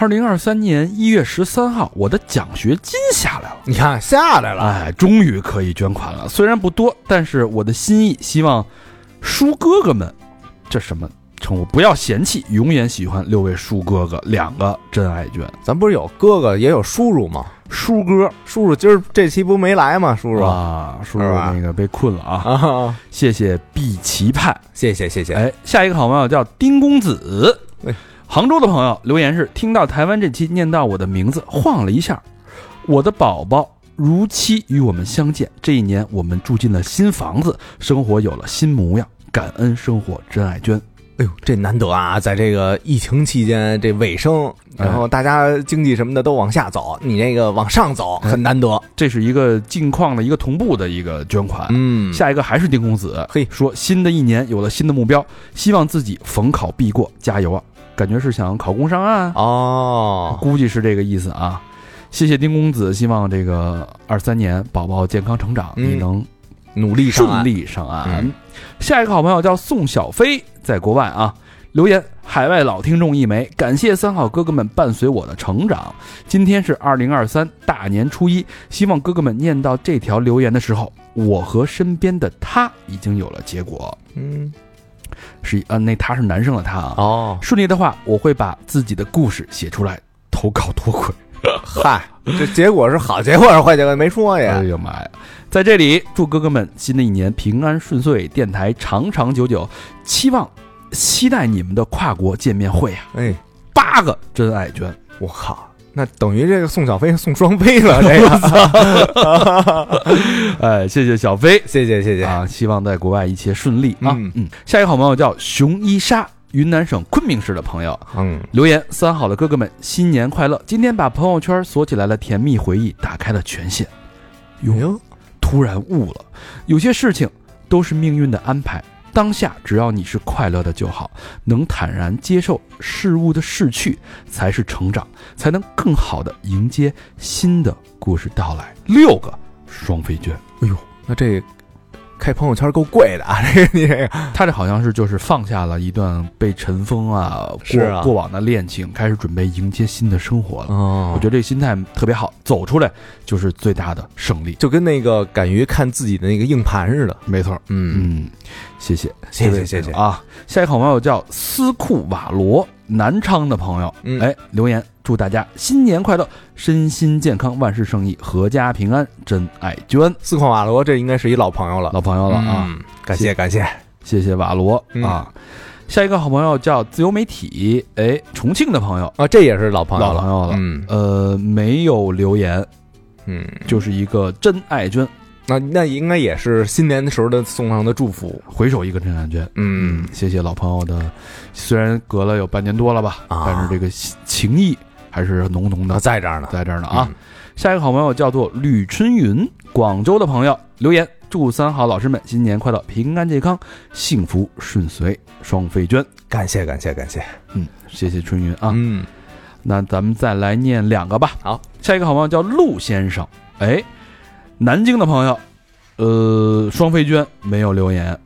二零二三年一月十三号，我的奖学金下来了。 你看下来了，哎，终于可以捐款了，虽然不多，但是我的心意，希望叔哥哥们，这什么称呼不要嫌弃，永远喜欢六位叔哥哥，两个真爱捐，咱不是有哥哥也有叔叔吗？叔哥叔叔今儿这期不没来吗？叔叔啊，叔叔是吧那个被困了啊，啊，谢谢碧奇派， 谢谢谢谢，哎，下一个好朋友叫丁公子哎，杭州的朋友留言是听到台湾这期念到我的名字晃了一下，我的宝宝如期与我们相见。这一年我们住进了新房子，生活有了新模样，感恩生活，真爱捐。哎呦，这难得啊，在这个疫情期间，这尾声，然后大家经济什么的都往下走，你这个往上走很难得。这是一个近况的一个同步的一个捐款。嗯下一个还是丁公子，嘿说新的一年有了新的目标，希望自己逢考必过，加油啊！感觉是想考公上岸啊，哦，估计是这个意思啊。谢谢丁公子，希望这个二三年宝宝健康成长，嗯你能努力上顺岸，利上岸嗯。下一个好朋友叫宋小飞，在国外啊。留言：海外老听众一枚，感谢三好哥哥们伴随我的成长。今天是二零二三大年初一，希望哥哥们念到这条留言的时候，我和身边的他已经有了结果。嗯，是一，呃，那他是男生的他啊。哦，顺利的话，我会把自己的故事写出来，投稿脱轨。嗨，这结果是好结果是坏结果没说哎呀。呀妈呀！在这里祝哥哥们新的一年平安顺遂，电台长长久久，期望期待你们的跨国见面会啊！哎，八个真爱捐，我靠，那等于这个宋小飞送双飞了，这个， 哎，谢谢小飞谢谢谢谢，啊！希望在国外一切顺利啊！嗯嗯，下一个好朋友叫熊一莎，云南省昆明市的朋友。嗯，留言：三好的哥哥们，新年快乐！今天把朋友圈锁起来了，甜蜜回忆打开了权限。哟，哟，突然悟了，有些事情都是命运的安排，当下只要你是快乐的就好，能坦然接受事物的逝去，才是成长，才能更好的迎接新的故事到来。六个双飞娟，那这开朋友圈够贵的啊！这个你这个他这好像是就是放下了一段被尘封啊是过啊过往的恋情，开始准备迎接新的生活了。哦我觉得这心态特别好，走出来就是最大的胜利。就跟那个敢于看自己的那个硬盘似的。没错，嗯，嗯，谢谢，谢谢这位谢谢朋友啊！下一个好朋友叫斯库瓦罗，南昌的朋友，嗯哎，留言祝大家新年快乐，身心健康，万事胜意，阖家平安，真爱娟，斯库瓦罗这应该是一老朋友了，老朋友了啊，嗯，感谢感谢。谢谢瓦罗嗯啊！下一个好朋友叫自由媒体，哎，重庆的朋友，啊，这也是老朋友老朋友了嗯呃，没有留言，嗯，就是一个真爱娟，那那应该也是新年的时候的送上的祝福。回首一个真爱娟，嗯，谢谢老朋友的，虽然隔了有半年多了吧，啊但是这个情谊还是浓浓那的，在这儿呢在这儿呢啊。，嗯下一个好朋友叫做吕春云，广州的朋友留言，祝三好老师们新年快乐，平安健康，幸福顺遂，双飞娟。感谢感谢感谢。嗯，谢谢春云啊。嗯，那咱们再来念两个吧。好，下一个好朋友叫陆先生，哎，南京的朋友，呃，双飞娟没有留言，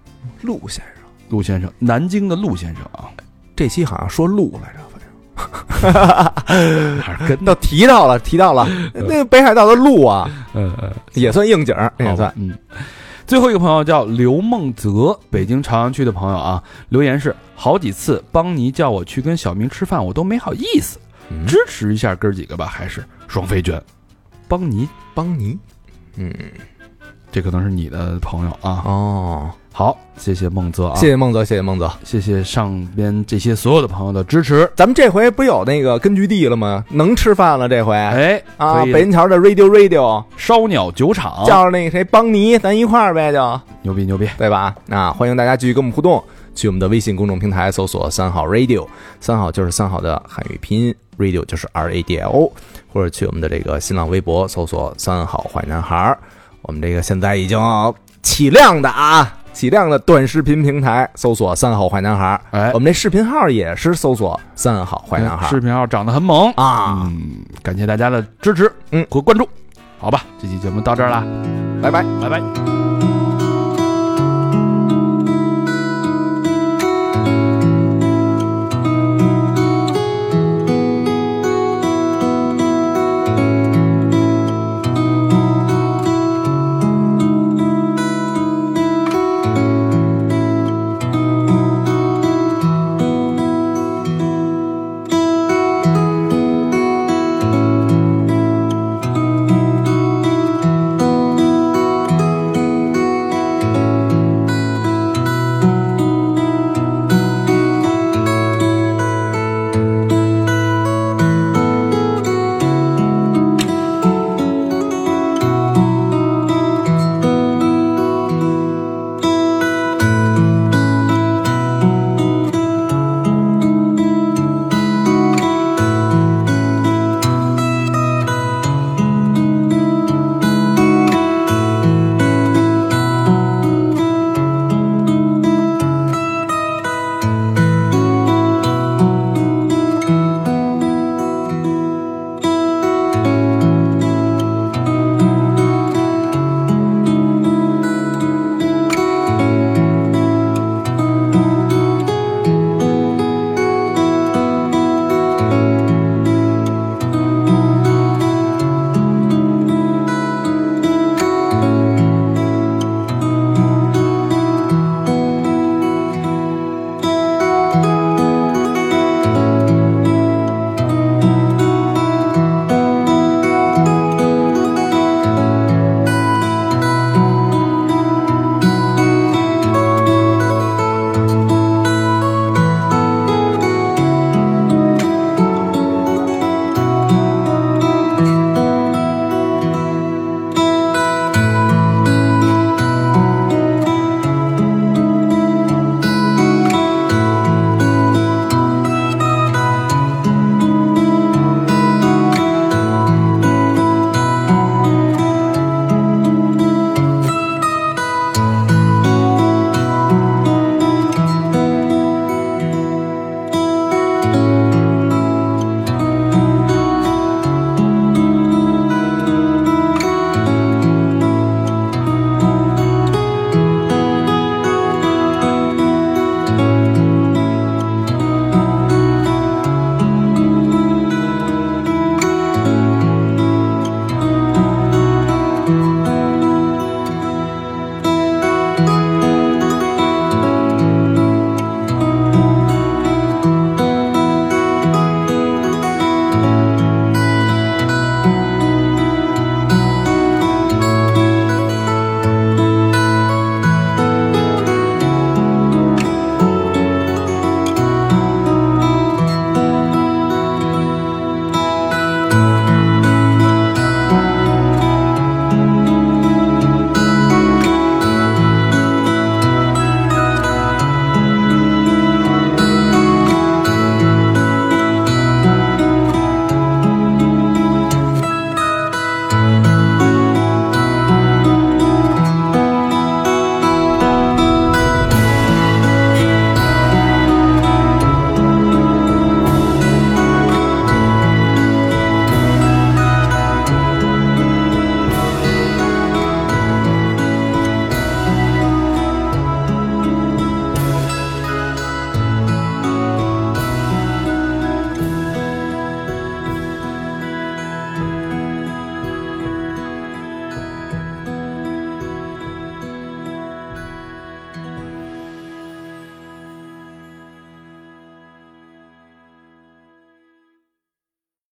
陆先生，陆先生，南京的陆先生啊，这期好像说陆来着，反 正还是跟那提到了提到了，那北海道的陆啊，呃呃。也算应景儿，也好吧算。嗯。最后一个朋友叫刘梦泽，北京朝阳区的朋友啊，留言是好几次邦尼叫我去跟小明吃饭，我都没好意思，嗯支持一下哥儿几个吧，还是双飞娟。邦尼，邦尼，嗯，这可能是你的朋友啊。哦，好，谢谢梦泽啊，谢谢孟泽，谢谢孟泽。谢谢上边这些所有的朋友的支持。咱们这回不有那个根据地了吗？能吃饭了这回哎，啊！可以北新桥的 Radio Radio 烧鸟酒厂，叫着那个谁邦尼，咱一块儿呗，就牛逼牛逼！对吧？啊，欢迎大家继续跟我们互动，去我们的微信公众平台搜索“三好 Radio”，三好就是三好的汉语拼音，Radio 就是 R A D I O，或者去我们的这个新浪微博搜索“三好坏男孩儿”，我们这个现在已经起量的啊，起量的短视频平台搜索“三好坏男孩儿”，哎我，们这视频号也是搜索“三好坏男孩儿视频号长得很猛”啊。嗯，感谢大家的支持，嗯和关注，好吧，这期节目到这儿啦，拜拜。拜拜。 Hãy subscribe cho kênh Ghiền Mì Gõ Để không bỏ lỡ